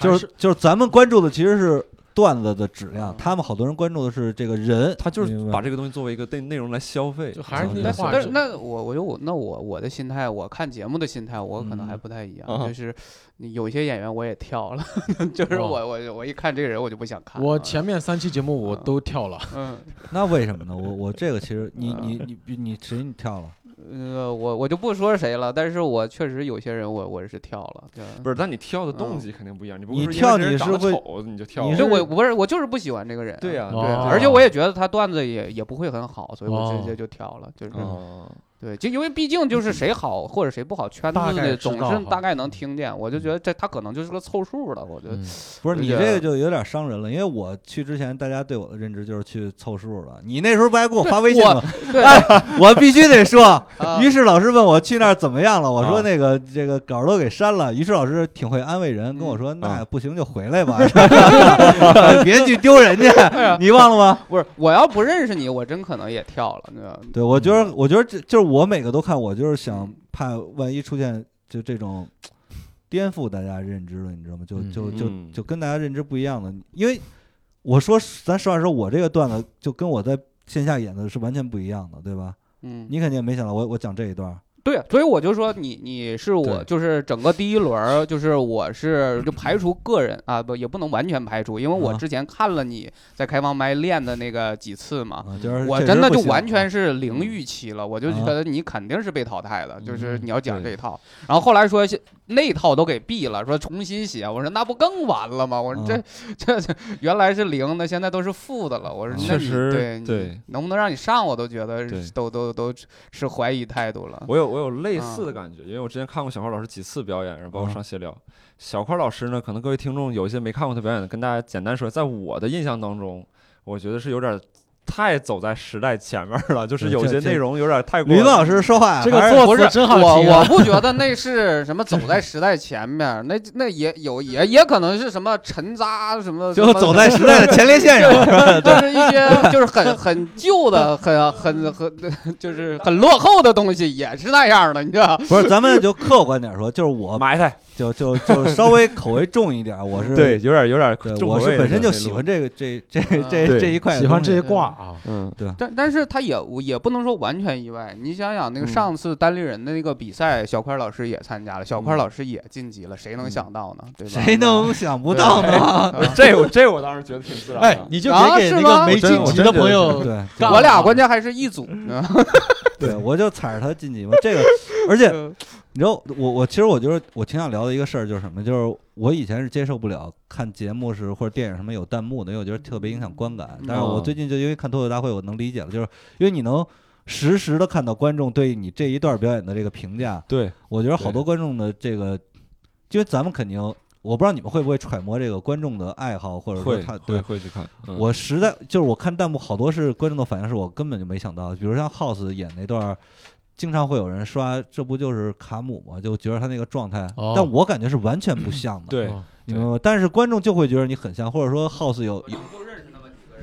Speaker 7: 就
Speaker 8: 还
Speaker 7: 是就是咱们关注的其实是段子的质量，他们好多人关注的是这个人，
Speaker 1: 他就是
Speaker 7: 明白
Speaker 1: 把这个东西作为一个内内容来消费，
Speaker 8: 就还是
Speaker 1: 嗯
Speaker 8: 那
Speaker 6: 但
Speaker 8: 话
Speaker 6: 但是
Speaker 8: 就
Speaker 6: 那我我就我那我我的心态，我看节目的心态，我可能还
Speaker 7: 嗯
Speaker 6: 不太一样，
Speaker 1: 啊
Speaker 6: 就是你有些演员我也跳了， 就是
Speaker 8: 哇
Speaker 6: 我我我一看这个人我就不想看了。
Speaker 8: 我前面三期节目我
Speaker 6: 嗯
Speaker 8: 都跳了，
Speaker 6: 嗯
Speaker 7: 那为什么呢？我我这个其实你你你你你谁你跳了？
Speaker 6: 呃我我就不说是谁了，但是我确实有些人我我是跳了，对啊
Speaker 1: 不是，但你跳的动机肯定不一样，你不
Speaker 7: 你
Speaker 1: 是因为
Speaker 7: 跳
Speaker 1: 这人
Speaker 7: 你
Speaker 1: 长得
Speaker 7: 是会
Speaker 1: 丑你就跳
Speaker 7: 你
Speaker 1: 了，
Speaker 6: 就我不是我就是不喜欢这个人，
Speaker 1: 对呀，
Speaker 6: 对，
Speaker 1: 对啊
Speaker 6: 而且我也觉得他段子也也不会很好，所以我
Speaker 8: 哦
Speaker 6: 直接就跳了，就是
Speaker 1: 哦
Speaker 6: 对，就因为毕竟就是谁好或者谁不好，圈子
Speaker 8: 大概
Speaker 6: 里
Speaker 8: 知
Speaker 6: 总
Speaker 8: 道
Speaker 6: 是
Speaker 8: 哈
Speaker 6: 大概能听见，我就觉得这他可能就是个凑数的，我觉得
Speaker 8: 嗯
Speaker 7: 不
Speaker 6: 我
Speaker 7: 是你
Speaker 6: 觉
Speaker 7: 这
Speaker 6: 得
Speaker 7: 个就有点伤人了，因为我去之前，大家对我的认知就是去凑数了。你那时候不还给我发微信吗？
Speaker 6: 对
Speaker 7: 哎， 我必须得 说。
Speaker 6: 啊
Speaker 7: 于是老师问我去那儿怎么样了，我
Speaker 1: 啊
Speaker 7: 说那个这个稿儿都给删了。于是老师挺会安慰人，跟我
Speaker 1: 嗯
Speaker 7: 说
Speaker 1: 啊
Speaker 7: 那不行就回 来吧， 别去丢人
Speaker 1: 哎
Speaker 7: 家，你忘了吗？
Speaker 1: 嗯
Speaker 6: 不是，我要不认识你，我真可能也跳了，对吧？
Speaker 7: 对，我觉得，我觉得这就是我每个都看，我就是想怕万一出现就这种颠覆大家认知了，你知道吗？就
Speaker 8: 嗯
Speaker 7: 就就
Speaker 1: 嗯
Speaker 7: 就跟大家认知不一样的，因为我说咱实话说，我这个段子就跟我在线下演的是完全不一样的，对吧？
Speaker 6: 嗯，
Speaker 7: 你肯定也没想到我我讲这一段儿，
Speaker 6: 对，所以我就说你你是我，
Speaker 7: 对
Speaker 6: 就是整个第一轮儿，就是我是就排除个人啊，不也不能完全排除，因为我
Speaker 7: 啊
Speaker 6: 之前看了你在开放麦练的那个几次嘛。
Speaker 7: 啊，就是
Speaker 6: 我
Speaker 7: 确实
Speaker 6: 真的
Speaker 7: 不
Speaker 6: 就
Speaker 7: 行
Speaker 6: 完全
Speaker 7: 啊
Speaker 6: 是零预期了，我就觉
Speaker 7: 啊嗯
Speaker 6: 得你肯定是被淘汰的，就是你要讲这
Speaker 1: 对
Speaker 6: 一套。然后后来说那套都给毙了，说重新写，我说那不更完了吗？我说这
Speaker 7: 啊
Speaker 6: 这这原来是零的，现在都是负的了。我说
Speaker 7: 啊
Speaker 6: 那
Speaker 1: 确
Speaker 6: 你
Speaker 1: 实
Speaker 6: 对你
Speaker 1: 对
Speaker 6: 能不能让你上，我都觉得
Speaker 1: 对
Speaker 6: 都都都持怀疑态度了。
Speaker 1: 我有我有类似
Speaker 6: 啊
Speaker 1: 的感觉，因为我之前看过小块老师几次表演，然后包括
Speaker 7: 啊
Speaker 1: 上闲聊。小块老师呢，可能各位听众有一些没看过他表演的，跟大家简单说，在我的印象当中，我觉得是有点太走在时代前面了，就是
Speaker 7: 对
Speaker 1: 有
Speaker 7: 这
Speaker 1: 些
Speaker 7: 这
Speaker 1: 内容有点太过
Speaker 7: 吕。老师说话啊
Speaker 8: 这个
Speaker 7: 还是
Speaker 8: 作
Speaker 6: 不是
Speaker 8: 词真好
Speaker 6: 我
Speaker 8: 听
Speaker 6: 我
Speaker 8: 啊！
Speaker 6: 不觉得那是什么走在时代前面，那那也有也也可能是什么沉渣什么，
Speaker 7: 就
Speaker 6: 什么
Speaker 7: 走在时代的前列线上了，
Speaker 6: 就是一些就是很很旧的、很很很 就是很落后的东西，也是那样的，你知道？
Speaker 7: 不是？咱们就客观点说，就是我
Speaker 1: 埋汰，
Speaker 7: 就就就稍微口味重一点儿，我是
Speaker 1: 对，。有点有点
Speaker 7: 对，
Speaker 1: 重口
Speaker 7: 我
Speaker 1: 味
Speaker 7: 是
Speaker 1: 的
Speaker 7: 本身就
Speaker 1: 那
Speaker 7: 喜
Speaker 1: 路
Speaker 7: 欢，这个这这
Speaker 6: 啊
Speaker 7: 这
Speaker 1: 对
Speaker 7: 这一块的东
Speaker 8: 喜
Speaker 7: 西，
Speaker 8: 欢这些挂啊，
Speaker 1: 嗯，
Speaker 6: 但但是他也也不能说完全意外。你想想，那个
Speaker 1: 嗯
Speaker 6: 上次单立人的那个比赛，小块老师也参加了，小块
Speaker 7: 嗯
Speaker 6: 老师也晋级了，谁能想到呢？对吧？
Speaker 7: 谁能想不到呢？
Speaker 6: 呢？
Speaker 1: 这我这我当时觉得挺自然的。
Speaker 2: 哎，你就
Speaker 6: 啊
Speaker 2: 别给
Speaker 6: 是
Speaker 2: 那
Speaker 6: 吗
Speaker 2: 个没
Speaker 1: 我真
Speaker 2: 晋
Speaker 1: 我
Speaker 2: 级
Speaker 1: 真觉
Speaker 2: 的
Speaker 1: 得
Speaker 2: 朋
Speaker 1: 是
Speaker 2: 友
Speaker 7: 对
Speaker 2: 干
Speaker 6: 我俩
Speaker 2: 了
Speaker 6: 关键还是一组， 嗯
Speaker 7: 对，我就踩着他晋级嘛。这个，而且你知道，我我其实我觉得我挺想聊的一个事儿就是什么，就是我以前是接受不了看节目是或者电影什么有弹幕的，因为我觉得特别影响观感。但是我
Speaker 1: 嗯
Speaker 7: 最近就因为看脱口秀大会，我能理解了，就是因为你能实时的看到观众对你这一段表演的这个评价，
Speaker 1: 对，
Speaker 7: 我觉得好多观众的这个，因为咱们肯定，我不知道你们会不会揣摩这个观众的爱好，或者说
Speaker 1: 会
Speaker 7: 他
Speaker 1: 会
Speaker 7: 对
Speaker 1: 会去看。嗯
Speaker 7: 我实在就是我看弹幕好多是观众的反应，是我根本就没想到的。比如像 House 演那段儿，经常会有人刷这不就是卡姆吗？就觉得他那个状态，
Speaker 8: 哦
Speaker 7: 但我感觉是完全不像的。，
Speaker 1: 对
Speaker 8: 哦
Speaker 7: 你明白吗？但是观众就会觉得你很像，或者说 House 有有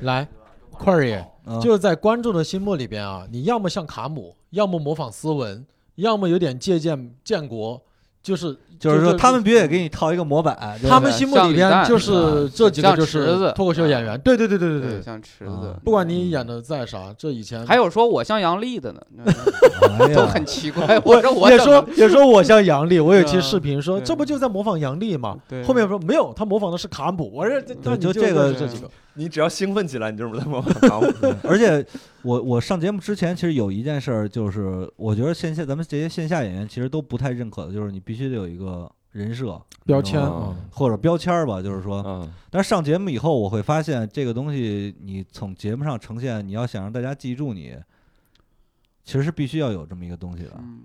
Speaker 8: 来，块儿爷
Speaker 7: 嗯
Speaker 8: 就是在观众的心目里边啊，你要么像卡姆，要么模仿斯文，要么有点借鉴建国，
Speaker 5: 就是
Speaker 7: 就是说他们必须得给你套一个模板，哎对
Speaker 5: 他
Speaker 7: 不对
Speaker 5: 们心目
Speaker 6: 像
Speaker 5: 里
Speaker 6: 李诞
Speaker 5: 边就是
Speaker 6: 吧
Speaker 5: 是这几个
Speaker 6: 像
Speaker 5: 就
Speaker 6: 池子啊
Speaker 5: 是脱口秀演员，对对对对对对，
Speaker 6: 像池
Speaker 7: 啊
Speaker 6: 子。
Speaker 5: 不管你演的再啥，这以前
Speaker 6: 还有说我像杨笠的呢，
Speaker 7: 哎呀
Speaker 6: 都很奇 怪。我说我
Speaker 5: 也
Speaker 6: 怎
Speaker 5: 说
Speaker 6: 么
Speaker 5: 也说我像杨笠，我有一期
Speaker 6: 对啊
Speaker 5: 视频说
Speaker 6: 对
Speaker 5: 这不就在模仿杨笠吗？
Speaker 6: 对
Speaker 5: 后面说没有，他模仿的是卡姆。我说这那你
Speaker 7: 就这
Speaker 5: 这
Speaker 7: 个
Speaker 5: 这几个，
Speaker 6: 啊
Speaker 1: 你只要兴奋起来，你就是在模仿卡姆。
Speaker 7: 而且我我上节目之前，其实有一件事儿，就是我觉得线下咱们这些线下演员其实都不太认可的，就是你必须得有一个人设
Speaker 5: 标签
Speaker 1: 啊
Speaker 7: 或者标签儿吧，就是说。
Speaker 1: 嗯，
Speaker 7: 但是上节目以后，我会发现这个东西，你从节目上呈现，你要想让大家记住你，其实是必须要有这么一个东西的。
Speaker 6: 嗯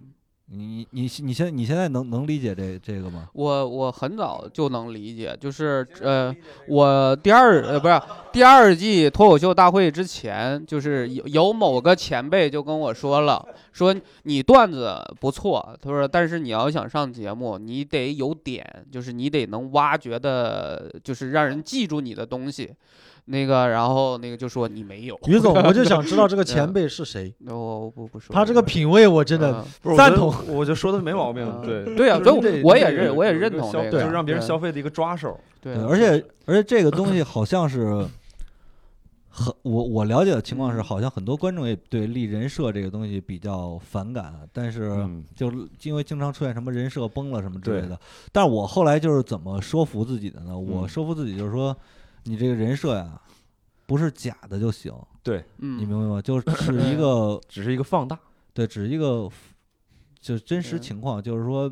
Speaker 7: 你你你现你现在能能理解这这个吗？
Speaker 6: 我我很早就能理解，就是呃，我第二呃不是第二季脱口秀大会之前，就是有有某个前辈就跟我说了，说你段子不错，他说但是你要想上节目，你得有点，就是你得能挖掘的，就是让人记住你的东西。那个，然后那个就说你没有，
Speaker 5: 于总，我就想知道这个
Speaker 6: 啊
Speaker 5: 前辈是谁，
Speaker 6: 那我我不不说
Speaker 5: 他这个品味我真的
Speaker 6: 嗯
Speaker 1: 不是
Speaker 5: 赞同，
Speaker 1: 我觉得我觉得说的没毛病
Speaker 6: 啊。
Speaker 1: 对
Speaker 6: 对啊
Speaker 1: 就是
Speaker 6: 所以
Speaker 1: 这
Speaker 6: 我也
Speaker 1: 这个
Speaker 6: 认我也
Speaker 1: 有一个
Speaker 6: 认同
Speaker 1: 消
Speaker 6: 这个
Speaker 1: 就是让别人
Speaker 6: 对
Speaker 1: 消费的一个抓手。
Speaker 6: 对嗯啊
Speaker 7: 对，而且而且这个东西好像是很我我了解的情况是，
Speaker 6: 嗯
Speaker 7: 好像很多观众也对立人设这个东西比较反感，但是
Speaker 1: 嗯，
Speaker 7: 就是因为经常出现什么人设崩了什么之类的。但是我后来就是怎么说服自己的呢？我
Speaker 1: 嗯
Speaker 7: 说服自己就是说，你这个人设呀，不是假的就行，
Speaker 6: 嗯
Speaker 7: 你明白吗？就是
Speaker 6: 对
Speaker 7: 一个
Speaker 1: 只是一个放大。
Speaker 7: 对，只是一个就是真
Speaker 6: 对
Speaker 7: 实情况，就是说。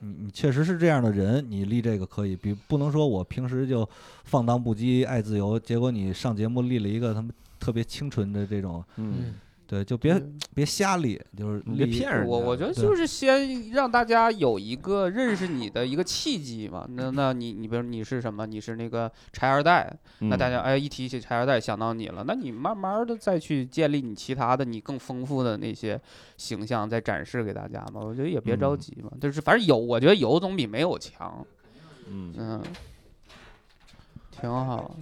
Speaker 7: 你你确实是这样的人，你立这个可以，比不能说我平时就放荡不羁、爱自由，结果你上节目立了一个他们特别清纯的这种，
Speaker 1: 嗯，
Speaker 7: 对，就别别瞎立，就是
Speaker 1: 你别
Speaker 7: 立
Speaker 1: 骗人家。
Speaker 6: 我我觉得
Speaker 7: 对
Speaker 6: 就是先让大家有一个认识你的一个契机嘛。那那你你比如你是什么？你是那个柴二代，那大家哎一提起柴二代想到你了，那你慢慢的再去建立你其他的你更丰富的那些形象再展示给大家嘛。我觉得也别着
Speaker 1: 嗯
Speaker 6: 急嘛，就是反正有，我觉得有总比没有强。
Speaker 1: 嗯，
Speaker 6: 嗯，挺好。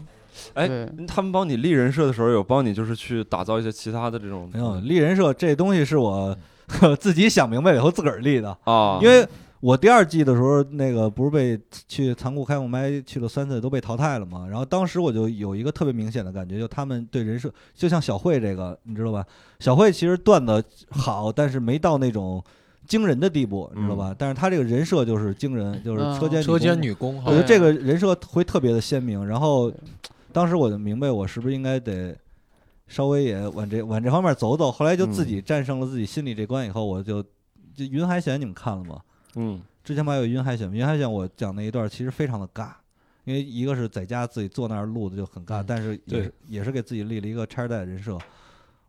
Speaker 1: 哎
Speaker 6: 对
Speaker 1: 嗯他们帮你立人设的时候，有帮你就是去打造一些其他的这种
Speaker 7: 没有立人设这东西是我 自己想明白了以后自个儿立的，
Speaker 1: 啊，
Speaker 7: 因为我第二季的时候，那个不是被去残酷开放麦去了三次都被淘汰了嘛，然后当时我就有一个特别明显的感觉，就他们对人设，就像小慧这个，你知道吧？小慧其实段子好，但是没到那种惊人的地步，你知道吧？但是她这个人设就是惊人，就是
Speaker 6: 嗯
Speaker 7: 车间
Speaker 5: 车间
Speaker 7: 工
Speaker 5: 女工
Speaker 7: 我
Speaker 5: 哈
Speaker 7: 觉，得
Speaker 6: 对
Speaker 7: 这个人设会特别的鲜明。然后，当时我就明白，我是不是应该得稍微也往这往这方面走走。后来就自
Speaker 5: 嗯
Speaker 7: 己战胜了自己心里这关以后，我就就云海选你们看了吗？
Speaker 1: 嗯
Speaker 7: 之前不还有云海选吗？云海选我讲那一段其实非常的尬，因为一个是在家自己坐那儿录的就很尬，
Speaker 5: 嗯
Speaker 7: 但是也
Speaker 1: 对
Speaker 7: 是也是给自己立了一个拆带人设。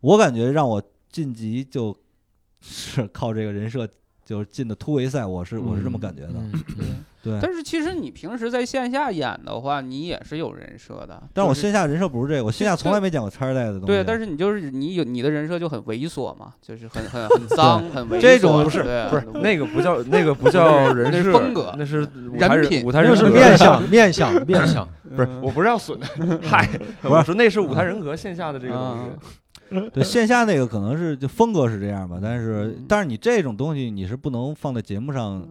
Speaker 7: 我感觉让我晋级 就是靠这个人设就是进的突围赛，我是我是这么感觉的。
Speaker 5: 嗯
Speaker 7: 对，
Speaker 6: 但是其实你平时在线下演的话，你也是有人设的。
Speaker 7: 但是我
Speaker 6: 就是
Speaker 7: 线下人设不是这个，我线下从来没讲过拆二代的东西。啊
Speaker 6: 对，但
Speaker 7: 是
Speaker 6: 是你就是你有你的人设就很猥琐嘛，就是很很很 脏，很猥琐。
Speaker 7: 这种
Speaker 1: 不是
Speaker 6: 对
Speaker 1: 不是那个不 叫那个不叫人
Speaker 6: 那是
Speaker 1: 设，
Speaker 6: 风格
Speaker 1: 那是舞台
Speaker 6: 人品
Speaker 1: 舞台
Speaker 5: 那
Speaker 1: 人
Speaker 5: 是
Speaker 1: 格。
Speaker 5: 面相面相面相，
Speaker 1: 不是，我不是要损，嗨，我说那是舞台人格线下的这个东
Speaker 6: 啊
Speaker 1: 西。
Speaker 7: 对线下那个可能是就风格是这样吧，但是
Speaker 6: 嗯
Speaker 7: 但是你这种东西你是不能放在节目上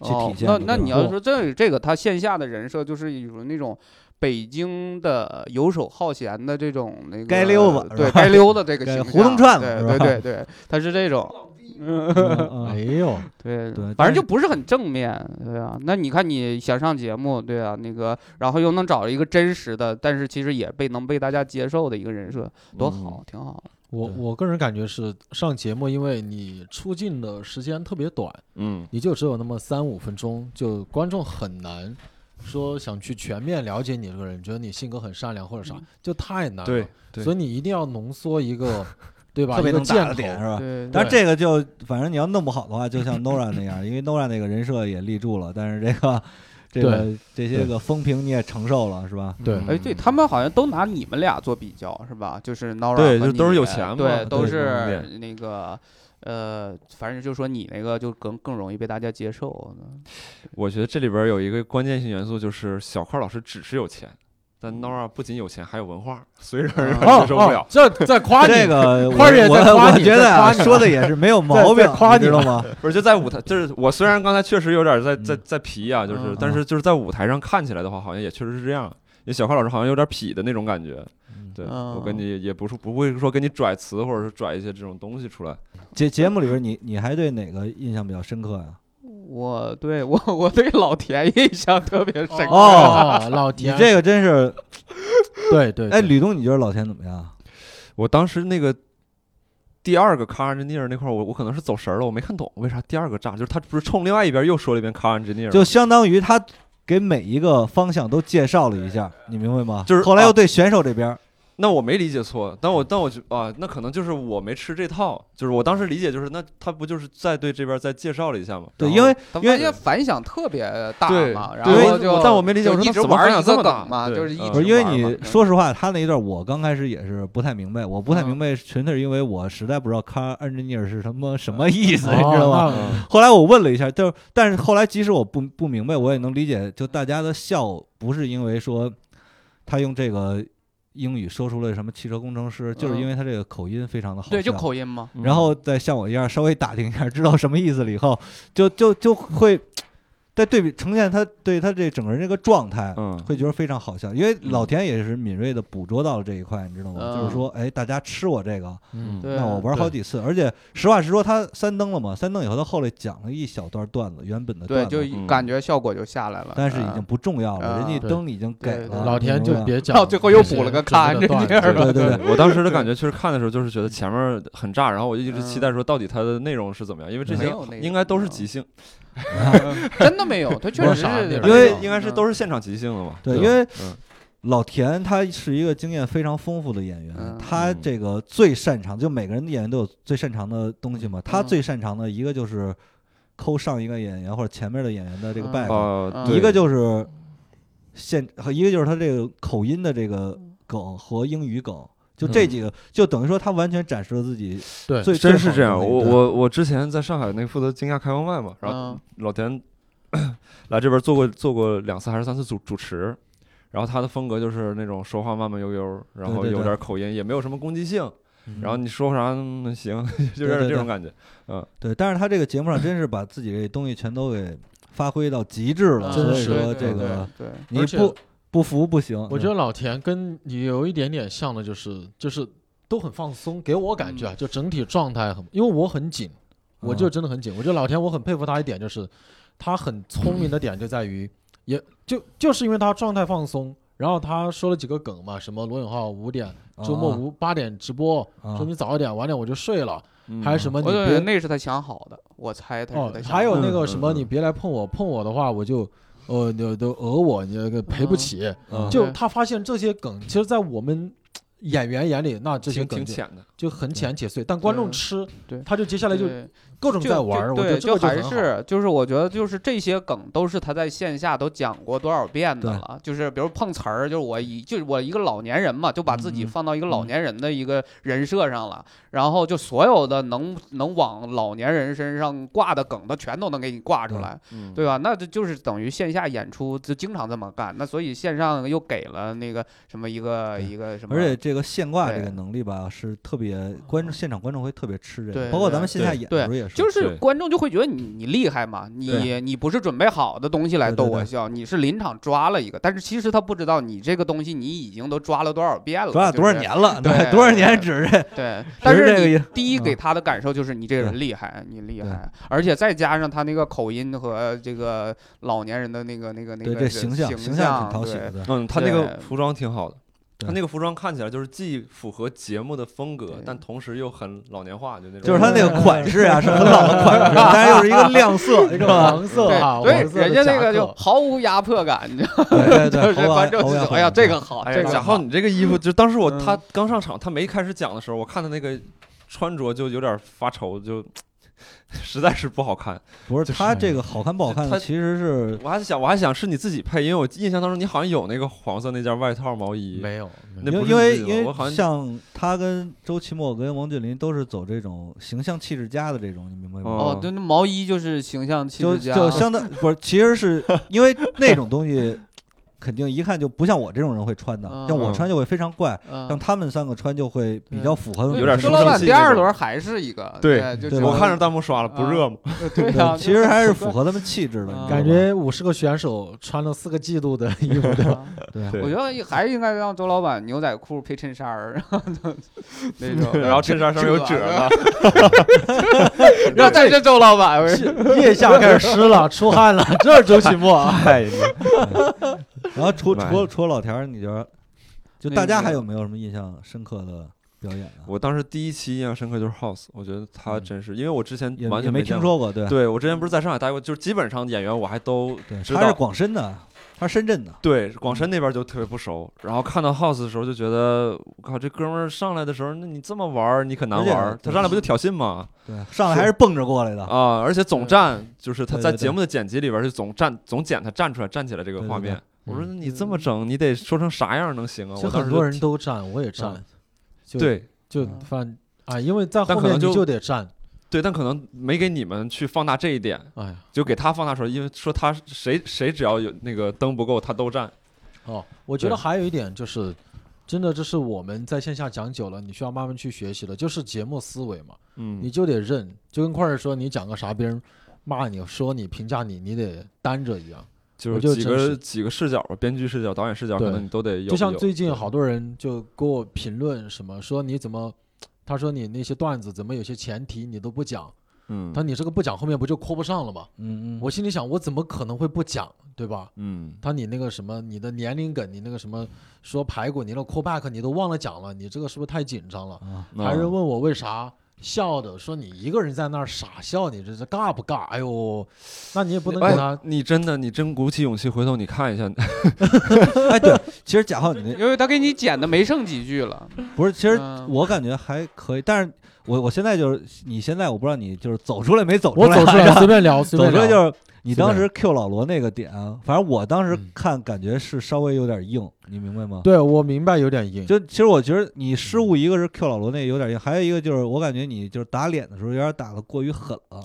Speaker 7: 去
Speaker 6: 哦
Speaker 7: 体现
Speaker 6: 那
Speaker 7: 的
Speaker 6: 那
Speaker 7: 对
Speaker 6: 你
Speaker 7: 吧
Speaker 6: 要说这这个他线下的人设就是有那种北京的游手好闲的这种那个
Speaker 7: 街溜子是
Speaker 6: 对
Speaker 7: 吧
Speaker 6: 该溜的这个
Speaker 7: 该
Speaker 6: 形象，
Speaker 7: 胡同串子是
Speaker 6: 对
Speaker 7: 吧
Speaker 6: 对对对，他是这种。
Speaker 7: 嗯
Speaker 5: 哎
Speaker 7: 嗯
Speaker 5: 呦，
Speaker 6: 对
Speaker 7: 对
Speaker 6: 反
Speaker 7: 但
Speaker 6: 正就是不是很正面，对啊。那你看你想上节目，对啊，那个，然后又能找一个真实的，但是其实也被能被大家接受的一个人设，多
Speaker 1: 嗯
Speaker 6: 好，挺好。
Speaker 5: 我
Speaker 7: 对
Speaker 5: 我个人感觉是上节目，因为你出镜的时间特别短，
Speaker 1: 嗯，
Speaker 5: 你就只有那么三五分钟，就观众很难说想去全面了解你这个人，觉得你性格很善良或者啥，就太难了。
Speaker 1: 对对
Speaker 5: 所以你一定要浓缩一个，对吧？
Speaker 7: 特别
Speaker 5: 一个
Speaker 7: 能打
Speaker 5: 箭
Speaker 7: 的
Speaker 5: 头。
Speaker 7: 点是
Speaker 1: 啊
Speaker 7: 吧？
Speaker 6: 对，
Speaker 7: 但
Speaker 5: 对
Speaker 7: 是这个就反正你要弄不好的话，就像 Nora 那样，因为 Nora 那个人设也立住了，但是这个这个这些个风评你也承受了是吧？
Speaker 5: 对嗯
Speaker 6: 哎，对他们好像都拿你们俩做比较是吧？就是 Nora
Speaker 1: 对
Speaker 6: 和
Speaker 1: 就都是
Speaker 6: 你
Speaker 1: 有钱嘛
Speaker 6: 对，
Speaker 1: 对
Speaker 6: 都是
Speaker 1: 对
Speaker 6: 那个呃，反正就说你那个就更更容易被大家接受。
Speaker 1: 我觉得这里边有一个关键性元素，就是小块老师只是有钱，但 Nora 不仅有钱，还有文化， 所以让人
Speaker 5: 哦
Speaker 1: 接受不
Speaker 5: 哦
Speaker 1: 了，。
Speaker 5: 这在夸你，
Speaker 7: 这个
Speaker 5: 夸人也
Speaker 7: 我
Speaker 5: 在夸
Speaker 7: 我
Speaker 5: 你
Speaker 7: 觉得啊，
Speaker 5: 在夸你
Speaker 7: 说的也是没有毛
Speaker 5: 在
Speaker 7: 病
Speaker 5: 在，夸
Speaker 7: 你知
Speaker 5: 你
Speaker 7: 道吗？
Speaker 1: 不是就在舞台，就是我虽然刚才确实有点在在
Speaker 7: 嗯
Speaker 1: 在皮啊，就是
Speaker 7: 嗯，
Speaker 1: 但是就是在舞台上看起来的话，好像也确实是这样。也小花老师好像有点痞的那种感觉，对
Speaker 6: 嗯
Speaker 1: 我跟你也不是不会说跟你拽词，或者是拽一些这种东西出来。
Speaker 7: 节节目里边，你你还对哪个印象比较深刻啊呀？
Speaker 6: 我对我 我对老田印象特别深刻。
Speaker 7: 哦
Speaker 5: 哦，老
Speaker 7: 你
Speaker 5: 田，
Speaker 7: 这个真是，
Speaker 5: 对对，
Speaker 7: 哎，
Speaker 5: 对
Speaker 7: 吕东，你觉得老田怎么样？
Speaker 1: 我当时那个第二个 car engineer 那块儿，我我可能是走神儿了，我没看懂为啥第二个炸，就是他不是冲另外一边又说了一遍 car engineer，
Speaker 7: 就相当于他给每一个方向都介绍了一下，你明白吗？
Speaker 1: 就是
Speaker 7: 后来又对选手这边，
Speaker 6: 啊
Speaker 1: 那我没理解错，但我但我觉啊，那可能就是我没吃这套，就是我当时理解就是那他不就是再对这边再介绍了一下吗？
Speaker 7: 对，
Speaker 1: 然
Speaker 7: 因
Speaker 1: 后
Speaker 7: 为
Speaker 6: 他
Speaker 7: 因为
Speaker 6: 发现反响特别大
Speaker 1: 对
Speaker 6: 嘛，然
Speaker 1: 对
Speaker 6: 后
Speaker 1: 因为
Speaker 6: 就
Speaker 1: 但我没理解
Speaker 6: 就
Speaker 1: 我说
Speaker 6: 一
Speaker 1: 他
Speaker 6: 直
Speaker 1: 怎么
Speaker 6: 玩
Speaker 1: 反响
Speaker 6: 一
Speaker 1: 这
Speaker 6: 个
Speaker 1: 么大
Speaker 6: 梗嘛，
Speaker 1: 对
Speaker 6: 就是一
Speaker 1: 嗯
Speaker 7: 不
Speaker 6: 直
Speaker 7: 是因为
Speaker 6: 玩嘛
Speaker 7: 你说实话，他那一段我刚开始也是不太明白，我不太
Speaker 6: 嗯
Speaker 7: 明白，纯粹是因为我实在不知道 car engineer 是什么什么意
Speaker 6: 啊
Speaker 7: 思，
Speaker 5: 哦
Speaker 7: 你知道吗？
Speaker 5: 那
Speaker 7: 后来我问了一下，就是但是后来即使我不不明白，我也能理解，就大家的笑不是因为说他用这个英语说出了什么汽车工程师，就是因为他这个口音非常的好
Speaker 6: 啊
Speaker 7: 笑，
Speaker 6: 对，就口音嘛，
Speaker 7: 然后再像我一样稍微打听一下，知道什么意思了以后，就就就会在对比呈现他对他这整个人这个状态，
Speaker 1: 嗯，
Speaker 7: 会觉得非常好笑。因为老田也是敏锐的捕捉到了这一块，你知道吗？
Speaker 6: 嗯
Speaker 7: 就是说，哎，大家吃我这个，
Speaker 1: 嗯
Speaker 6: 对
Speaker 7: 那我玩好几次。而且实话实说，他三登了嘛，三登以后他后来讲了一小段段子，原本的
Speaker 6: 对，
Speaker 7: 段
Speaker 6: 就
Speaker 7: 子，
Speaker 1: 嗯
Speaker 6: 感觉效果就下来了，
Speaker 7: 但是已
Speaker 6: 嗯
Speaker 7: 经不重要了，
Speaker 6: 嗯
Speaker 7: 人家
Speaker 5: 对
Speaker 7: 灯已经给
Speaker 6: 对
Speaker 7: 了。
Speaker 5: 老田就
Speaker 7: 你明白吗
Speaker 5: 别讲了，
Speaker 6: 到最后又补了个看
Speaker 5: 这
Speaker 6: 这样
Speaker 7: 对 对对，嗯
Speaker 1: 我当时的感觉确实看的时候就是觉得前面很炸，然后我就一直期待说到底它的内容是怎么样，因为这
Speaker 6: 没
Speaker 1: 些
Speaker 6: 有那个嗯
Speaker 1: 应该都是即兴，
Speaker 6: 真的没有，他确
Speaker 5: 多
Speaker 6: 实
Speaker 5: 傻
Speaker 6: 是嗯
Speaker 5: 地儿
Speaker 6: 没
Speaker 1: 因为
Speaker 6: 有
Speaker 1: 应该是都是现场即兴的嘛。
Speaker 7: 嗯对，
Speaker 1: 吧
Speaker 7: 因为
Speaker 1: 嗯
Speaker 7: 老田他是一个经验非常丰富的演员，
Speaker 6: 嗯
Speaker 7: 他这个最擅长，就每个人的演员都有最擅长的东西嘛。
Speaker 6: 嗯
Speaker 7: 他最擅长的一个就是抠上一个演员或者前面的演员的这个
Speaker 6: 嗯
Speaker 7: bag，、
Speaker 1: 呃，
Speaker 6: 对
Speaker 7: 哎一个就是现，和一个就是他这个口音的这个梗和英语梗。就这
Speaker 6: 嗯
Speaker 7: 几个，就等于说他完全展示了自己
Speaker 5: 对
Speaker 7: 最
Speaker 1: 真是这样。我
Speaker 7: 最好的那一
Speaker 1: 我我之前在上海那个负责惊讶开放麦嘛，然后
Speaker 6: 嗯
Speaker 1: 老田 来这边做过做过两次还是三次主主持，然后他的风格就是那种说话慢慢悠悠，然后
Speaker 7: 对对对
Speaker 1: 有点口音，也没有什么攻击性，
Speaker 7: 段
Speaker 1: 然后你说啥嗯行， 就有
Speaker 7: 对
Speaker 1: 点
Speaker 7: 对
Speaker 1: 这种感觉。嗯，
Speaker 7: 对，但是他这个节目上真是把自己这东西全都给发挥到极致了，
Speaker 6: 嗯
Speaker 7: 所
Speaker 5: 真
Speaker 7: 以
Speaker 5: 是
Speaker 6: 对
Speaker 7: 说
Speaker 6: 对
Speaker 7: 这个
Speaker 6: 对
Speaker 7: 你
Speaker 5: 而且
Speaker 7: 不不服不行。
Speaker 5: 我觉得老田跟你有一点点像的，就是就是都很放松，给我感觉啊，就整体状态很，因为我很紧，我就真的很紧。我觉得老田，我很佩服他一点，就是他很聪明的点就在于，也就就是因为他状态放松，然后他说了几个梗嘛，什么罗永浩五点周末
Speaker 7: 啊
Speaker 5: 五八点直播，说你早一点晚点我就睡了，还有什么
Speaker 6: 对，
Speaker 5: 你
Speaker 6: 我觉得
Speaker 5: 别
Speaker 6: 那是他想好的，我猜他
Speaker 5: 哦
Speaker 6: 是他，想
Speaker 5: 还有
Speaker 6: 好的
Speaker 5: 那个什
Speaker 1: 嗯
Speaker 5: 么
Speaker 1: 嗯嗯
Speaker 5: 你别来碰我，碰我的话我就。呃，都都讹我，你这个赔不
Speaker 6: 嗯
Speaker 5: 起。
Speaker 7: 嗯
Speaker 5: 就
Speaker 6: 对
Speaker 5: 他发现这些梗，其实，在我们演员眼里，那这些
Speaker 1: 挺
Speaker 5: 梗
Speaker 1: 挺
Speaker 5: 就
Speaker 1: 浅的。
Speaker 5: 就很浅且碎，但观众吃
Speaker 6: 对，
Speaker 5: 他就接下来就
Speaker 6: 对
Speaker 5: 各种
Speaker 6: 就
Speaker 5: 在
Speaker 6: 就
Speaker 5: 玩儿。我觉
Speaker 6: 对，
Speaker 5: 得这个
Speaker 6: 还
Speaker 5: 很好
Speaker 6: 是就是我觉得就是这些梗都是他在线下都讲过多少遍的
Speaker 7: 对
Speaker 6: 了，就是比如碰瓷儿，就是我一就是我一个老年人嘛，就把自己
Speaker 7: 嗯嗯
Speaker 6: 放到一个老年人的一个人设上了，然后就所有的能能往老年人身上挂的梗，他全都能给你挂出
Speaker 7: 对啊
Speaker 6: 来，
Speaker 1: 嗯，
Speaker 6: 对吧？那这就是等于线下演出就经常这么干，那所以线上又给了那个什么一个
Speaker 7: 对
Speaker 6: 一个什么，
Speaker 7: 啊而且这个现挂这
Speaker 6: 对
Speaker 7: 个能力吧，是特别观众现场观众会特别吃这个，
Speaker 6: 对
Speaker 7: 包括
Speaker 6: 对
Speaker 7: 咱们线下
Speaker 1: 对
Speaker 7: 演的时候也是，
Speaker 6: 就是
Speaker 1: 对
Speaker 6: 观众就会觉得你你厉害嘛，你
Speaker 7: 对
Speaker 6: 你不是准备好的东西来
Speaker 7: 对对
Speaker 6: 逗
Speaker 7: 对
Speaker 6: 我笑，你是临场抓了一个，但是其实他不知道你这个东西你已经都抓了多少遍了，
Speaker 7: 抓了
Speaker 6: 就是
Speaker 7: 多少年了，
Speaker 6: 对
Speaker 7: 多少年指着
Speaker 6: 对，但
Speaker 7: 是这
Speaker 6: 是
Speaker 7: 个
Speaker 6: 你
Speaker 7: 也
Speaker 6: 第一
Speaker 7: 嗯
Speaker 6: 给他的感受就是你这个人厉害，你厉
Speaker 7: 对
Speaker 6: 害，而且再加上他那个口音和这个老年人的那个那个那
Speaker 7: 对
Speaker 6: 个
Speaker 7: 这
Speaker 6: 形
Speaker 7: 形象
Speaker 6: 形
Speaker 7: 象挺讨喜
Speaker 6: 对
Speaker 7: 的，
Speaker 1: 嗯，他那个
Speaker 6: 对
Speaker 1: 服装挺好的。他
Speaker 7: 对
Speaker 1: 那个服装看起来就是既符合节目的风格
Speaker 6: 对，
Speaker 1: 但同时又很老年化，就那种。
Speaker 7: 就是他那个款式啊，是很老的款式，但是又是一个亮色， 你知
Speaker 5: 这
Speaker 7: 道
Speaker 5: 个
Speaker 7: 吧？
Speaker 5: 黄色啊，
Speaker 6: 对
Speaker 5: 黄色
Speaker 6: 对，人
Speaker 5: 的
Speaker 6: 家那
Speaker 5: 夹
Speaker 6: 个就
Speaker 5: 克
Speaker 6: 毫无压迫感，你知道吗
Speaker 7: 对对啊
Speaker 6: 就
Speaker 7: 对，
Speaker 6: 是
Speaker 7: 猴
Speaker 6: 观众
Speaker 7: 猴
Speaker 6: 就
Speaker 7: 呀
Speaker 6: 觉得
Speaker 7: 猴
Speaker 6: 哎呀，
Speaker 7: 呀
Speaker 6: 这个好，
Speaker 1: 哎
Speaker 6: 这
Speaker 1: 呀，
Speaker 6: 个
Speaker 1: 贾
Speaker 6: 好
Speaker 1: 浩，你这个衣服，就当时我
Speaker 6: 嗯
Speaker 1: 他刚上场，他没开始讲的时候，我看他那个穿着就有点发愁，就 实在是不好看。
Speaker 7: 不是他这个好看不好看
Speaker 1: 他，
Speaker 7: 其实是
Speaker 1: 我还想，我还想是你自己配，因为我印象当中你好像有那个黄色那件外套毛衣。
Speaker 5: 没有，没
Speaker 1: 那
Speaker 7: 因
Speaker 1: 不
Speaker 7: 为
Speaker 1: 是
Speaker 7: 因
Speaker 1: 你自
Speaker 7: 为
Speaker 1: 己的
Speaker 7: 因
Speaker 1: 我好
Speaker 7: 为
Speaker 1: 像
Speaker 7: 像他跟周奇墨跟王俊林都是走这种形象气质佳的这种，你明白吗？
Speaker 1: 哦
Speaker 6: 哦，对，那毛衣就是形象气
Speaker 7: 就
Speaker 6: 质佳，啊
Speaker 7: 就相当不是，其实是因为那种东西肯定一看就不像我这种人会穿的，像我
Speaker 1: 嗯
Speaker 7: 穿就会非常怪，像
Speaker 6: 嗯，
Speaker 7: 他们三个穿就会比较符合我们
Speaker 1: 有点
Speaker 6: 朱
Speaker 1: 生
Speaker 6: 老
Speaker 1: 生
Speaker 6: 板
Speaker 1: 气
Speaker 6: 第
Speaker 1: 那
Speaker 6: 二
Speaker 1: 种
Speaker 6: 轮还是一个，
Speaker 1: 对
Speaker 6: 就
Speaker 7: 对
Speaker 6: 只
Speaker 7: 我
Speaker 6: 能
Speaker 1: 我看着弹幕
Speaker 7: 嗯
Speaker 1: 刷了，不 热吗？
Speaker 6: 对啊 呀，
Speaker 7: 其实还 是符合他们气
Speaker 1: 嗯
Speaker 7: 质的，你知道吗
Speaker 5: 感觉五十个选手穿了四个季度的衣服，对吧？
Speaker 1: 对
Speaker 6: 啊我觉得还是应该让周老板牛仔裤配衬衫儿，然后 那种，
Speaker 1: 然后衬衫上面有褶子，
Speaker 6: 让再是周老板，我
Speaker 5: 腋下开始湿了，出汗了，这是周奇墨 啊。
Speaker 1: 哎，
Speaker 7: 然后除除
Speaker 1: 哎
Speaker 7: 了除了老田儿，你觉得就
Speaker 6: 那
Speaker 7: 大家
Speaker 6: 个
Speaker 7: 还有没有什么印象深刻的表演啊？
Speaker 1: 我当时第一期印象深刻就是 House，我觉得他真是，因为我之前
Speaker 7: 也
Speaker 1: 完
Speaker 7: 嗯也
Speaker 1: 全
Speaker 7: 没
Speaker 1: 见
Speaker 7: 听
Speaker 1: 过。
Speaker 7: 说过，对
Speaker 1: 对我之前不是在上海待过，就是基本上演员我还都
Speaker 7: 对，
Speaker 1: 知
Speaker 7: 他是
Speaker 1: 道。
Speaker 7: 广深的，他是深圳的，
Speaker 1: 对，
Speaker 5: 嗯
Speaker 1: 广深那边就特别不熟，然后看到 House 的时候就觉得，我靠，这哥们儿上来的时候，那你这么玩儿，你可难
Speaker 7: 而且
Speaker 1: 玩儿。他上来不就挑衅吗？
Speaker 7: 对，上来还是蹦着过来的，
Speaker 1: 啊，而且总站就是他
Speaker 7: 对
Speaker 1: 在
Speaker 7: 对
Speaker 1: 节
Speaker 7: 对
Speaker 1: 目的剪辑里边就总站总剪他站出来站起来这个
Speaker 7: 对
Speaker 1: 画
Speaker 7: 对对
Speaker 1: 面。我说
Speaker 5: 嗯
Speaker 1: 你这么整，你得说成啥样能行啊？
Speaker 5: 其实
Speaker 1: 我当
Speaker 5: 很
Speaker 1: 时
Speaker 5: 多
Speaker 1: 就
Speaker 5: 人
Speaker 1: 挺
Speaker 5: 都站，我也
Speaker 6: 啊
Speaker 5: 站，就，
Speaker 1: 对
Speaker 5: 就
Speaker 6: 嗯
Speaker 5: 反啊，因为在
Speaker 1: 但
Speaker 5: 后
Speaker 1: 可
Speaker 5: 面
Speaker 1: 能就
Speaker 5: 你就得站，
Speaker 1: 对，但可能没给你们去放大这一点，
Speaker 5: 哎呀，
Speaker 1: 就给他放大出来，因为说他谁谁只要有那个灯不够，他都站。
Speaker 5: 哦，我觉得
Speaker 1: 对
Speaker 5: 还有一点就是，真的这是我们在线下讲久了，你需要慢慢去学习的，就是节目思维嘛，你
Speaker 1: 嗯，
Speaker 5: 就得认，就跟块儿说你讲个啥，别人骂你、说你、评价你，你得担着一样。
Speaker 1: 就
Speaker 5: 我就是
Speaker 1: 几
Speaker 5: 真
Speaker 1: 个
Speaker 5: 是
Speaker 1: 几个视角吧，编剧视角、导演视角，可
Speaker 5: 对
Speaker 1: 能你都得有。
Speaker 5: 就像
Speaker 1: 有
Speaker 5: 最近
Speaker 1: 对
Speaker 5: 好多人就给我评论什么说你怎么，他说你那些段子怎么有些前提你都不讲，
Speaker 1: 嗯
Speaker 5: 他说你这个不讲后面不就扣不上了吗？
Speaker 7: 嗯嗯，
Speaker 5: 我心里想我怎么可能会不讲，对吧？
Speaker 1: 嗯，
Speaker 5: 他你那个什么，你的年龄梗，你那个什么说排骨，你那 callback 你都忘了讲了，你这个是不是太紧张了？
Speaker 7: 啊，
Speaker 1: 那
Speaker 5: 还是问我为啥笑的，说你一个人在那儿傻笑，你这是尬不尬？哎呦，那你也不能给
Speaker 1: 哎
Speaker 5: 他，
Speaker 1: 你真的，你真鼓起勇气回头你看一下，
Speaker 7: 哎，对，其实贾浩你
Speaker 6: 因为他给你剪的没剩几句了，
Speaker 7: 那不是，其实
Speaker 6: 嗯
Speaker 7: 我感觉还可以，但是我我现在就是你现在我不知道你就是走出来没走出
Speaker 5: 我
Speaker 7: 来啊，
Speaker 5: 走 出来
Speaker 7: 是吧
Speaker 5: 随便聊，随
Speaker 7: 走
Speaker 5: 便
Speaker 7: 出
Speaker 5: 聊
Speaker 7: 来就是你当
Speaker 5: 随
Speaker 7: 时 Q 老罗那个点，反正我当时
Speaker 5: 嗯
Speaker 7: 看感觉是稍微有点硬，你明白吗？
Speaker 5: 对我明白有点硬，
Speaker 7: 就其实我觉得你失误一个是 Q 老罗那有点硬，还有一个就是我感觉你就是打脸的时候有点打的过于狠了，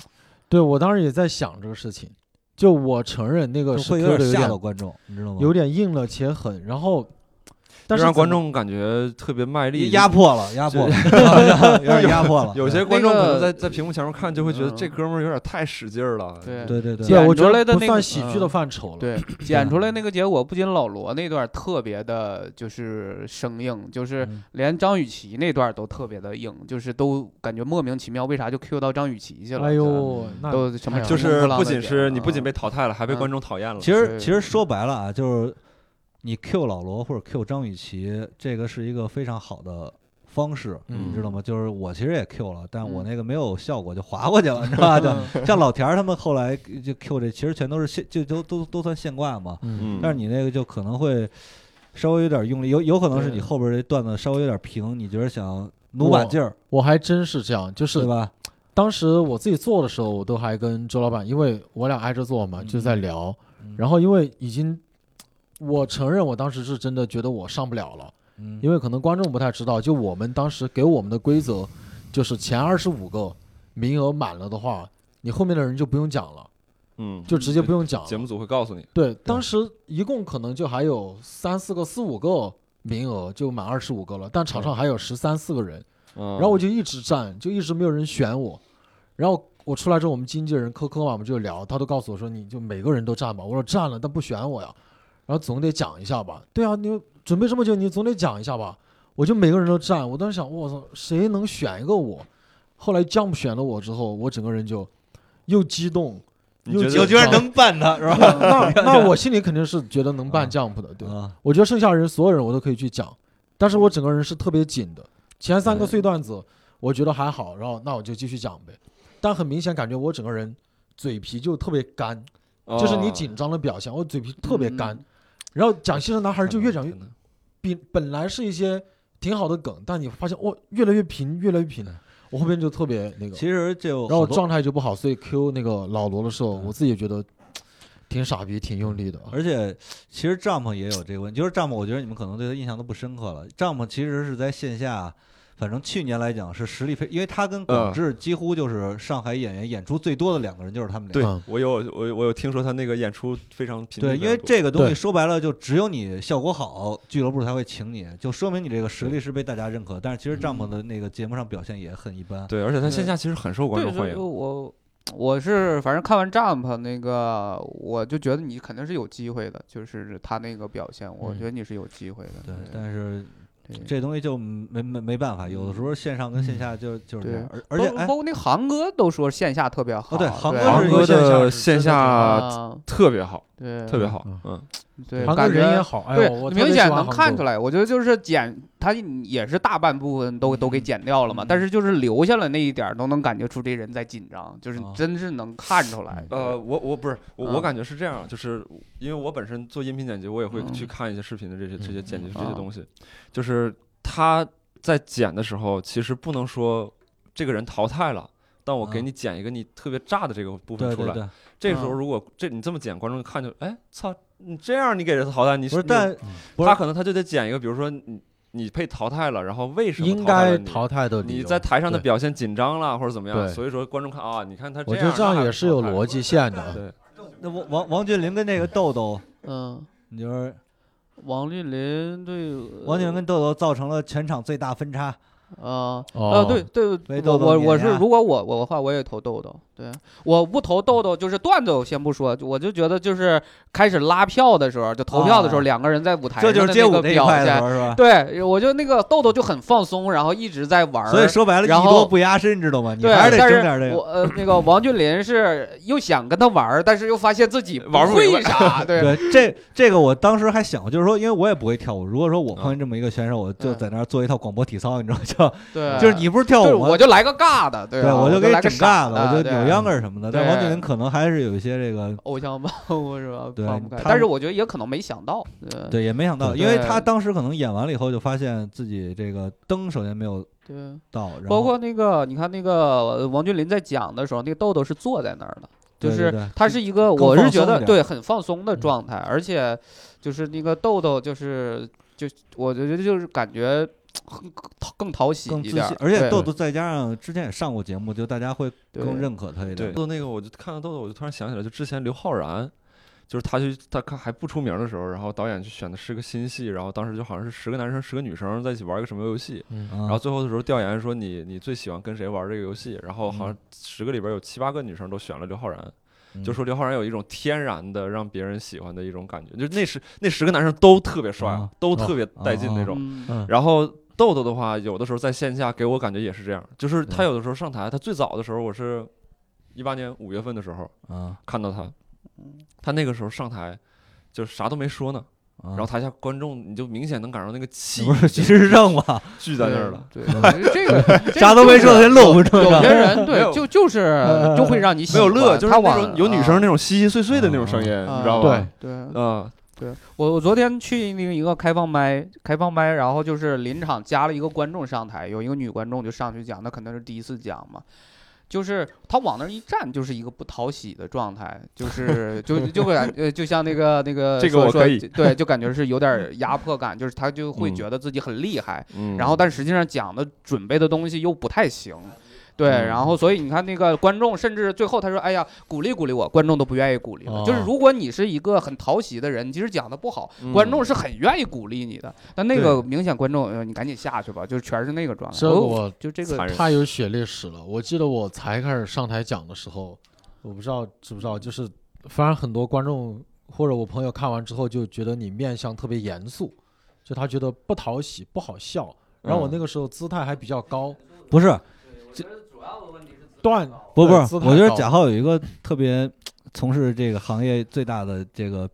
Speaker 5: 对我当时也在想这个事情，就我承认那个
Speaker 7: 就是会
Speaker 5: Q 的
Speaker 7: 有点
Speaker 5: 有
Speaker 7: 吓到
Speaker 5: 点
Speaker 7: 观众，你知道吗？
Speaker 5: 有点硬了且狠，然后但是
Speaker 1: 让
Speaker 5: 怎
Speaker 1: 观
Speaker 5: 么
Speaker 1: 众感觉特别卖力。
Speaker 7: 压
Speaker 1: 迫。
Speaker 7: 迫了，压迫了， 有点压迫了。
Speaker 1: 有些观众
Speaker 6: 那个
Speaker 1: 可能在在屏幕前面看，就会觉得
Speaker 6: 嗯
Speaker 1: 这哥们儿有点太使劲儿了。
Speaker 6: 对
Speaker 7: 对对对
Speaker 5: 对啊我
Speaker 6: 剪
Speaker 5: 觉
Speaker 6: 出来的
Speaker 5: 得不
Speaker 6: 那个
Speaker 5: 算喜剧的范畴了，
Speaker 6: 对，剪出来那个结果，不仅老罗那段特别的，就是生硬，就是
Speaker 7: 嗯
Speaker 6: 连张雨绮那段都特别的硬，就是都感觉莫名其妙，为啥就 Q 到张雨绮去了？
Speaker 5: 哎呦，
Speaker 6: 就
Speaker 5: 那
Speaker 6: 都什么
Speaker 5: 哎呀
Speaker 1: 就
Speaker 6: 乘
Speaker 1: 是
Speaker 6: 风破浪
Speaker 1: 不
Speaker 6: 的
Speaker 1: 仅
Speaker 6: 点
Speaker 1: 是你不仅
Speaker 5: 嗯
Speaker 6: 啊
Speaker 1: 被淘汰了，还被观众讨厌了。
Speaker 7: 其实
Speaker 6: 对
Speaker 7: 其实说白了啊，就是你 Q 老罗或者 Q 张雨绮，这个是一个非常好的方式，
Speaker 1: 嗯
Speaker 7: 你知道吗？就是我其实也 Q 了，但我
Speaker 6: 嗯
Speaker 7: 那个没有效果就划过去了，你知道吧？就像老田儿他们后来就 Q 这，其实全都是现就都都都算现挂嘛。
Speaker 1: 嗯，
Speaker 7: 但是你那个就可能会稍微有点用力，有有可能是
Speaker 6: 对
Speaker 7: 你后边这段子稍微有点平，你觉得想努把
Speaker 5: 我
Speaker 7: 劲儿，
Speaker 5: 我还真是这样，就
Speaker 7: 对
Speaker 5: 是
Speaker 7: 吧？
Speaker 5: 当时我自己做的时候，我都还跟周老板，因为我俩挨着做嘛，
Speaker 7: 嗯
Speaker 5: 就在聊。
Speaker 7: 嗯
Speaker 5: 然后因为已经，我承认我当时是真的觉得我上不了了，
Speaker 7: 嗯
Speaker 5: 因为可能观众不太知道，就我们当时给我们的规则，就是前二十五个名额满了的话，你后面的人就不用讲了，
Speaker 1: 嗯，
Speaker 5: 就直接不用讲了。
Speaker 1: 节目嗯组会告诉你。
Speaker 5: 对，当时一共可能就还有三四个、四五个名额，就满二十五个了，但场
Speaker 1: 嗯
Speaker 5: 上还有十三四个人。
Speaker 1: 然
Speaker 5: 嗯然后我就一直站，就一直没有人选我。然后我出来之后，我们经纪人科科嘛，我们就聊，他都告诉我说，你就每个人都站吧。我说站了，但不选我呀。然后总得讲一下吧。对啊，你准备这么久，你总得讲一下吧。我就每个人都站，我当时想，我操，谁能选一个我？后来 Jump 选了我之后，我整个人就又激动
Speaker 1: 你
Speaker 5: 又
Speaker 1: 觉得
Speaker 5: 紧
Speaker 1: 有
Speaker 7: 有
Speaker 1: 觉
Speaker 7: 觉
Speaker 5: 张
Speaker 7: 得能办他是吧？
Speaker 5: 那那我心里肯定是觉得能
Speaker 1: 嗯
Speaker 5: 办
Speaker 7: 啊
Speaker 5: Jump 的，对。
Speaker 7: 啊，
Speaker 5: 我觉得剩下人所有人我都可以去讲，但是我
Speaker 6: 嗯
Speaker 5: 整个人是特别紧的。前三个
Speaker 1: 对
Speaker 5: 碎段子我觉得还好，然后那我就继续讲呗。但很明显感觉我整个人嘴皮就特别干，
Speaker 1: 哦
Speaker 5: 就是你紧张的表现，我嘴皮特别干。
Speaker 6: 哦嗯
Speaker 5: 然后讲新生男孩就越讲越
Speaker 1: 可能
Speaker 5: 比本来是一些挺好的梗，但你发现哦越来越平，越来越平，我后边就特别那个，
Speaker 7: 其实就
Speaker 5: 然后
Speaker 7: 好多
Speaker 5: 状态就不好。所以 Q 那个老罗的时候，
Speaker 6: 嗯
Speaker 5: 我自己觉得挺傻逼，挺用力的啊。
Speaker 7: 而且，其实帐篷也有这个问题，就是帐篷，我觉得你们可能对他印象都不深刻了。帐篷其实是在线下，反反正去年来讲是实力配，因为他跟
Speaker 1: 嗯
Speaker 7: 广志几乎就是上海演员演出最多的两个人，就是他们俩。
Speaker 1: 对
Speaker 5: 嗯
Speaker 1: 我有我我有听说他那个演出非常频
Speaker 7: 对，
Speaker 1: 繁，
Speaker 7: 因为这个东西
Speaker 5: 对
Speaker 7: 说白了，就只有你效果好，俱乐部才会请你，就说明你这个实力是被大家认可。但是其实帐篷的那个节目上表现也很一般。
Speaker 1: 对，而且他线下其实很受观
Speaker 6: 对，
Speaker 1: 众
Speaker 6: 所
Speaker 1: 欢
Speaker 6: 以
Speaker 1: 迎。
Speaker 6: 我我是反正看完 Jump 那个，我就觉得你肯定是有机会的，就是他那个表现，我
Speaker 5: 嗯
Speaker 6: 觉得你是有机会的。
Speaker 7: 对，但是
Speaker 6: 对
Speaker 7: 这东西就没没没办法，有的时候线上跟线下就就是这样。而而
Speaker 6: 包
Speaker 7: 且哎
Speaker 6: 包，括那韩哥都说线下特别好，
Speaker 7: 哦对韩哥
Speaker 1: 航
Speaker 7: 是
Speaker 1: 哥
Speaker 7: 线下
Speaker 1: 的
Speaker 7: 是
Speaker 1: 线
Speaker 7: 真的是
Speaker 1: 下
Speaker 6: 啊，
Speaker 1: 特别好，
Speaker 6: 对，
Speaker 1: 特别好
Speaker 5: 嗯，
Speaker 1: 嗯，
Speaker 6: 对，
Speaker 5: 韩
Speaker 6: 感
Speaker 5: 国
Speaker 6: 觉
Speaker 5: 人也好，哎
Speaker 6: 对
Speaker 5: 呦，我，特别
Speaker 6: 明
Speaker 5: 喜
Speaker 6: 显
Speaker 5: 欢
Speaker 6: 能
Speaker 5: 韩
Speaker 6: 看
Speaker 5: 国
Speaker 6: 出来。我觉得就是剪，他也是大半部分都都
Speaker 7: 嗯
Speaker 6: 给剪掉了嘛，但是就是留下了那一点儿，都能感觉出这人在紧张，就是
Speaker 7: 哦
Speaker 6: 真是能看出来。
Speaker 7: 嗯
Speaker 1: 呃，我我不是我我
Speaker 6: 嗯
Speaker 1: 感觉是这样，就是因为我本身做音频剪辑，我也会
Speaker 5: 嗯
Speaker 1: 去看一些视频的这些这些剪辑这些
Speaker 6: 啊
Speaker 1: 东西，就是他在剪的时候，其实不能说这个人淘汰了。但我给
Speaker 7: 嗯
Speaker 1: 你剪一个你特别炸的这个部分
Speaker 7: 对
Speaker 1: 出
Speaker 7: 对
Speaker 1: 来，
Speaker 7: 对，
Speaker 1: 这个时候
Speaker 6: 嗯
Speaker 1: 如果这你这么剪，观众看就哎操，你这样你给人淘汰，你
Speaker 7: 不是，
Speaker 1: 你
Speaker 7: 但不是
Speaker 1: 他可能他就得剪一个，比如说你你被淘汰了，然后为什么汰
Speaker 5: 应该
Speaker 1: 了你
Speaker 5: 淘汰的理由
Speaker 1: 你在台上的
Speaker 5: 对
Speaker 1: 表现紧张了或者怎么样，
Speaker 5: 对
Speaker 1: 所以说观众看啊，你看他
Speaker 5: 我觉
Speaker 1: 样，
Speaker 5: 得这样
Speaker 1: 那
Speaker 5: 也是有
Speaker 1: 淘汰
Speaker 5: 逻辑线的。
Speaker 1: 对，
Speaker 7: 那王王王俊霖跟那个豆豆，
Speaker 6: 嗯，
Speaker 7: 你就是
Speaker 6: 王俊霖对
Speaker 7: 呃王俊霖跟豆豆造成了全场最大分差。
Speaker 6: 啊啊
Speaker 5: 哦，
Speaker 6: 对对，
Speaker 7: 为
Speaker 6: 我
Speaker 7: 豆豆
Speaker 6: 我
Speaker 7: 碾
Speaker 6: 我是
Speaker 7: 压
Speaker 6: 如果我我的话，我也投豆豆。对，我不投豆豆，就是段子我先不说，我就觉得就是开始拉票的时候，就投票的时候，
Speaker 7: 啊
Speaker 6: 两个人在舞台
Speaker 7: 这
Speaker 6: 上的
Speaker 7: 就是街
Speaker 6: 那
Speaker 7: 舞
Speaker 6: 个
Speaker 7: 这一
Speaker 6: 表
Speaker 7: 块的时
Speaker 6: 现。
Speaker 7: 候是吧？
Speaker 6: 对，我就那个豆豆就很放松，然后一直在玩儿。
Speaker 7: 所以说白了，艺
Speaker 6: 然
Speaker 7: 多
Speaker 6: 后
Speaker 7: 不压身，知道吗？你
Speaker 6: 对，
Speaker 7: 还得
Speaker 6: 但
Speaker 7: 整
Speaker 6: 是
Speaker 7: 点这
Speaker 6: 我
Speaker 7: 个。
Speaker 6: 呃，那个王俊霖是又想跟他玩儿，但是又发现自己
Speaker 1: 玩不
Speaker 6: 不会
Speaker 1: 明白
Speaker 6: 啥，对，
Speaker 7: 对，这这个我当时还想过，就是说，因为我也不会跳舞。如果说我碰见这么一个选手，我就
Speaker 6: 嗯
Speaker 7: 在那儿做一套广播体操，你知道吗？
Speaker 6: 对
Speaker 7: 就就是你不是跳
Speaker 6: 就是
Speaker 7: 舞吗
Speaker 6: 我？就来个尬的，对
Speaker 7: 对，
Speaker 6: 吧？
Speaker 7: 我
Speaker 6: 我
Speaker 7: 就给你
Speaker 6: 来个
Speaker 7: 整尬
Speaker 6: 傻
Speaker 7: 了，我就扭秧
Speaker 6: 对
Speaker 7: 歌儿什么的。
Speaker 6: 对
Speaker 7: 但王俊霖可能还是有一些这个，
Speaker 6: 偶像包袱 是吧？
Speaker 7: 对
Speaker 6: 放不开
Speaker 7: 他，
Speaker 6: 但是我觉得也可能没想到，呃对
Speaker 7: 对，也没想到，
Speaker 6: 对
Speaker 7: 因为他当时可能演完了以后就发现自己这个灯首先没有
Speaker 6: 对。
Speaker 7: 到，然后
Speaker 6: 包括那个，你看那个王俊霖在讲的时候，那个豆豆是坐在那儿的，就
Speaker 7: 对对
Speaker 6: 是
Speaker 7: 对
Speaker 6: 他是一个，
Speaker 7: 更
Speaker 6: 我
Speaker 7: 放
Speaker 6: 是觉
Speaker 7: 松一
Speaker 6: 得
Speaker 7: 点嗯
Speaker 6: 对很放松的状态，而且就是那个豆豆就是就我觉得就是感觉很更讨喜
Speaker 7: 更
Speaker 6: 一
Speaker 7: 自
Speaker 6: 点
Speaker 7: 信
Speaker 6: 儿，，
Speaker 7: 而且
Speaker 6: 对
Speaker 7: 豆豆再加上之前也上过节目，就大家会
Speaker 6: 对
Speaker 7: 更认可他一
Speaker 1: 对，
Speaker 7: 点。
Speaker 1: 豆那个我就看到豆豆，我就突然想起来，就之前刘昊然，就是他去他看还不出名的时候，然后导演去选的是个新戏，然后当时就好像是十个男生十个女生在一起玩一个什么游戏，
Speaker 7: 然
Speaker 1: 然后最后的时候调研说你你最喜欢跟谁玩这个游戏，然后好
Speaker 7: 嗯
Speaker 1: 像十个里边有七八个女生都选了刘昊然。就说刘昊然有一种天然的让别人喜欢的一种感觉，就那十那十个男生都特别帅，
Speaker 7: 啊
Speaker 1: 都特别带劲那种。
Speaker 6: 嗯
Speaker 5: 嗯
Speaker 1: 然后豆豆的话，有的时候在线下给我感觉也是这样，就是他有的时候上台，他最早的时候我是一八年五月份的时候
Speaker 7: 啊，
Speaker 1: 看到他，他那个时候上台就啥都没说呢，
Speaker 7: 然
Speaker 1: 然后台下观众你就明显能感受到那个气
Speaker 7: 嗯 不是啊其实正嘛，
Speaker 1: 聚在那儿了。
Speaker 6: 对，对这个 这个
Speaker 7: 啥都没说，
Speaker 6: 就是
Speaker 7: 先露不住
Speaker 6: 有些人
Speaker 1: 没
Speaker 6: 对
Speaker 1: 有
Speaker 6: 就就是就会让你喜
Speaker 1: 没有乐，
Speaker 6: 欢
Speaker 1: 就是
Speaker 6: 他
Speaker 1: 那
Speaker 6: 往
Speaker 1: 种啊有女生那种稀稀碎碎的那种声音，
Speaker 6: 啊
Speaker 1: 嗯你知道吧
Speaker 6: 啊？对
Speaker 1: 对，啊，
Speaker 6: 我我昨天去那个一个开放麦，开放麦，然后就是临场加了一个观众上台，有一个女观众就上去讲，那肯定是第一次讲嘛，就是她往那儿一站，就是一个不讨喜的状态，就是 就就会感呃，就像那个那个
Speaker 1: 这个
Speaker 6: 说
Speaker 1: 我
Speaker 6: 说
Speaker 1: 可以
Speaker 6: 对，就感觉是有点儿压迫感，就是她就会
Speaker 1: 嗯
Speaker 6: 觉得自己很厉害，
Speaker 1: 嗯，
Speaker 6: 然后但实际上讲的准备的东西又不太行。对，
Speaker 1: 嗯
Speaker 6: 然后所以你看那个观众，甚至最后他说：“哎呀，鼓励鼓励我。”观众都不愿意鼓励了。就是
Speaker 5: 哦
Speaker 6: 如果你是一个很讨喜的人，你即使讲的不好，观众
Speaker 1: 嗯
Speaker 6: 是很愿意鼓励你的。但那个明显观众，呃你赶紧下去吧，就是全是那个状态。
Speaker 5: 这个
Speaker 6: 哦
Speaker 5: 我
Speaker 6: 就这
Speaker 1: 残
Speaker 6: 个
Speaker 1: 忍
Speaker 5: 太有血泪史了。我记得我才开始上台讲的时候，我不知道知不知道，就是反正很多观众或者我朋友看完之后就觉得你面相特别严肃，就他觉得不讨喜、不好笑。然后我那个时候姿态还比较高，
Speaker 7: 不是
Speaker 5: 段
Speaker 7: 不不
Speaker 5: 对
Speaker 7: 是，
Speaker 5: 姿态
Speaker 7: 我觉得
Speaker 5: 高
Speaker 7: 贾浩有一个特别从事这个行业最大的这个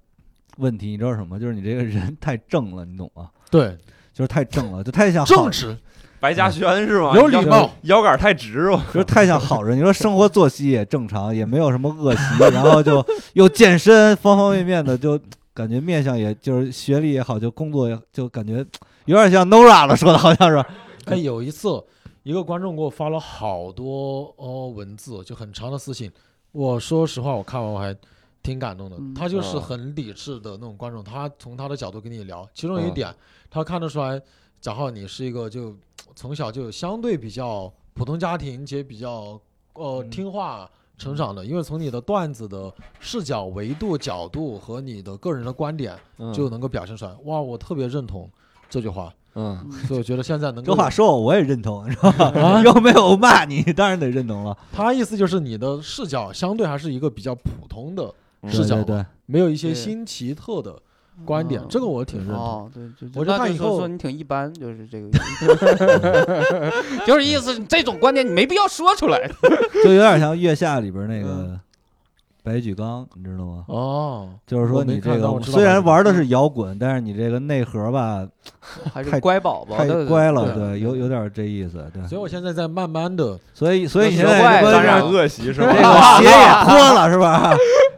Speaker 7: 问题，你知道是什么吗？就是你这个人太正了，你懂吗？
Speaker 5: 对
Speaker 7: 就是太正了，就太想好
Speaker 5: 正，直
Speaker 1: 白嘉轩是吗？
Speaker 5: 有礼貌，
Speaker 1: 腰杆太直了。
Speaker 7: 就是太想好人。你说生活作息也正常，也没有什么恶习，然后就又健身，方方面面的就感觉面相也就是学历也好，就工作也就感觉有点像 Nora 了，说的好像是。
Speaker 5: 哎，有一次，一个观众给我发了好多哦文字，就很长的私信。我说实话，我看完我还挺感动的。
Speaker 6: 嗯
Speaker 5: 他就是
Speaker 1: 啊
Speaker 5: 很理智的那种观众，他从他的角度跟你聊。其中有一
Speaker 1: 啊
Speaker 5: 点，他看得出来贾浩你是一个就从小就有相对比较普通家庭且比较呃
Speaker 8: 嗯
Speaker 5: 听话成长的，因为从你的段子的视角、维度、角度和你的个人的观点
Speaker 1: 嗯
Speaker 5: 就能够表现出来。哇，我特别认同这句话，
Speaker 1: 嗯
Speaker 5: 所以我觉得现在能
Speaker 7: 这
Speaker 5: 够
Speaker 7: 话说我我也认同，是
Speaker 5: 啊
Speaker 7: 吧？又没 有骂你，当然得认同了。
Speaker 5: 他意思就是你的视角相对还是一个比较普通的
Speaker 1: 嗯
Speaker 5: 视角
Speaker 7: 对
Speaker 5: 嘛，
Speaker 7: 对对
Speaker 5: 没有一些
Speaker 6: 对
Speaker 5: 新奇特的观点，
Speaker 6: 嗯
Speaker 5: 这个我挺认同。
Speaker 6: 哦，对，就
Speaker 5: 我
Speaker 6: 就
Speaker 5: 就
Speaker 6: 那
Speaker 5: 怕
Speaker 6: 就
Speaker 5: 以
Speaker 6: 说
Speaker 5: 后
Speaker 6: 说你挺一般，就是这个意思， 就是意思你这种观点你没必要说出来。
Speaker 7: 就有点像《月下》里边那
Speaker 5: 嗯
Speaker 7: 个白举纲，你知道吗？
Speaker 5: 哦，
Speaker 7: 就是说
Speaker 5: 我没
Speaker 7: 你这
Speaker 5: 看但我
Speaker 7: 个
Speaker 5: 知道
Speaker 7: 虽
Speaker 5: 白
Speaker 7: 然
Speaker 5: 举纲
Speaker 7: 玩的是摇滚，但是你这个内核吧
Speaker 6: 还是
Speaker 7: 太
Speaker 6: 乖宝宝
Speaker 7: 太
Speaker 6: 的，
Speaker 7: 乖了，
Speaker 6: 对
Speaker 7: 对，有有点这意思，对。
Speaker 5: 所以我现在在慢慢的
Speaker 7: 所以所以你现
Speaker 6: 学
Speaker 7: 在
Speaker 6: 坏
Speaker 7: 这
Speaker 6: 了
Speaker 7: 不
Speaker 1: 沾
Speaker 6: 当
Speaker 1: 染
Speaker 6: 然
Speaker 7: 是
Speaker 1: 恶习是
Speaker 7: 这
Speaker 1: 吧？
Speaker 7: 个鞋也脱了是吧？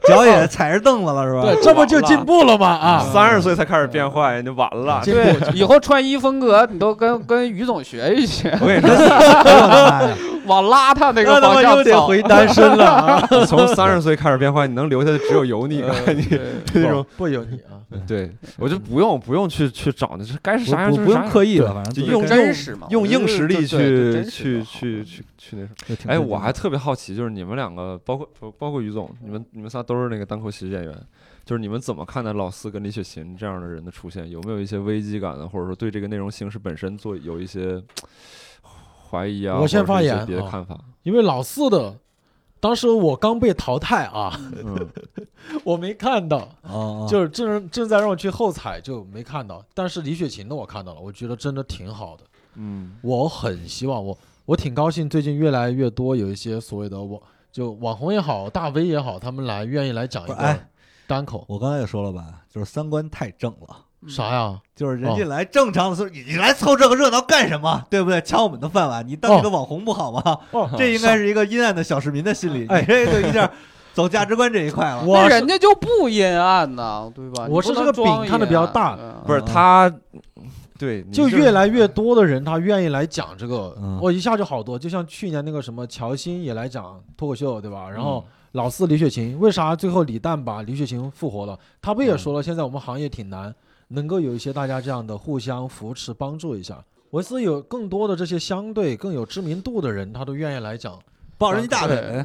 Speaker 7: 脚也踩着凳子了是吧？
Speaker 5: 对，这不就进步了吗？啊，
Speaker 1: 三十岁才开始变坏，你就完了。
Speaker 5: 进
Speaker 6: 对
Speaker 5: 步。
Speaker 6: 以后穿衣风格你都跟跟于总学一 学，
Speaker 1: 我跟你说，
Speaker 6: 往邋遢那
Speaker 7: 那
Speaker 6: 个
Speaker 7: 他妈
Speaker 6: 方
Speaker 7: 又
Speaker 6: 向
Speaker 7: 得
Speaker 6: 走。
Speaker 7: 回单身了啊！
Speaker 1: 从三十岁开始变坏，你能留下的只有有你，你 这种
Speaker 5: 不由你啊，
Speaker 1: 对，我就不用不用去去找，那是该是
Speaker 7: 不
Speaker 1: 啥样
Speaker 7: 不
Speaker 1: 就是
Speaker 7: 不
Speaker 1: 啥
Speaker 7: 用
Speaker 1: 样，嗯
Speaker 7: 刻意了，反正
Speaker 1: 就
Speaker 7: 就
Speaker 1: 用
Speaker 6: 真实嘛
Speaker 1: 用
Speaker 6: 我觉得
Speaker 1: 硬实力
Speaker 6: 这对这
Speaker 1: 去
Speaker 6: 真实
Speaker 1: 去
Speaker 6: 的
Speaker 1: 去去去那什么。
Speaker 7: 就挺
Speaker 1: 哎，
Speaker 7: 正
Speaker 1: 我
Speaker 7: 常
Speaker 1: 还特别好奇，就是你们两个，包括包包括于总，你们你们仨都是那个单口喜剧演员，就是你们怎么看待老四跟李雪琴这样的人的出现？有没有一些危机感呢？啊或者说对这个内容形式本身做有一些怀疑啊？
Speaker 5: 我先
Speaker 1: 或者是一些
Speaker 5: 发言
Speaker 1: 别的
Speaker 5: 啊
Speaker 1: 看法。
Speaker 5: 因为老四的，当时我刚被淘汰啊，
Speaker 1: 嗯
Speaker 5: 我没看到，
Speaker 7: 哦，哦
Speaker 5: 就是正正在让我去后采就没看到，但是李雪琴的我看到了，我觉得真的挺好的，
Speaker 1: 嗯
Speaker 5: 我很希望我我挺高兴，最近越来越多有一些所谓的网就网红也好，大 V 也好，他们来愿意来讲一
Speaker 7: 不是哎
Speaker 5: 个单口，
Speaker 7: 我刚才也说了吧，就是三观太正了。
Speaker 6: 嗯
Speaker 5: 啥呀？
Speaker 7: 就是人家来正常的时候，你你来凑这个热闹干什么？对不对？抢我们的饭碗，你当你的网红不好吗？
Speaker 5: 哦
Speaker 7: 这应该是一个阴暗的小市民的心理。
Speaker 5: 哎
Speaker 7: 你这就有点走价值观这一块了。
Speaker 5: 我
Speaker 6: 那
Speaker 5: 是
Speaker 6: 人家就不阴暗呐，对吧？你不
Speaker 5: 我是这
Speaker 6: 能
Speaker 5: 个饼
Speaker 6: 装
Speaker 5: 看得
Speaker 6: 阴
Speaker 5: 比较
Speaker 6: 暗
Speaker 5: 大
Speaker 6: 嗯
Speaker 1: 不是
Speaker 7: 嗯
Speaker 1: 他，对，你
Speaker 5: 就是越来越多的人他愿意来讲这个哦
Speaker 7: 嗯，
Speaker 5: 我一下就好多。就像去年那个什么乔欣也来讲脱口秀，对吧？然后老四李雪琴，为啥最后李诞把李雪琴复活了？他不也说了，现在我们行业挺难，能够有一些大家这样的互相扶持帮助一下。我是有更多的这些相对更有知名度的人，他都愿意来讲。
Speaker 6: 嗯啊
Speaker 7: 抱人家大
Speaker 6: 对
Speaker 7: 腿，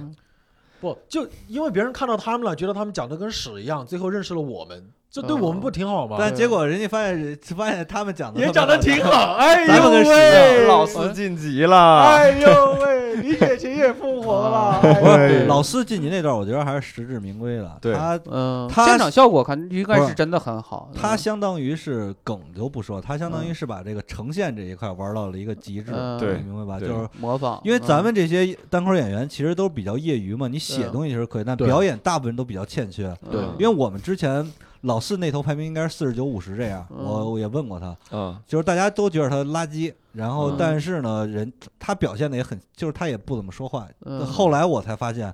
Speaker 5: 不就因为别人看到他们了，觉得他们讲的跟屎一样，最后认识了我们，这对我们不挺好吗？
Speaker 7: 但结果人家发现发现他们讲的
Speaker 5: 也讲的 挺好，哎
Speaker 7: 咱
Speaker 5: 呦
Speaker 7: 们跟屎一样
Speaker 5: 喂，
Speaker 1: 老四晋级了，
Speaker 5: 哎呦喂，李雪琴也复活了。哎呦
Speaker 1: 哎
Speaker 7: 老四晋级那段，我觉得还是实至名归了。
Speaker 1: 对
Speaker 7: 他
Speaker 6: 嗯，
Speaker 7: 他
Speaker 6: 现场效果看应
Speaker 7: 不
Speaker 6: 该
Speaker 7: 是
Speaker 6: 是真的很好。
Speaker 7: 他
Speaker 6: 嗯
Speaker 7: 相当于是梗就不说，他相当于
Speaker 6: 嗯
Speaker 7: 是把这个呈现这一块玩到了一个极致，
Speaker 6: 嗯
Speaker 1: 对
Speaker 7: 你明白吧？
Speaker 1: 对
Speaker 7: 就是
Speaker 6: 模仿，
Speaker 7: 因为咱
Speaker 6: 嗯
Speaker 7: 们这些单口演员其实都比较业余嘛，你写
Speaker 6: 嗯
Speaker 7: 东西是可以，但
Speaker 5: 对
Speaker 7: 表演大部分都比较欠缺。
Speaker 1: 对
Speaker 6: 嗯
Speaker 7: 因为我们之前老四那头排名应该是四十九、五十这样，
Speaker 6: 嗯
Speaker 7: 我我也问过他，
Speaker 1: 嗯
Speaker 7: 就是大家都觉得他垃圾，然后
Speaker 6: 嗯
Speaker 7: 但是呢，人他表现的也很，就是他也不怎么说话。
Speaker 6: 嗯
Speaker 7: 后来我才发现，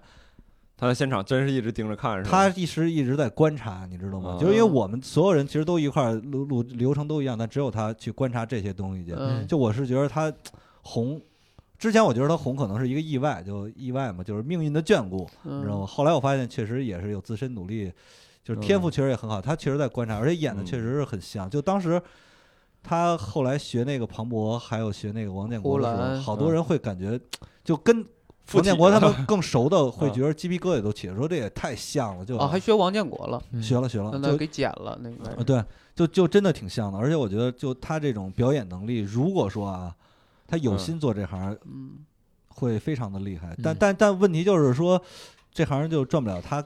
Speaker 1: 他在现场真是一直盯着看，是吧
Speaker 7: 他？一时一直在观察，你知道吗
Speaker 1: 嗯？
Speaker 7: 就是因为我们所有人其实都一块儿录录流程都一样，但只有他去观察这些东西去。
Speaker 6: 嗯
Speaker 7: 就我是觉得他红，之前我觉得他红可能是一个意外，就意外嘛，就是命运的眷顾，
Speaker 6: 嗯
Speaker 7: 你知道吗？后来我发现确实也是有自身努力，就是天
Speaker 6: 嗯
Speaker 7: 赋确实也很好，他确实在观察，而且演的确实是很像。就当时他后来学那个庞博，还有学那个王建国的
Speaker 6: 呼
Speaker 7: 时候，
Speaker 6: 兰嗯
Speaker 7: 好多人会感觉就跟。
Speaker 1: 附
Speaker 7: 王
Speaker 1: 体
Speaker 7: 建国他
Speaker 1: 了
Speaker 7: 们更熟的会觉得鸡皮疙瘩都起来，说这也太像了，就
Speaker 6: 嗯啊，还学王建国了，
Speaker 7: 学了学了，
Speaker 6: 那
Speaker 7: 就
Speaker 6: 那给剪了，那个
Speaker 7: 啊，对，就就真的挺像的。而且我觉得，就他这种表演能力，如果说啊，他有
Speaker 1: 嗯
Speaker 7: 心做这行，
Speaker 6: 嗯，
Speaker 7: 会非常的厉害。但
Speaker 5: 嗯
Speaker 7: 但但问题就是说，这行就赚不了他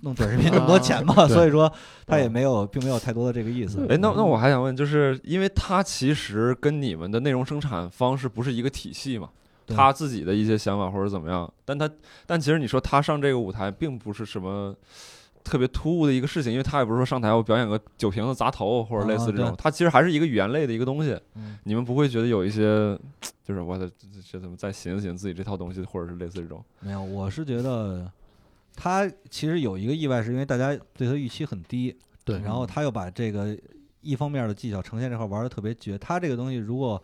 Speaker 7: 弄短视频那么多钱嘛，
Speaker 5: 对
Speaker 7: 所以说他也没有，并没有太多的这个意思。
Speaker 1: 哎，那那我还想问，就是因为他其实跟你们的内容生产方式不是一个体系嘛，
Speaker 7: 对
Speaker 1: 他自己的一些想法或者怎么样，但他但其实你说他上这个舞台并不是什么特别突兀的一个事情，因为他也不是说上台我表演个酒瓶子砸头或者类似这种，
Speaker 7: 啊对
Speaker 1: 他其实还是一个语言类的一个东西，
Speaker 7: 嗯
Speaker 1: 你们不会觉得有一些就是我的这这怎么再寻思寻思自己这套东西，或者是类似这种，
Speaker 7: 没有，我是觉得他其实有一个意外，是因为大家对他预期很低，
Speaker 5: 对
Speaker 7: 然后他又把这个一方面的技巧呈现这块玩的特别绝。他这个东西如果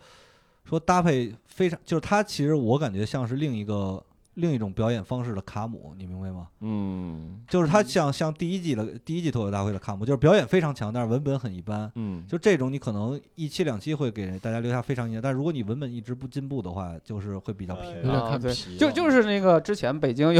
Speaker 7: 说搭配非常，就是他其实我感觉像是另一个另一种表演方式的卡姆，你明白吗？
Speaker 1: 嗯
Speaker 7: 就是他像像第一季的第一季脱口秀大会的卡姆，就是表演非常强，但是文本很一般。
Speaker 1: 嗯，
Speaker 7: 就这种，你可能一期两期会给大家留下非常印象，但如果你文本一直不进步的话，就是会比较疲
Speaker 5: 有
Speaker 7: 弱。
Speaker 5: 点
Speaker 6: 啊
Speaker 5: 看
Speaker 6: 对
Speaker 5: 皮
Speaker 6: 就
Speaker 5: 了
Speaker 6: 就是那个之前北 京有一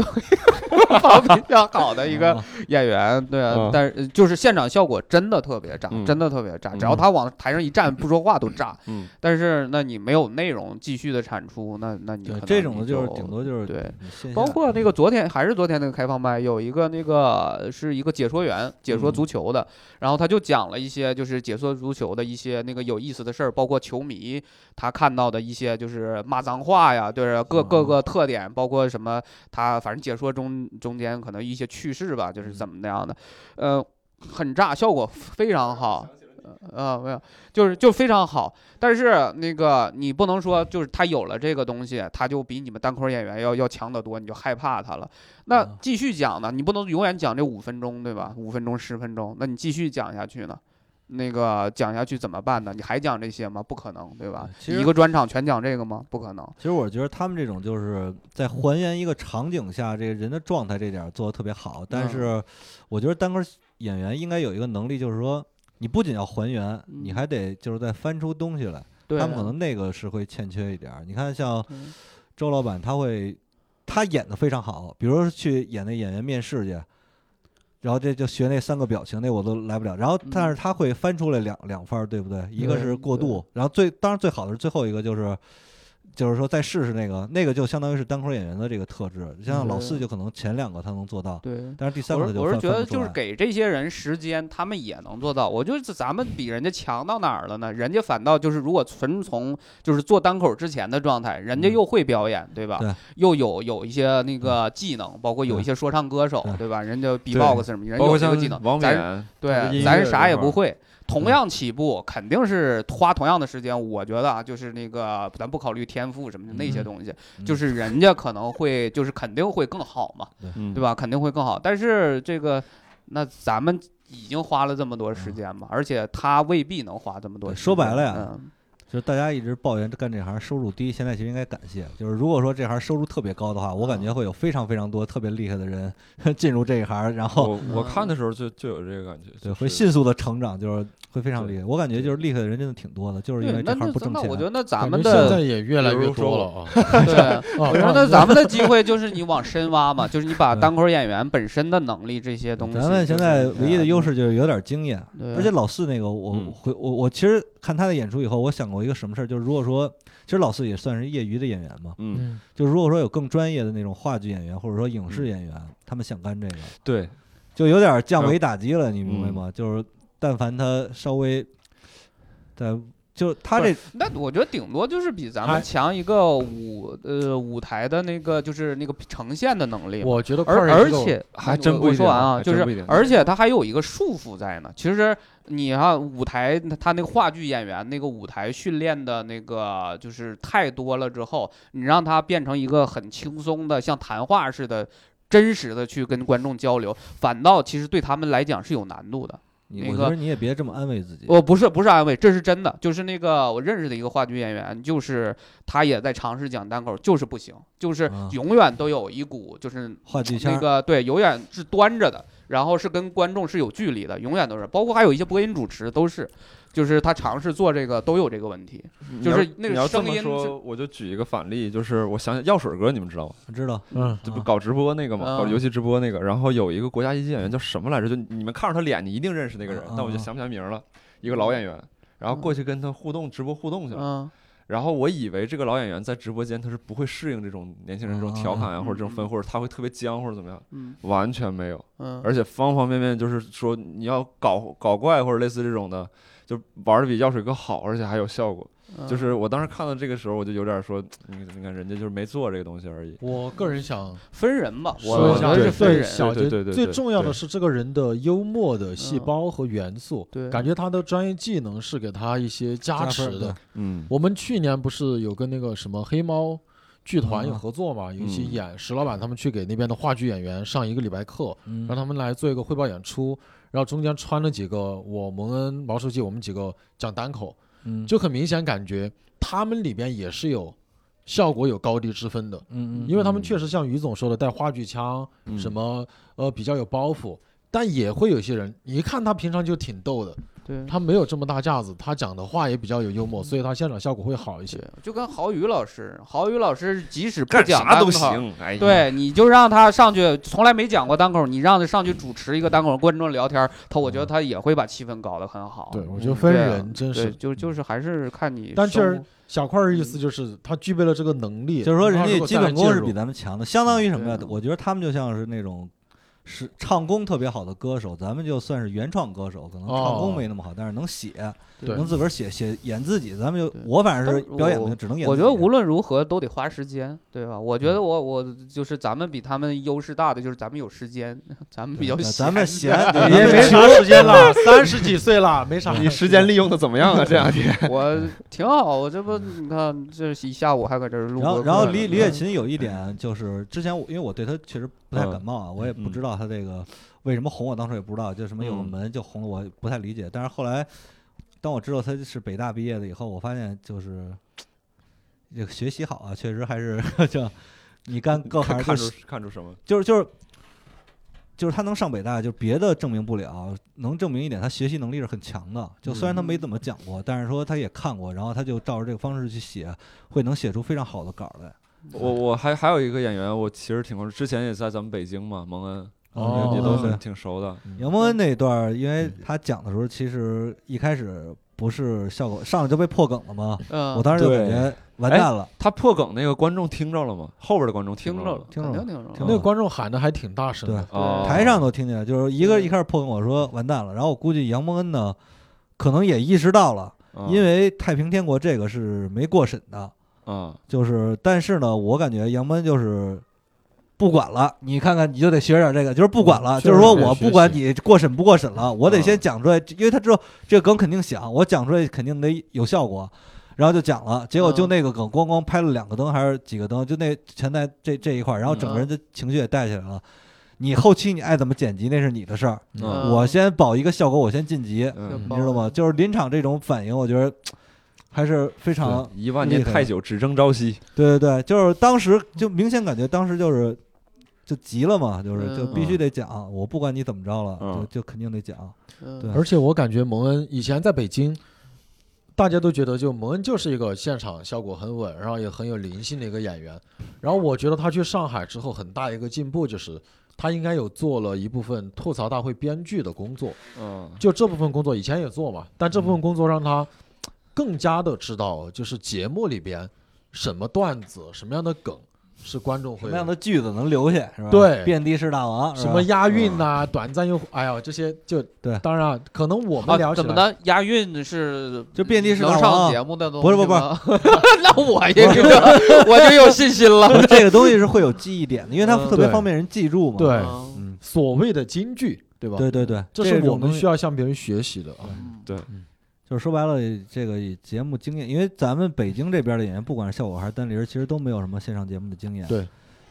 Speaker 6: 个跑比较好的一个
Speaker 7: 啊
Speaker 6: 演员，对啊
Speaker 1: 嗯，
Speaker 6: 但是就是现场效果真的特别炸
Speaker 1: 嗯，
Speaker 6: 真的特别炸，只
Speaker 1: 嗯
Speaker 6: 要他往台上一站不说话都炸
Speaker 1: 嗯。
Speaker 6: 但是那你没有内容继续的产出，那那你可
Speaker 7: 对，
Speaker 6: 能
Speaker 7: 这种的
Speaker 6: 你
Speaker 7: 就是顶多就是
Speaker 6: 对
Speaker 7: 你线下
Speaker 6: 包括那个昨天还是昨天那个开放麦，有一个那个是一个解说员解说
Speaker 1: 嗯
Speaker 6: 足球的，然后他就讲了一些就是解说足球的一些那个有意思的事儿，包括球迷他看到的一些就是骂脏话呀，对各各个特点，包括什么他反正解说中中间可能一些趣事吧，就是怎么那样的，呃，很炸，效果非常好。呃，没有，就是就非常好，但是那个你不能说就是他有了这个东西，他就比你们单口演员要要强得多，你就害怕他了。那
Speaker 7: 嗯
Speaker 6: 继续讲呢，你不能永远讲这五分钟，对吧？五分钟、十分钟，那你继续讲下去呢？那个讲下去怎么办呢？你还讲这些吗？不可能，对吧？
Speaker 7: 呃其实
Speaker 6: 一个专场全讲这个吗？不可能。
Speaker 7: 其实我觉得他们这种就是在还原一个场景下这个人的状态这点儿做的特别好，但
Speaker 6: 嗯
Speaker 7: 是我觉得单口演员应该有一个能力，就是说你不仅要还原，你
Speaker 6: 嗯
Speaker 7: 还得就是再翻出东西来。
Speaker 6: 对
Speaker 7: 他
Speaker 6: 啊，
Speaker 7: 们可能那个是会欠缺一点儿。你看，像
Speaker 6: 嗯
Speaker 7: 周老板，他会他演的非常好，比如说去演那演员面试去，然后这就学那三个表情，那我都来不了。然后，但是他会翻出来两两番儿，对不对？一个
Speaker 6: 嗯对
Speaker 7: 是过
Speaker 6: 对
Speaker 7: 渡，然后最当然最好的是最后一个就是。就是说，再试试那个，那个就相当于是单口演员的这个特质。像老四就可能前两个他能做到，
Speaker 6: 对。
Speaker 7: 但是第三
Speaker 6: 我
Speaker 7: 个他
Speaker 6: 是
Speaker 7: 就
Speaker 6: 我是
Speaker 7: 翻
Speaker 6: 觉
Speaker 7: 翻
Speaker 6: 得
Speaker 7: 不出
Speaker 6: 就是
Speaker 7: 来
Speaker 6: 给这些人时间，他们也能做到。我就是咱们比人家强到哪儿了呢？人家反倒就是如果纯从就是做单口之前的状态，人家
Speaker 7: 嗯
Speaker 6: 又会表演，对吧？
Speaker 7: 对嗯
Speaker 6: 又有有一些那个技能，包括有一些说唱歌手
Speaker 7: 对，
Speaker 6: 对吧？人家 B-box 什么，人
Speaker 1: 包括
Speaker 6: 有这个
Speaker 1: 像
Speaker 6: 技能，
Speaker 1: 王
Speaker 6: 咱
Speaker 1: 冕，
Speaker 6: 对，
Speaker 1: 音乐
Speaker 6: 咱
Speaker 1: 这
Speaker 6: 啥也
Speaker 1: 块
Speaker 6: 不
Speaker 1: 儿
Speaker 6: 会。同
Speaker 7: 对
Speaker 6: 样起步，肯定是花同样的时间。我觉得啊，就是那个，咱不考虑天赋什么的那些
Speaker 7: 嗯
Speaker 6: 东西，
Speaker 7: 嗯
Speaker 6: 就是人家可能会，就是肯定会更好嘛。
Speaker 1: 嗯
Speaker 6: 对，吧？肯定会更好。但是这个，那咱们已经花了这么多时间嘛，而且他未必能花这么多
Speaker 7: 嗯对
Speaker 6: 时间。
Speaker 7: 说白了呀
Speaker 6: 嗯，
Speaker 7: 就是大家一直抱怨干这行收入低，现在其实应该感谢。就是如果说这行收入特别高的话，我感
Speaker 6: 嗯
Speaker 7: 觉会有非常非常多特别厉害的人 进入这一行，然后
Speaker 1: 我我看的时候就就有这个感觉，
Speaker 7: 哦嗯对
Speaker 1: 就
Speaker 7: 会
Speaker 1: 是
Speaker 7: 迅速的成长，就是会非常厉害。我感觉就是厉害的人真的挺多的，就是因
Speaker 6: 对，
Speaker 7: 为
Speaker 6: 那
Speaker 7: 这
Speaker 6: 那
Speaker 7: 行不挣
Speaker 6: 那
Speaker 7: 钱啊
Speaker 6: 我觉。得那咱
Speaker 5: 感
Speaker 6: 们
Speaker 5: 觉现 在
Speaker 6: 的
Speaker 5: 也越来
Speaker 1: 比
Speaker 5: 越
Speaker 1: 如
Speaker 5: 多了啊。
Speaker 6: 对，
Speaker 7: 哦
Speaker 5: 啊
Speaker 6: 我觉得咱 们的机会就是你往深挖嘛，就是你把
Speaker 7: 对
Speaker 6: 单口演员本身的能力这些东西。
Speaker 7: 嗯咱们现在唯一的优，势就是有点经验，
Speaker 6: 啊对
Speaker 7: 而且老四那个，我
Speaker 1: 嗯
Speaker 7: 回我我其实看他的演出以后，我想过一个什么事儿，就是如果说，其实老四也算是业余的演员嘛，
Speaker 1: 嗯，
Speaker 5: 嗯，
Speaker 7: 就如果说有更专业的那种话剧演员或者说影
Speaker 6: 嗯
Speaker 7: 视演员，他们想干这个，
Speaker 1: 对，
Speaker 7: 就有点降维打击了，你
Speaker 6: 嗯
Speaker 7: 明白吗？就是但凡他稍微，在就是他这
Speaker 6: 那我觉得顶多就是比咱们
Speaker 2: 哎
Speaker 6: 强一个舞呃舞台的那个就是那个呈现的能力嘛。
Speaker 5: 我觉得
Speaker 6: 而
Speaker 5: Quarry
Speaker 6: 而
Speaker 5: 这种
Speaker 6: 且
Speaker 1: 还
Speaker 6: 我
Speaker 1: 真不
Speaker 6: 我
Speaker 1: 一
Speaker 6: 说
Speaker 1: 定
Speaker 6: 完啊，
Speaker 1: 还
Speaker 6: 就
Speaker 1: 真
Speaker 6: 是
Speaker 1: 不一定
Speaker 6: 而且他还有一个束缚在呢。其实你啊，舞台他那个话剧演员那个舞台训练的那个就是太多了之后，你让他变成一个很轻松的像谈话似的。真实的去跟观众交流，反倒其实对他们来讲是有难度的。
Speaker 7: 你
Speaker 6: 那
Speaker 7: 我
Speaker 6: 个
Speaker 7: 觉得你也别这么安慰自己。
Speaker 6: 我不是不是安慰，这是真的。就是那个我认识的一个话剧演员，就是他也在尝试讲单口，就是不行，就是
Speaker 7: 啊
Speaker 6: 永远都有一股就是
Speaker 7: 话剧圈
Speaker 6: 那
Speaker 7: 儿，
Speaker 6: 个对，永远是端着的，然后是跟观众是有距离的，永远都是，包括还有一些播音主持都是，就是他尝试做这个都有这个问题。
Speaker 1: 你
Speaker 6: 就
Speaker 1: 要
Speaker 6: 是那
Speaker 1: 嗯你
Speaker 6: 个
Speaker 1: 要这
Speaker 6: 声
Speaker 1: 么
Speaker 6: 音是
Speaker 1: 说，我就举一个反例，就是我想想药水哥，你们知道吗？
Speaker 7: 我知道，
Speaker 5: 嗯，
Speaker 1: 这不搞直播那个嘛，
Speaker 6: 啊
Speaker 1: 搞游戏直播那个，然后有一个国家一级演员叫什么来着？就你们看着他脸，你一定认识那个人
Speaker 7: 啊，
Speaker 1: 但我就
Speaker 7: 啊
Speaker 1: 想不起来名儿了，一个老演员。然后过去跟他互动，直播互动去了。
Speaker 6: 嗯，
Speaker 1: 然后我以为这个老演员在直播间他是不会适应这种年轻人这种调侃啊，
Speaker 7: 嗯
Speaker 1: 或者这种氛，或者他会特别僵或者怎么样，
Speaker 6: 嗯
Speaker 1: 完全没有。
Speaker 6: 嗯，
Speaker 1: 而且方方面面就是说你要搞搞怪或者类似这种的，就玩的比药水哥好，而且还有效果。
Speaker 6: 嗯
Speaker 1: 就是我当时看到这个时候，我就有点说，你你看人家就是没做这个东西而已。
Speaker 5: 我个人想
Speaker 6: 分人吧，我
Speaker 5: 说
Speaker 6: 觉
Speaker 5: 一下
Speaker 6: 得
Speaker 5: 对
Speaker 6: 是分
Speaker 5: 对
Speaker 6: 人。
Speaker 5: 小
Speaker 1: 对
Speaker 5: 杰
Speaker 1: 对对
Speaker 5: 最
Speaker 1: 对
Speaker 5: 重要的
Speaker 1: 对嗯
Speaker 5: 是这个人的幽默的细胞和元素，
Speaker 6: 对
Speaker 5: 感觉他的专业技能是给他一些加持
Speaker 7: 加分
Speaker 5: 的
Speaker 7: 对。
Speaker 1: 嗯
Speaker 5: 我们去年不是有跟那个什么黑猫剧团有
Speaker 7: 嗯
Speaker 5: 合作嘛，有一起
Speaker 1: 嗯
Speaker 5: 演石老板他们去给那边的话剧演员上一个礼拜课，
Speaker 7: 嗯
Speaker 5: 让他们来做一个汇报演出，然后中间穿了几个我蒙恩毛书记我们几个讲单口，
Speaker 7: 嗯
Speaker 5: 就很明显感觉他们里边也是有效果有高低之分的，
Speaker 7: 嗯
Speaker 5: 因为他们确实像于总说的带话剧腔，
Speaker 1: 嗯
Speaker 5: 什么呃比较有包袱，但也会有些人，你一看他平常就挺逗的，
Speaker 7: 嗯
Speaker 6: 对，
Speaker 5: 他没有这么大架子，他讲的话也比较有幽默，所以他现场效果会好一些。
Speaker 6: 就跟郝宇老师，郝宇老师即使不
Speaker 1: 干
Speaker 6: 讲
Speaker 1: 啥都
Speaker 6: 单口，
Speaker 1: 行。哎呀，
Speaker 6: 对，你就让他上去，从来没讲过单口，你让他上去主持一个单口，观众聊天，他我觉得他也会把气氛搞得很
Speaker 7: 哦
Speaker 6: 好。
Speaker 5: 嗯对，
Speaker 7: 嗯
Speaker 5: 我觉得分
Speaker 6: 对啊
Speaker 5: 人真
Speaker 6: 对，
Speaker 5: 是。
Speaker 6: 就就是还是看你生活。
Speaker 5: 但确实小块儿的意思就是他具备了这个能力，
Speaker 7: 嗯就是说人
Speaker 5: 他如
Speaker 7: 家
Speaker 5: 果
Speaker 7: 基
Speaker 5: 再来
Speaker 7: 本功
Speaker 5: 介
Speaker 7: 是
Speaker 5: 入
Speaker 7: 比咱们强的，相当于什么呀
Speaker 6: 对？
Speaker 7: 我觉得他们就像是那种是唱功特别好的歌手，咱们就算是原创歌手，可能唱
Speaker 5: 哦
Speaker 7: 功没那么好，但是能写，
Speaker 5: 对
Speaker 7: 能自个儿写写演自己，咱们就
Speaker 6: 对
Speaker 7: 我反正是
Speaker 6: 但是
Speaker 7: 表演
Speaker 6: 我
Speaker 7: 不行，只能演自己。啊
Speaker 6: 我觉得无论如何都得花时间，对吧？我觉
Speaker 7: 嗯
Speaker 6: 得我我就是咱们比他们优势大的就是咱们有时间， 咱们比较
Speaker 7: 对
Speaker 6: 闲。
Speaker 7: 咱们闲，对
Speaker 5: 也没啥时间了，三十几岁了，没啥。
Speaker 1: 你时间利用的怎么样啊？这两天
Speaker 6: 我挺好，我这不你看这一下午还搁这儿录
Speaker 7: 嗯然
Speaker 6: 播
Speaker 7: 后，
Speaker 6: 客呢。
Speaker 7: 然后李李雪琴有一点就是，之前我因为我对她确实不太
Speaker 1: 嗯
Speaker 7: 感冒啊，我也不
Speaker 1: 嗯
Speaker 7: 知道她这个为什么红，我当时也不知道，就什么有个
Speaker 1: 嗯
Speaker 7: 门就红了，我不太理解。但是后来，当我知道她是北大毕业的以后，我发现就是这个学习好啊，确实还是 就你干各行
Speaker 1: 看
Speaker 7: 就
Speaker 1: 看
Speaker 7: 是
Speaker 1: 出看出什么？
Speaker 7: 就是就是就是他能上北大，就别的证明不了，能证明一点，他学习能力是很强的。就虽然他
Speaker 1: 嗯
Speaker 7: 没怎么讲过，但是说他也看过，然后他就照着这个方式去写，会能写出非常好的稿来。
Speaker 1: 我我还还有一个演员，我其实挺关注，之前也在咱们北京嘛，蒙恩，
Speaker 5: 哦
Speaker 1: 也都
Speaker 7: 对
Speaker 1: 很挺熟的。
Speaker 7: 杨蒙恩那一段儿，因为
Speaker 1: 嗯
Speaker 7: 他讲的时候，其实一开始不是效果，上来就被破梗了嘛，
Speaker 6: 嗯，
Speaker 7: 我当时就感
Speaker 1: 啊对
Speaker 7: 觉完
Speaker 1: 哎
Speaker 7: 蛋了。
Speaker 1: 他破梗那个观众听着了吗？后边的观众
Speaker 6: 听
Speaker 1: 着
Speaker 6: 着
Speaker 1: 了。
Speaker 7: 听着
Speaker 6: 肯
Speaker 7: 了
Speaker 6: 定听着
Speaker 7: 听
Speaker 6: 了。
Speaker 5: 那个观众喊的还挺大声的，
Speaker 1: 哦，
Speaker 7: 台上都听见，就是一个一开始破梗，我说完蛋了，然后我估计杨蒙恩呢，可能也意识到了，
Speaker 1: 嗯
Speaker 7: 因为太平天国这个是没过审的，
Speaker 1: 嗯
Speaker 7: 就是但是呢，我感觉杨门就是不管了，你看看你就得学点这个，就是不管了，
Speaker 2: 确
Speaker 7: 就
Speaker 2: 实
Speaker 7: 是说
Speaker 2: 得
Speaker 7: 我
Speaker 2: 学
Speaker 7: 不管你过审不过审了，我得
Speaker 1: 嗯
Speaker 7: 先讲出来，因为他知道这个梗肯定响，我讲出来肯定得有效果。然后就讲了，结果就
Speaker 6: 嗯
Speaker 7: 那个梗咣咣拍了两个灯还是几个灯，就那全在这这一块儿，然后整个人的情绪也带起来了。你后期你爱怎么剪辑那是你的事儿，
Speaker 1: 嗯
Speaker 7: 我先保一个效果，我先晋级，
Speaker 1: 嗯，
Speaker 7: 你知道吗？就是临场这种反应，我觉得还是非常
Speaker 1: 一万年太久，只争朝夕。
Speaker 7: 对对对，就是当时就明显感觉当时就是就急了嘛，就是就
Speaker 6: 嗯
Speaker 7: 必须得讲，我不管你怎么着了，
Speaker 1: 嗯
Speaker 7: 就就肯定得讲。
Speaker 6: 嗯
Speaker 7: 对
Speaker 5: 而且我感觉蒙恩以前在北京，大家都觉得就蒙恩就是一个现场效果很稳，然后也很有灵性的一个演员。然后我觉得他去上海之后，很大一个进步就是他应该有做了一部分吐槽大会编剧的工作，
Speaker 1: 嗯，
Speaker 5: 就这部分工作以前也做嘛，但这部分工作让他更加的知道，就是节目里边什么段子、什么样的梗是观众
Speaker 7: 什
Speaker 5: 会
Speaker 7: 么样的句子能留下是吧？
Speaker 5: 对
Speaker 7: 遍地是大王，
Speaker 5: 什么 押
Speaker 7: 样？
Speaker 5: 韵呐、短暂又哎呀这些就
Speaker 7: 对
Speaker 5: 当然啊可能我们
Speaker 6: 啊
Speaker 5: 聊，起
Speaker 6: 怎么
Speaker 5: 来，
Speaker 6: 的？押韵是
Speaker 7: 就遍地是
Speaker 6: 能
Speaker 7: 大
Speaker 6: 上
Speaker 7: 王
Speaker 6: 节
Speaker 7: 啊。
Speaker 6: 目的东西
Speaker 7: 不是不是
Speaker 6: 吗 那我也这个， 我就有信心 了。
Speaker 7: 这个东西是会有记忆点的，因为它
Speaker 6: 嗯
Speaker 7: 特别
Speaker 5: 对
Speaker 7: 方便人记住嘛。
Speaker 5: 对
Speaker 6: 嗯
Speaker 7: 嗯，
Speaker 5: 所谓的京剧，对吧？
Speaker 7: 对对对，
Speaker 5: 这是我
Speaker 7: 种东
Speaker 5: 们
Speaker 7: 西
Speaker 5: 需要向别人学习的啊。
Speaker 7: 就是说白了，这个节目经验，因为咱们北京这边的演员，不管是效果还是单林，其实都没有什么线上节目的经验。
Speaker 5: 对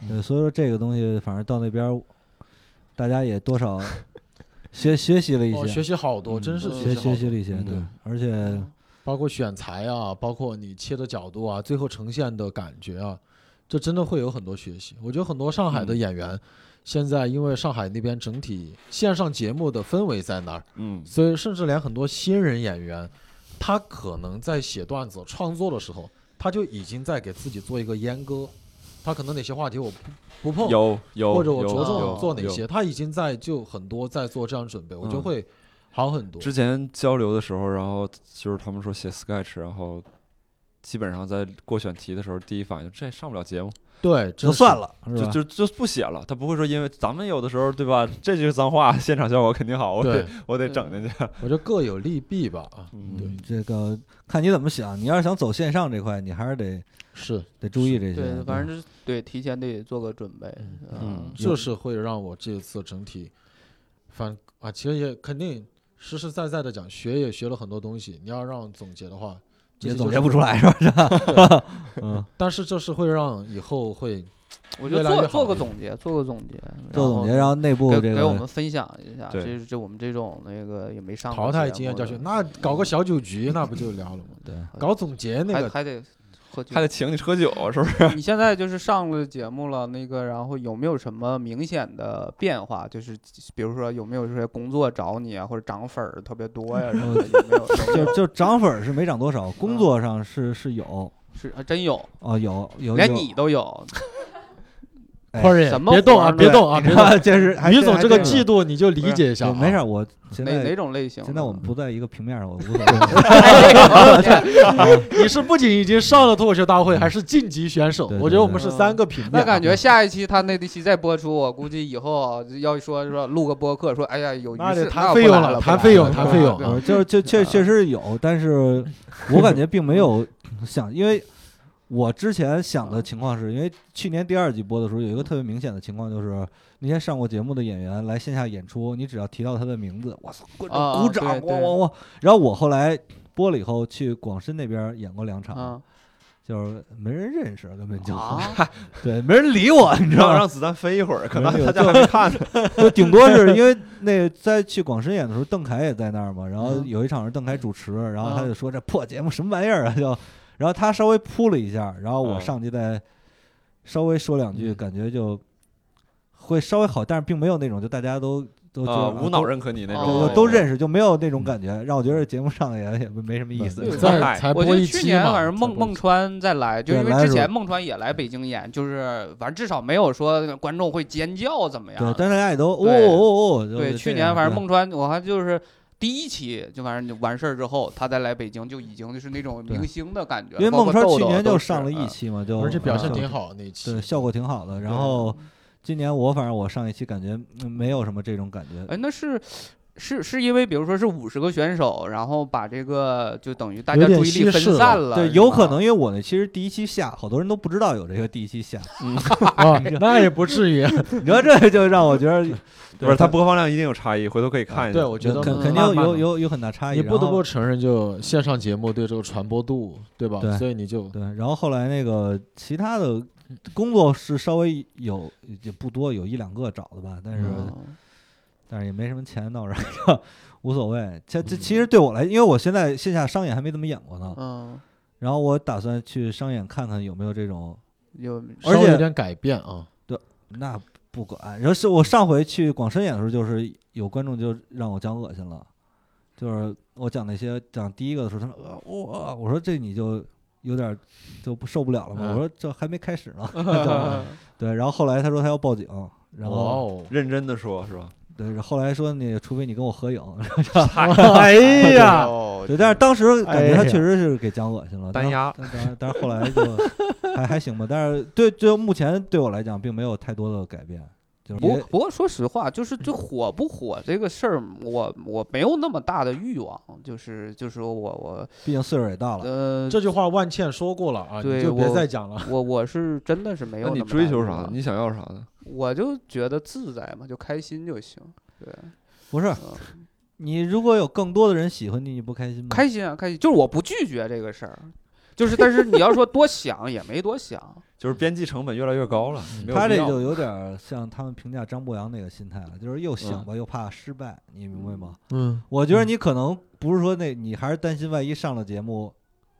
Speaker 7: 对，所以说这个东西，反正到那边，大家也 多少学学习了一些，
Speaker 5: 哦，学习好多，
Speaker 7: 嗯
Speaker 5: 真是
Speaker 7: 学
Speaker 5: 学
Speaker 7: 学习
Speaker 5: 好多
Speaker 7: 了一些，对，而且
Speaker 5: 包括选材啊，包括你切的角度啊，最后呈现的感觉啊，这真的会有很多学习。我觉得很多上
Speaker 7: 嗯
Speaker 5: 海的演员，现在因为上海那边整体线上节目的氛围在那儿，
Speaker 1: 嗯，
Speaker 5: 所以甚至连很多新人演员，他可能在写段子创作的时候，他就已经在给自己做一个阉割，他可能哪些话题我不不碰，
Speaker 1: 有有，
Speaker 5: 或者我
Speaker 1: 有
Speaker 5: 着
Speaker 1: 有
Speaker 5: 重做哪
Speaker 1: 有
Speaker 5: 些，他已经在就很多在做这样准备，我就
Speaker 1: 嗯
Speaker 5: 会好很多。
Speaker 1: 之前交流的时候，然后就是他们说写 sketch，然后基本上在过选题的时候，第一反应这上不了节目，
Speaker 5: 对，
Speaker 7: 就
Speaker 5: 真是
Speaker 7: 算。了，是吧？
Speaker 1: 就就就不写了。他不会说，因为咱们有的时候对吧，这句脏话现场效果肯定好，我
Speaker 5: 对
Speaker 1: 得， 我得整进去。
Speaker 5: 我觉得各有利弊吧啊，
Speaker 1: 嗯
Speaker 5: 对，
Speaker 7: 嗯这个看你怎么想，你要是想走线上这块，你还是得
Speaker 5: 是，
Speaker 7: 得注意这些。
Speaker 6: 对，
Speaker 7: 对
Speaker 6: 反正就是对，提前得做个准备。嗯
Speaker 1: 嗯，
Speaker 5: 这是会让我这次整体反啊，其实也肯定实实在在的讲，学也学了很多东西。你要让总结的话，这
Speaker 7: 也
Speaker 5: 些
Speaker 7: 总
Speaker 5: 就
Speaker 7: 结
Speaker 5: 是
Speaker 7: 不出来是吧？ 嗯
Speaker 5: 但是这是会让以后会
Speaker 6: 我觉
Speaker 5: 越
Speaker 6: 得
Speaker 5: 来越
Speaker 6: 做
Speaker 5: 好
Speaker 6: 做个总结，做个总结，
Speaker 7: 做总结，然后内部
Speaker 6: 给
Speaker 7: 这
Speaker 6: 给我们
Speaker 7: 个
Speaker 6: 分享一下，
Speaker 1: 对
Speaker 6: 这这我们这种那个也没上过
Speaker 5: 淘汰
Speaker 6: 节
Speaker 5: 经验
Speaker 6: 目
Speaker 5: 教
Speaker 6: 的
Speaker 5: 训。那搞个小酒局，那不就聊了吗？
Speaker 7: 对
Speaker 5: 搞总结那
Speaker 6: 还
Speaker 5: 个，
Speaker 6: 还得哎喝酒
Speaker 1: 还。 得请你喝酒，是不是？
Speaker 6: 你现在就是上了节目了，那个然后有没有什么明显的变化？就是比如说有没有这些工作找你啊，或者涨粉儿特别多呀、什么的？有没有？有没 有
Speaker 7: 就就涨粉儿是没涨多少，工作上是是有
Speaker 6: 是还真有，
Speaker 7: 哦，有有
Speaker 6: 连
Speaker 7: 有
Speaker 6: 你都有。
Speaker 7: 哎
Speaker 5: 宽人
Speaker 6: 什么
Speaker 5: 别动啊，
Speaker 6: 活儿呢
Speaker 5: 别 动啊，别动！
Speaker 7: 啊，这是还
Speaker 5: 于
Speaker 7: 真
Speaker 5: 总
Speaker 7: 还
Speaker 5: 这个
Speaker 7: 真有
Speaker 6: 啊
Speaker 5: 嫉妒你就理解一下啊，
Speaker 7: 对没事儿，我现
Speaker 6: 哪
Speaker 7: 在
Speaker 6: 哪种类型的？
Speaker 7: 现在我们不在一个平面上，我无所谓。
Speaker 5: 你是不仅已经上了脱口秀大会，还是晋级选手
Speaker 7: 嗯对。对
Speaker 5: 我觉得我们是
Speaker 6: 对
Speaker 5: 三个
Speaker 7: 啊
Speaker 5: 平面。
Speaker 6: 那感觉下一期他那期再播出，我估计以后要说说录个播客，说哎呀有
Speaker 5: 那
Speaker 6: 于
Speaker 5: 得
Speaker 6: 是
Speaker 5: 谈费用了，谈费用，谈费用啊！
Speaker 7: 呃，就是就确确实有，但是我感觉并没有想，因为我之前想的情况是，因为去年第二季播的时候，有一个特别明显的情况，就是那些上过节目的演员来线下演出，你只要提到他的名字，我操，观
Speaker 6: 啊
Speaker 7: 众鼓掌，
Speaker 6: 对对
Speaker 7: 咣咣咣。然后我后来播了以后，去广深那边演过两场，
Speaker 6: 嗯
Speaker 7: 就是没人认识，根本就
Speaker 6: 啊，
Speaker 7: 对，没人理我，你知道
Speaker 1: 让
Speaker 7: 吗？
Speaker 1: 让子弹飞一会儿，可能
Speaker 7: 没有
Speaker 1: 大家还没看呢。
Speaker 7: 就 顶 多是因为那在去广深演的时候，邓凯也在那儿嘛。然后
Speaker 6: 嗯
Speaker 7: 有一场是邓凯主持，然后他就说这破节目什么玩意儿啊，就，然后他稍微扑了一下，然后我
Speaker 1: 嗯
Speaker 7: 上去再稍微说两
Speaker 6: 嗯
Speaker 7: 句，感觉就会稍微好，但是并没有那种就大家都都觉
Speaker 1: 啊，
Speaker 7: 得
Speaker 1: 无脑认可你那
Speaker 7: 都
Speaker 1: 种
Speaker 6: 哦嗯
Speaker 7: 都，都认识，就没有那种感觉，让我觉得节目上也也没什么意思。
Speaker 6: 啊
Speaker 1: 对
Speaker 5: 再
Speaker 6: 哎
Speaker 5: 才
Speaker 6: 我
Speaker 5: 播
Speaker 6: 觉得
Speaker 5: 一
Speaker 6: 去
Speaker 5: 期
Speaker 6: 年
Speaker 5: 嘛，
Speaker 6: 好像孟孟川再来，就
Speaker 7: 对
Speaker 6: 因为
Speaker 7: 来的
Speaker 6: 之
Speaker 7: 时候
Speaker 6: 前孟川也来北京演，就是反正至少没有说观众会尖叫怎么
Speaker 7: 对
Speaker 6: 样，。
Speaker 7: 但是大家也都哦
Speaker 6: 对
Speaker 7: 哦哦，就
Speaker 6: 对，
Speaker 7: 是
Speaker 6: 去
Speaker 7: 这
Speaker 6: 年
Speaker 7: 样
Speaker 6: 反正
Speaker 7: 对
Speaker 6: 孟川，我还就是第一期就反正就完事儿之后，他再来北京就已经就是那种
Speaker 7: 对
Speaker 6: 明星的感觉。
Speaker 7: 因为
Speaker 6: 包括
Speaker 7: 孟川
Speaker 6: 豆
Speaker 7: 去
Speaker 6: 豆
Speaker 7: 年
Speaker 6: 都
Speaker 7: 就是上了一
Speaker 6: 嗯
Speaker 7: 期嘛，就
Speaker 5: 而且表现
Speaker 7: 就
Speaker 5: 挺好那一期，
Speaker 7: 对，效果挺
Speaker 6: 啊
Speaker 7: 好的。然后今年我反正我上一期感觉嗯没有什么这种感觉，
Speaker 6: 哎，那是是是因为比如说是五十个选手，然后把这个就等于大
Speaker 5: 有
Speaker 6: 家
Speaker 5: 点
Speaker 6: 注意力
Speaker 5: 稀
Speaker 6: 分
Speaker 5: 释了
Speaker 6: 散了，
Speaker 7: 对，
Speaker 6: 是
Speaker 7: 有
Speaker 6: 吧
Speaker 7: 可能因为我那其实第一期下，好多人都不知道有这个第一期 下，
Speaker 5: 啊，那也不至于。
Speaker 7: 你知道这就让我觉得
Speaker 1: 不是，它播放量一定有差异，回头可以看一下。
Speaker 5: 对，我 觉得
Speaker 7: 肯
Speaker 5: 慢
Speaker 7: 肯定
Speaker 5: 慢
Speaker 7: 有
Speaker 5: 地
Speaker 7: 有有很大差异。
Speaker 5: 你不得
Speaker 7: 然后
Speaker 5: 不承认，就线上节目对这个传播度，对吧？
Speaker 7: 对
Speaker 5: 所以你就
Speaker 7: 对，然后后来那个其他的工作是稍微有也不多，有一两个找的吧，但是
Speaker 6: 嗯
Speaker 7: 但是也没什么钱闹着，无所谓。其这其实对我来，因为我现在线下商演还没怎么演过呢，
Speaker 6: 嗯，
Speaker 7: 然后我打算去商演看看有没有这种
Speaker 6: 有
Speaker 5: 稍
Speaker 7: 而
Speaker 5: 微
Speaker 7: 且
Speaker 5: 有点改变啊。
Speaker 7: 那不管，然后是我上回去广深演的时候，就是有观众就让我讲恶心了，就是我讲那些讲第一个的时候，他说呃我、我说这你就有点儿就不受不了了嘛，
Speaker 5: 嗯
Speaker 7: 我说这还没开始呢，对，然后后来他说他要报警，然
Speaker 5: 哇
Speaker 7: 后、
Speaker 5: 哦，
Speaker 1: 认真的说，是吧？
Speaker 7: 对，后来说你除非你跟我合影，
Speaker 5: 哎呀，
Speaker 7: 对，但是当时感觉他
Speaker 5: 哎呀
Speaker 7: 确实是给讲恶心了，
Speaker 1: 单压
Speaker 7: 但，但但是后来就还还行吧，但是对就目前对我来讲并没有太多的改变，就是
Speaker 6: 不
Speaker 7: 也
Speaker 6: 不过说实话，就是就火不火这个事儿，我我没有那么大的欲望，就是就是我我
Speaker 7: 毕竟岁数也大了。
Speaker 6: 呃，
Speaker 5: 这句话万茜说过了啊，
Speaker 6: 对
Speaker 5: 你就别
Speaker 6: 我
Speaker 5: 再讲了。
Speaker 6: 我我是真的是没有
Speaker 1: 那
Speaker 6: 么
Speaker 1: 你
Speaker 6: 大
Speaker 1: 追
Speaker 6: 的
Speaker 1: 求
Speaker 6: 欲
Speaker 1: 啥呢
Speaker 6: 望？
Speaker 1: 你想要啥呢？
Speaker 6: 我就觉得自在嘛，就开心就行。对，
Speaker 7: 不是
Speaker 6: 嗯
Speaker 7: 你如果有更多的人喜欢你，你不开心吗？
Speaker 6: 开心啊，开心，就是我不拒绝这个事儿，就是但是你要说多想也没多想，
Speaker 1: 就是编辑成本越来越高了，没有
Speaker 7: 他这
Speaker 1: 必要
Speaker 7: 就有点儿像他们评价张博洋那个心态了，就是又
Speaker 6: 嗯
Speaker 7: 想吧，又怕失败，你明白吗？
Speaker 5: 嗯，
Speaker 7: 我觉得你可能不是说那，你还是担心万一上了节目，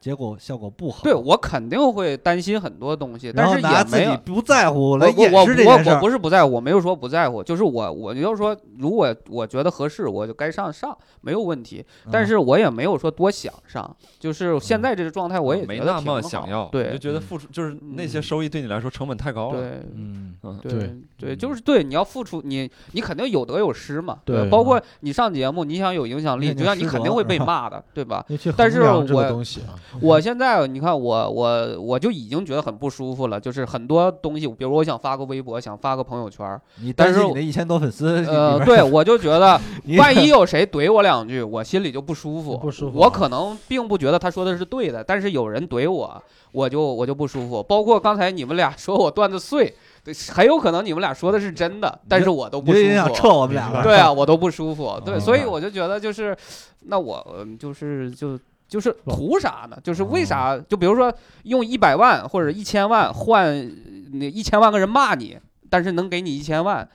Speaker 7: 结果效果不好，
Speaker 6: 对我肯定会担心很多东西，
Speaker 7: 然
Speaker 6: 但
Speaker 7: 后
Speaker 6: 是
Speaker 7: 拿
Speaker 6: 也
Speaker 7: 自
Speaker 6: 没有
Speaker 7: 己。不在乎
Speaker 6: 我
Speaker 7: 来掩
Speaker 6: 我我
Speaker 7: 饰这件事
Speaker 6: 我
Speaker 7: 儿
Speaker 6: 我。不是不在乎，我没有说不在乎，就是我我要说，如果我觉得合适，我就该上上，没有问题。但
Speaker 7: 嗯
Speaker 6: 是我也没有说多想上，就是现在这个状态，我也
Speaker 1: 嗯没
Speaker 6: 觉得
Speaker 1: 那
Speaker 6: 挺
Speaker 1: 么
Speaker 6: 好
Speaker 1: 想要，你就
Speaker 6: 对
Speaker 1: 觉得付出就是那些
Speaker 6: 嗯
Speaker 1: 收益对你来说成本太高了。
Speaker 6: 对
Speaker 7: 嗯，
Speaker 6: 对对，就是对，你要付出，你你肯定有得有失嘛。
Speaker 5: 对
Speaker 6: 包
Speaker 5: 啊
Speaker 6: 括你上节目，你想有影响
Speaker 7: 嗯那
Speaker 6: 力，
Speaker 7: 你
Speaker 6: 就像你
Speaker 7: 失
Speaker 6: 肯
Speaker 7: 德
Speaker 6: 定会
Speaker 7: 是
Speaker 6: 被
Speaker 7: 吧
Speaker 6: 骂的，对吧？
Speaker 5: 你去
Speaker 6: 但
Speaker 5: 衡
Speaker 6: 是
Speaker 5: 量这
Speaker 6: 我
Speaker 5: 个东西啊，
Speaker 6: 我现在你看我我我就已经觉得很不舒服了，就是很多东西，比如我想发个微博，想发个朋友圈儿，
Speaker 7: 你
Speaker 6: 但
Speaker 7: 担心
Speaker 6: 是
Speaker 7: 嗯你那一千多粉丝，里
Speaker 6: 呃，
Speaker 7: 边
Speaker 6: 对我就觉得
Speaker 7: 你
Speaker 6: 万一有谁怼我两句，我心里就不舒服，
Speaker 5: 不舒服
Speaker 6: 我
Speaker 5: 啊
Speaker 6: 可能并不觉得他说的是对的，但是有人怼我，我就我就不舒服。包括刚才你们俩说我段子碎，对很有可能你们俩说的是真的，但是我都
Speaker 7: 你
Speaker 6: 不
Speaker 7: 就
Speaker 6: 舒
Speaker 7: 影响
Speaker 6: 服。
Speaker 7: 臭我们俩了。
Speaker 6: 对啊，我都不舒服。对，
Speaker 7: 哦
Speaker 6: 所以我就觉得就是，那我嗯就是就。就是图啥呢？就是为啥？就比如说，用一百万或者一千万换呃那一千万个人骂你，但是能给你一千万，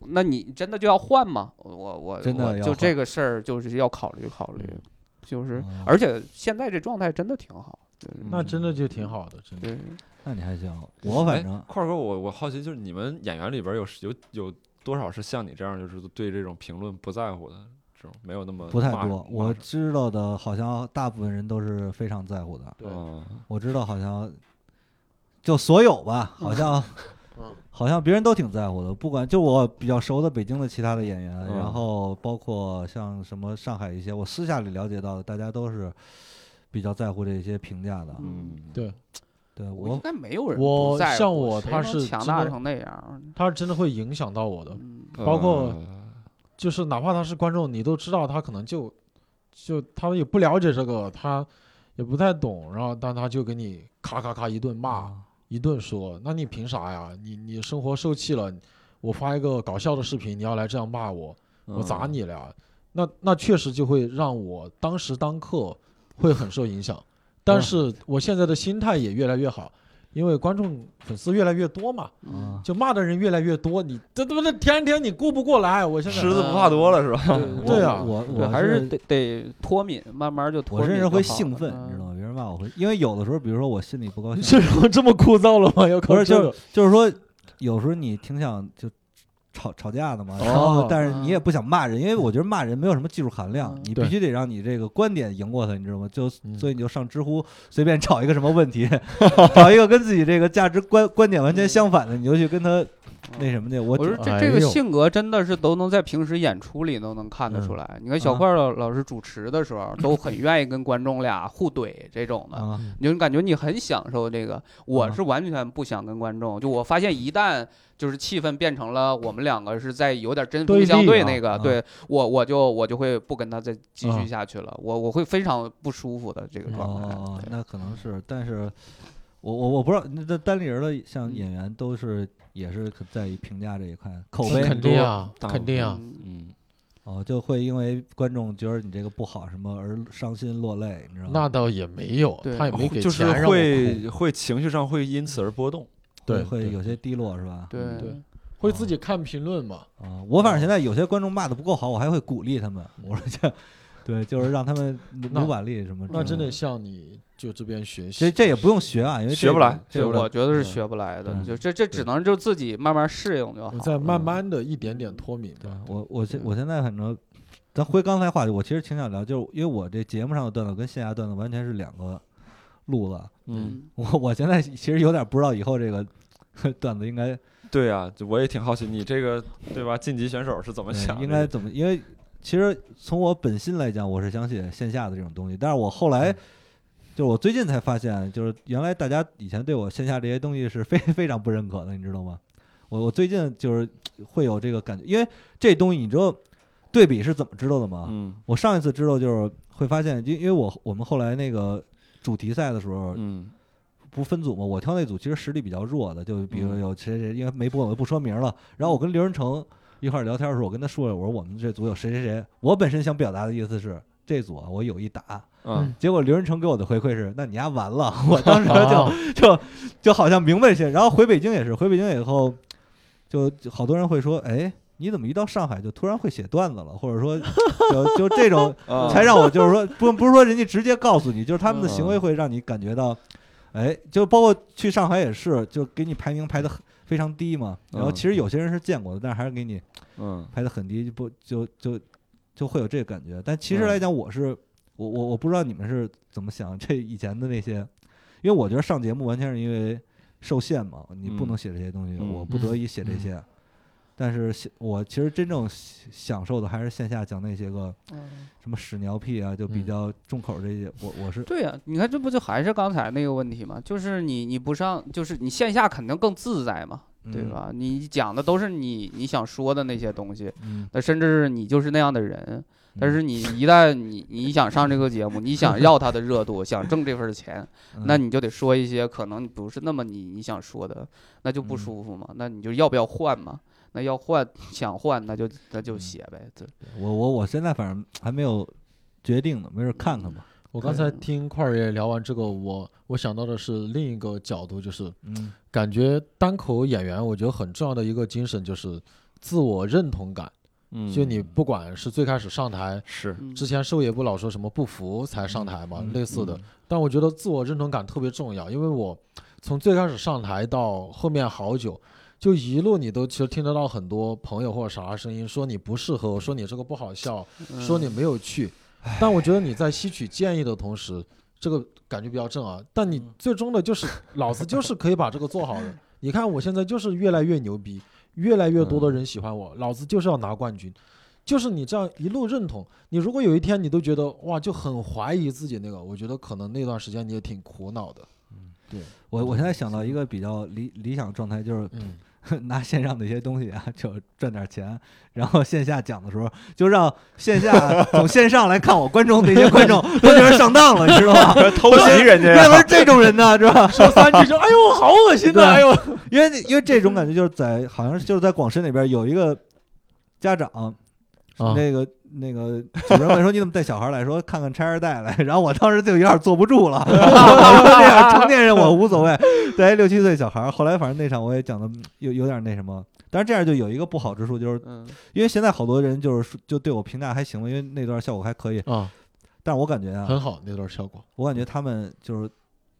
Speaker 6: 那你真的就要换吗？我我
Speaker 7: 真的
Speaker 6: 我
Speaker 7: 要
Speaker 6: 就
Speaker 7: 换
Speaker 6: 这个事儿，就是要考虑考虑。就是
Speaker 7: 嗯，
Speaker 6: 而且现在这状态真的挺好，
Speaker 5: 那真的就挺好的，真的。
Speaker 6: 对，
Speaker 7: 那你还行，我反正
Speaker 1: 哎块儿哥，我我好奇，就是你们演员里边有有有多少是像你这样，就是对这种评论不在乎的，这种没有那么
Speaker 7: 不太
Speaker 1: 骂
Speaker 7: 多。我知道的，好像大部分人都是非常在乎的。
Speaker 1: 骂嗯
Speaker 7: 我知道，好像就所有吧，好像
Speaker 8: 嗯，
Speaker 7: 好像别人都挺在乎的。不管就我比较熟的北京的其他的演员，
Speaker 1: 嗯
Speaker 7: 然后包括像什么上海一些，我私下里了解到的，大家都是比较在乎这些评价的。
Speaker 1: 嗯，
Speaker 7: 对
Speaker 6: 我应
Speaker 7: 我，
Speaker 6: 该没有人
Speaker 5: 我
Speaker 6: 不在乎
Speaker 5: 像我
Speaker 6: 谁
Speaker 5: 他
Speaker 6: 能
Speaker 5: 是呃
Speaker 6: 强
Speaker 5: 真
Speaker 6: 大
Speaker 5: 的
Speaker 6: 成那样，
Speaker 5: 他是真的会影响到我的，
Speaker 6: 嗯，
Speaker 5: 包括
Speaker 1: 呃
Speaker 5: 就是哪怕他是观众，你都知道他可能就就他也不了解这个，他也不太懂，然后但他就给你咔咔咔一顿骂，一顿说，那你凭啥呀？你你生活受气了，我发一个搞笑的视频，你要来这样骂我，我砸
Speaker 1: 嗯
Speaker 5: 你了呀？那那确实就会让我当时当刻会很受影响，但是我现在的心态也越来越好，因为观众粉丝越来越多嘛，
Speaker 6: 嗯
Speaker 7: 啊，
Speaker 5: 就骂的人越来越多，你这他妈的天天你顾不过来，我现在
Speaker 1: 狮子不怕多了是吧？
Speaker 5: 对啊
Speaker 7: 我
Speaker 6: 对，
Speaker 7: 我
Speaker 6: 还
Speaker 7: 是
Speaker 6: 是得得脱敏，慢慢就脱
Speaker 7: 我
Speaker 6: 敏就好了。嗯
Speaker 7: 甚至会兴奋，你知道
Speaker 6: 吗？
Speaker 7: 吗？别人骂我会，因为有的时候，比如说我心里不高兴，
Speaker 5: 这种这么枯燥了吗？要
Speaker 7: 不
Speaker 5: 靠
Speaker 7: 是
Speaker 5: 这
Speaker 7: 就
Speaker 5: 个
Speaker 7: 是就是说，有时候你挺想就吵吵架的嘛，然后
Speaker 5: 哦
Speaker 7: 但是你也不想骂人，因为我觉得骂人没有什么技术含量
Speaker 6: 嗯，
Speaker 7: 你
Speaker 5: 对
Speaker 7: 必须得让你这个观点赢过他，你知道吗？就
Speaker 5: 嗯
Speaker 7: 所以你就上知乎随便找一个什么问题， 找一个跟自己这个价值观观点完全相反的，你就去跟他那什么去。我
Speaker 6: 嗯我说
Speaker 7: 挺
Speaker 6: 这
Speaker 5: 哎
Speaker 6: 这个
Speaker 5: 呦
Speaker 6: 性格真的是都能在平时演出里都能看得出来。你看小
Speaker 7: 啊
Speaker 6: 块儿老老师主持的时候，都很愿意跟观众俩互怼这种的，
Speaker 7: 啊，
Speaker 6: 你就感觉你很享受这个。我
Speaker 7: 啊
Speaker 6: 是完全不想跟观众，就我发现一旦就是气氛变成了我们两个是在有点针锋
Speaker 5: 对
Speaker 6: 相
Speaker 5: 立
Speaker 6: 对
Speaker 5: 啊
Speaker 6: 那个，
Speaker 7: 啊
Speaker 6: 对我我就我就会不跟他再继续
Speaker 5: 啊
Speaker 6: 下去了，我我会非常不舒服的这个状态。
Speaker 7: 哦，
Speaker 6: 对
Speaker 7: 那可能是，但是我我我不知道，那那单立人的像
Speaker 6: 嗯
Speaker 7: 演员都是也是在于评价这一块，口
Speaker 5: 那
Speaker 7: 碑
Speaker 5: 肯定啊，
Speaker 1: 大
Speaker 5: 肯定啊，
Speaker 6: 嗯
Speaker 1: 嗯，
Speaker 7: 哦，就会因为观众觉得你这个不好什么而伤心落泪，你知道哦
Speaker 5: 那
Speaker 7: 吗？
Speaker 5: 倒也没有
Speaker 6: 对，
Speaker 5: 他也没给
Speaker 1: 哦就是
Speaker 5: 钱让我哭，
Speaker 1: 会会情绪上会因此而波动。
Speaker 5: 对
Speaker 7: 会
Speaker 5: 对
Speaker 7: 有些低落是吧？
Speaker 6: 对
Speaker 5: 对会自己看评论嘛。
Speaker 7: 啊、我反正现在有些观众骂的不够好，我还会鼓励他们，我说这，对，就是让他们努
Speaker 5: 那
Speaker 7: 努把力什么之类。
Speaker 5: 那真得向你就这边学
Speaker 7: 这
Speaker 5: 习。
Speaker 7: 嗯这也不用学啊，因为
Speaker 1: 学
Speaker 7: 这
Speaker 1: 不
Speaker 7: 个
Speaker 1: 来
Speaker 7: 这
Speaker 6: 对
Speaker 7: 个
Speaker 6: 我觉得是嗯
Speaker 5: 对
Speaker 6: 学不来的，就
Speaker 7: 对
Speaker 6: 这这只能就自己慢慢适应就好
Speaker 5: 我
Speaker 6: 了。
Speaker 5: 再慢慢的一点点脱敏
Speaker 7: 对啊
Speaker 5: 吧。
Speaker 7: 我我现我现在反正，咱回刚才话题，我其实挺想聊，就是因为我这节目上的段子跟线下段子完全是两个路子。啊
Speaker 1: 嗯，
Speaker 7: 我我现在其实有点不知道以后这个 段子应该
Speaker 1: 对啊，就我也挺好奇你这个对吧？晋级选手是怎么
Speaker 7: 对
Speaker 1: 想的？
Speaker 7: 嗯应该怎么？因为其实从我本心来讲，我是想写线下的这种东西，但是我
Speaker 1: 嗯
Speaker 7: 后来。就是我最近才发现，就是原来大家以前对我线下这些东西是非 非常不认可的，你知道吗？我我最近就是会有这个感觉，因为这东西你知道对比是怎么知道的吗？
Speaker 1: 嗯
Speaker 7: 我上一次知道就是会发现，因因为我我们后来那个主题赛的时候
Speaker 1: 嗯
Speaker 7: 不分组嘛，我挑那组其实实力比较弱的，就比如
Speaker 1: 嗯
Speaker 7: 有谁谁，因为没播我就不说名了。然后我跟刘仁成一块儿聊天的时候，我跟他说了，我说我们这组有谁谁谁，我本身想表达的意思是这组啊我有一打，
Speaker 1: 嗯
Speaker 7: 结果刘仁成给我的回馈是，那你丫完了，我当时 就就就好像明白一些。然后回北京也是，回北京以后，就就好多人会说，哎，你怎么一到上海就突然会写段子了，或者说就就这 种。
Speaker 1: 啊
Speaker 7: 才让我就是说，不不是说人家直接告诉你，就是他们的行
Speaker 1: 嗯
Speaker 7: 为会让你感觉到，哎，就包括去上海也是，就给你排名排的非常低嘛。然后
Speaker 1: 嗯
Speaker 7: 其实有些人是见过的，但是还是给你
Speaker 1: 嗯
Speaker 7: 排的很低，就不就就就会有这个感觉。但其实来讲，我是我我我不知道你们是怎么想 这以前的那些，因为我觉得上节目完全是因为受限嘛，你不
Speaker 1: 嗯
Speaker 7: 能写这些东西，
Speaker 1: 嗯
Speaker 7: 我不得已写这些。但是写我其实真正享享受的还是线下讲那些个
Speaker 6: 嗯
Speaker 7: 什么屎尿屁啊，就比
Speaker 5: 嗯
Speaker 7: 较重口这些，我我是
Speaker 6: 对呀、啊你看这不就还是刚才那个问题吗？就是你你不上，就是你线下肯定更自在嘛，
Speaker 7: 嗯
Speaker 6: 对？吧？你讲的都是你你想说的那些东西，
Speaker 7: 嗯，
Speaker 6: 那甚至是你就是那样的人。但是你一旦你你想上这个节目，你想要他的热度，想挣这份钱，
Speaker 7: 嗯
Speaker 6: 那你就得说一些可能不是那么你你想说的，那就不
Speaker 7: 嗯
Speaker 6: 舒服嘛。那你就要不要换嘛？那要换，想换那就那就写呗。对，
Speaker 7: 我我我现在反正还没有决定呢，没事儿看看吧。
Speaker 5: 我刚才听块儿爷聊完这个，我我想到的是另一个角度，就是
Speaker 7: 嗯
Speaker 5: 感觉单口演员，我觉得很重要的一个精神就是自我认同感。
Speaker 1: 嗯
Speaker 5: 就你不管是最开始上台，
Speaker 1: 是
Speaker 6: 嗯
Speaker 5: 之前兽爷不老说什么不服才上台嘛，
Speaker 1: 嗯
Speaker 5: 类似的。但我觉得自我认同感特别重要，因为我从最开始上台到后面好久，就一路你都其实听得到很多朋友或者啥声音说你不适合，说你这个不好笑，
Speaker 6: 嗯
Speaker 5: 说你没有趣。但我觉得你在吸取建议的同时，这个感觉比较正啊。但你最终的就是，老子就是可以把这个做好的。你看我现在就是越来越牛逼，越来越多的人喜欢我，老子就是要拿冠军。就是你这样一路认同，你如果有一天你都觉得哇，就很怀疑自己那个，我觉得可能那段时间你也挺苦恼的。
Speaker 7: 我我现在想到一个比较理理想状态，就是
Speaker 5: 嗯，
Speaker 7: 拿线上的一些东西啊，就赚点钱，然后线下讲的时候，就让线下 从线上来看我观众的一些观众都觉得上当了，你知道吗？
Speaker 9: 偷袭人家
Speaker 7: 要不
Speaker 9: 呀，
Speaker 7: 是这种人呢，是吧？
Speaker 8: 啊说三 句就哎呦，好恶心
Speaker 7: 对啊
Speaker 8: 呐！哎呦，
Speaker 7: 因为因为这种感觉就是在好像是就是在广深那边有一个家长，
Speaker 5: 啊
Speaker 7: 那个那个主任问说你怎么带小孩来说看看拆二代来，然后我当时就有点坐不住了，我说这样成年人我无所谓，带一六七岁小孩儿。后来反正那场我也讲的有有点那什么，但是这样就有一个不好之处，就是
Speaker 6: 嗯
Speaker 7: 因为现在好多人就是说就对我评价还行吧，因为那段效果还可以，
Speaker 5: 啊，
Speaker 7: 但是我感觉啊，
Speaker 5: 很好那段效果。
Speaker 7: 我感觉他们就是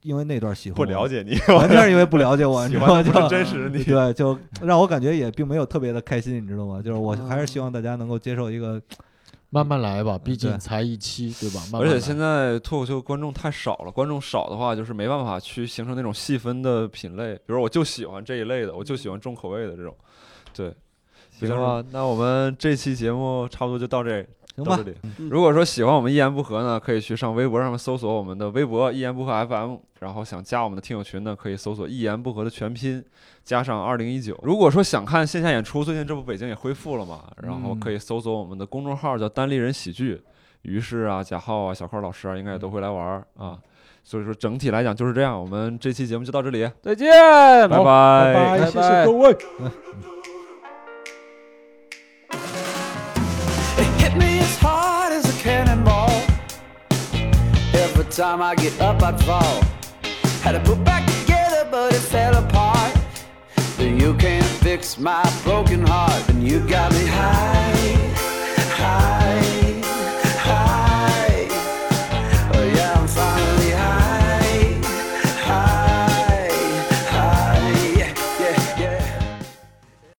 Speaker 7: 因为那段喜欢
Speaker 9: 不
Speaker 7: 我
Speaker 9: 了，解你，
Speaker 7: 完全是因为不了解我，你
Speaker 9: 喜
Speaker 7: 知道
Speaker 9: 欢
Speaker 7: 吗？
Speaker 9: 的
Speaker 7: 就
Speaker 9: 不是真实的你。
Speaker 7: 对，就让我感觉也并没有特别的开心，你知道吗？就是我
Speaker 6: 嗯
Speaker 7: 还是希望大家能够接受一个，
Speaker 5: 慢慢来吧，毕
Speaker 7: 对
Speaker 5: 竟才一期，对吧？慢慢
Speaker 1: 而且
Speaker 5: 来
Speaker 1: 现在脱口秀观众太少了，观众少的话，就是没办法去形成那种细分的品类。比如我就喜欢这一类的，我就喜欢重口味的这种。对，
Speaker 9: 行
Speaker 1: 行
Speaker 9: 吧，
Speaker 1: 吧，那我们这期节目差不多就到这
Speaker 7: 行
Speaker 1: 到
Speaker 7: 吧嗯
Speaker 1: 这？里。如果说喜欢我们一言不合呢，可以去上微博上面搜索我们的微博一言不合 FM，然后想加我们的听友群呢，可以搜索一言不合的全拼加上二零一九。如果说想看线下演出，最近这不北京也恢复了嘛，
Speaker 7: 嗯
Speaker 1: 然后可以搜索我们的公众号叫单立人喜剧，于是啊、贾浩啊、小寇老师啊，应该也都会来玩儿啊。所以说整体来讲就是这样，我们这期节目就到这里，
Speaker 6: 再见，
Speaker 1: 拜
Speaker 2: 拜拜，谢谢各位。
Speaker 10: It hit me as hard as a cannonball. Every time I get up, I'd fall. Had to put back together, but it fell apart. But you can't fix my broken heart.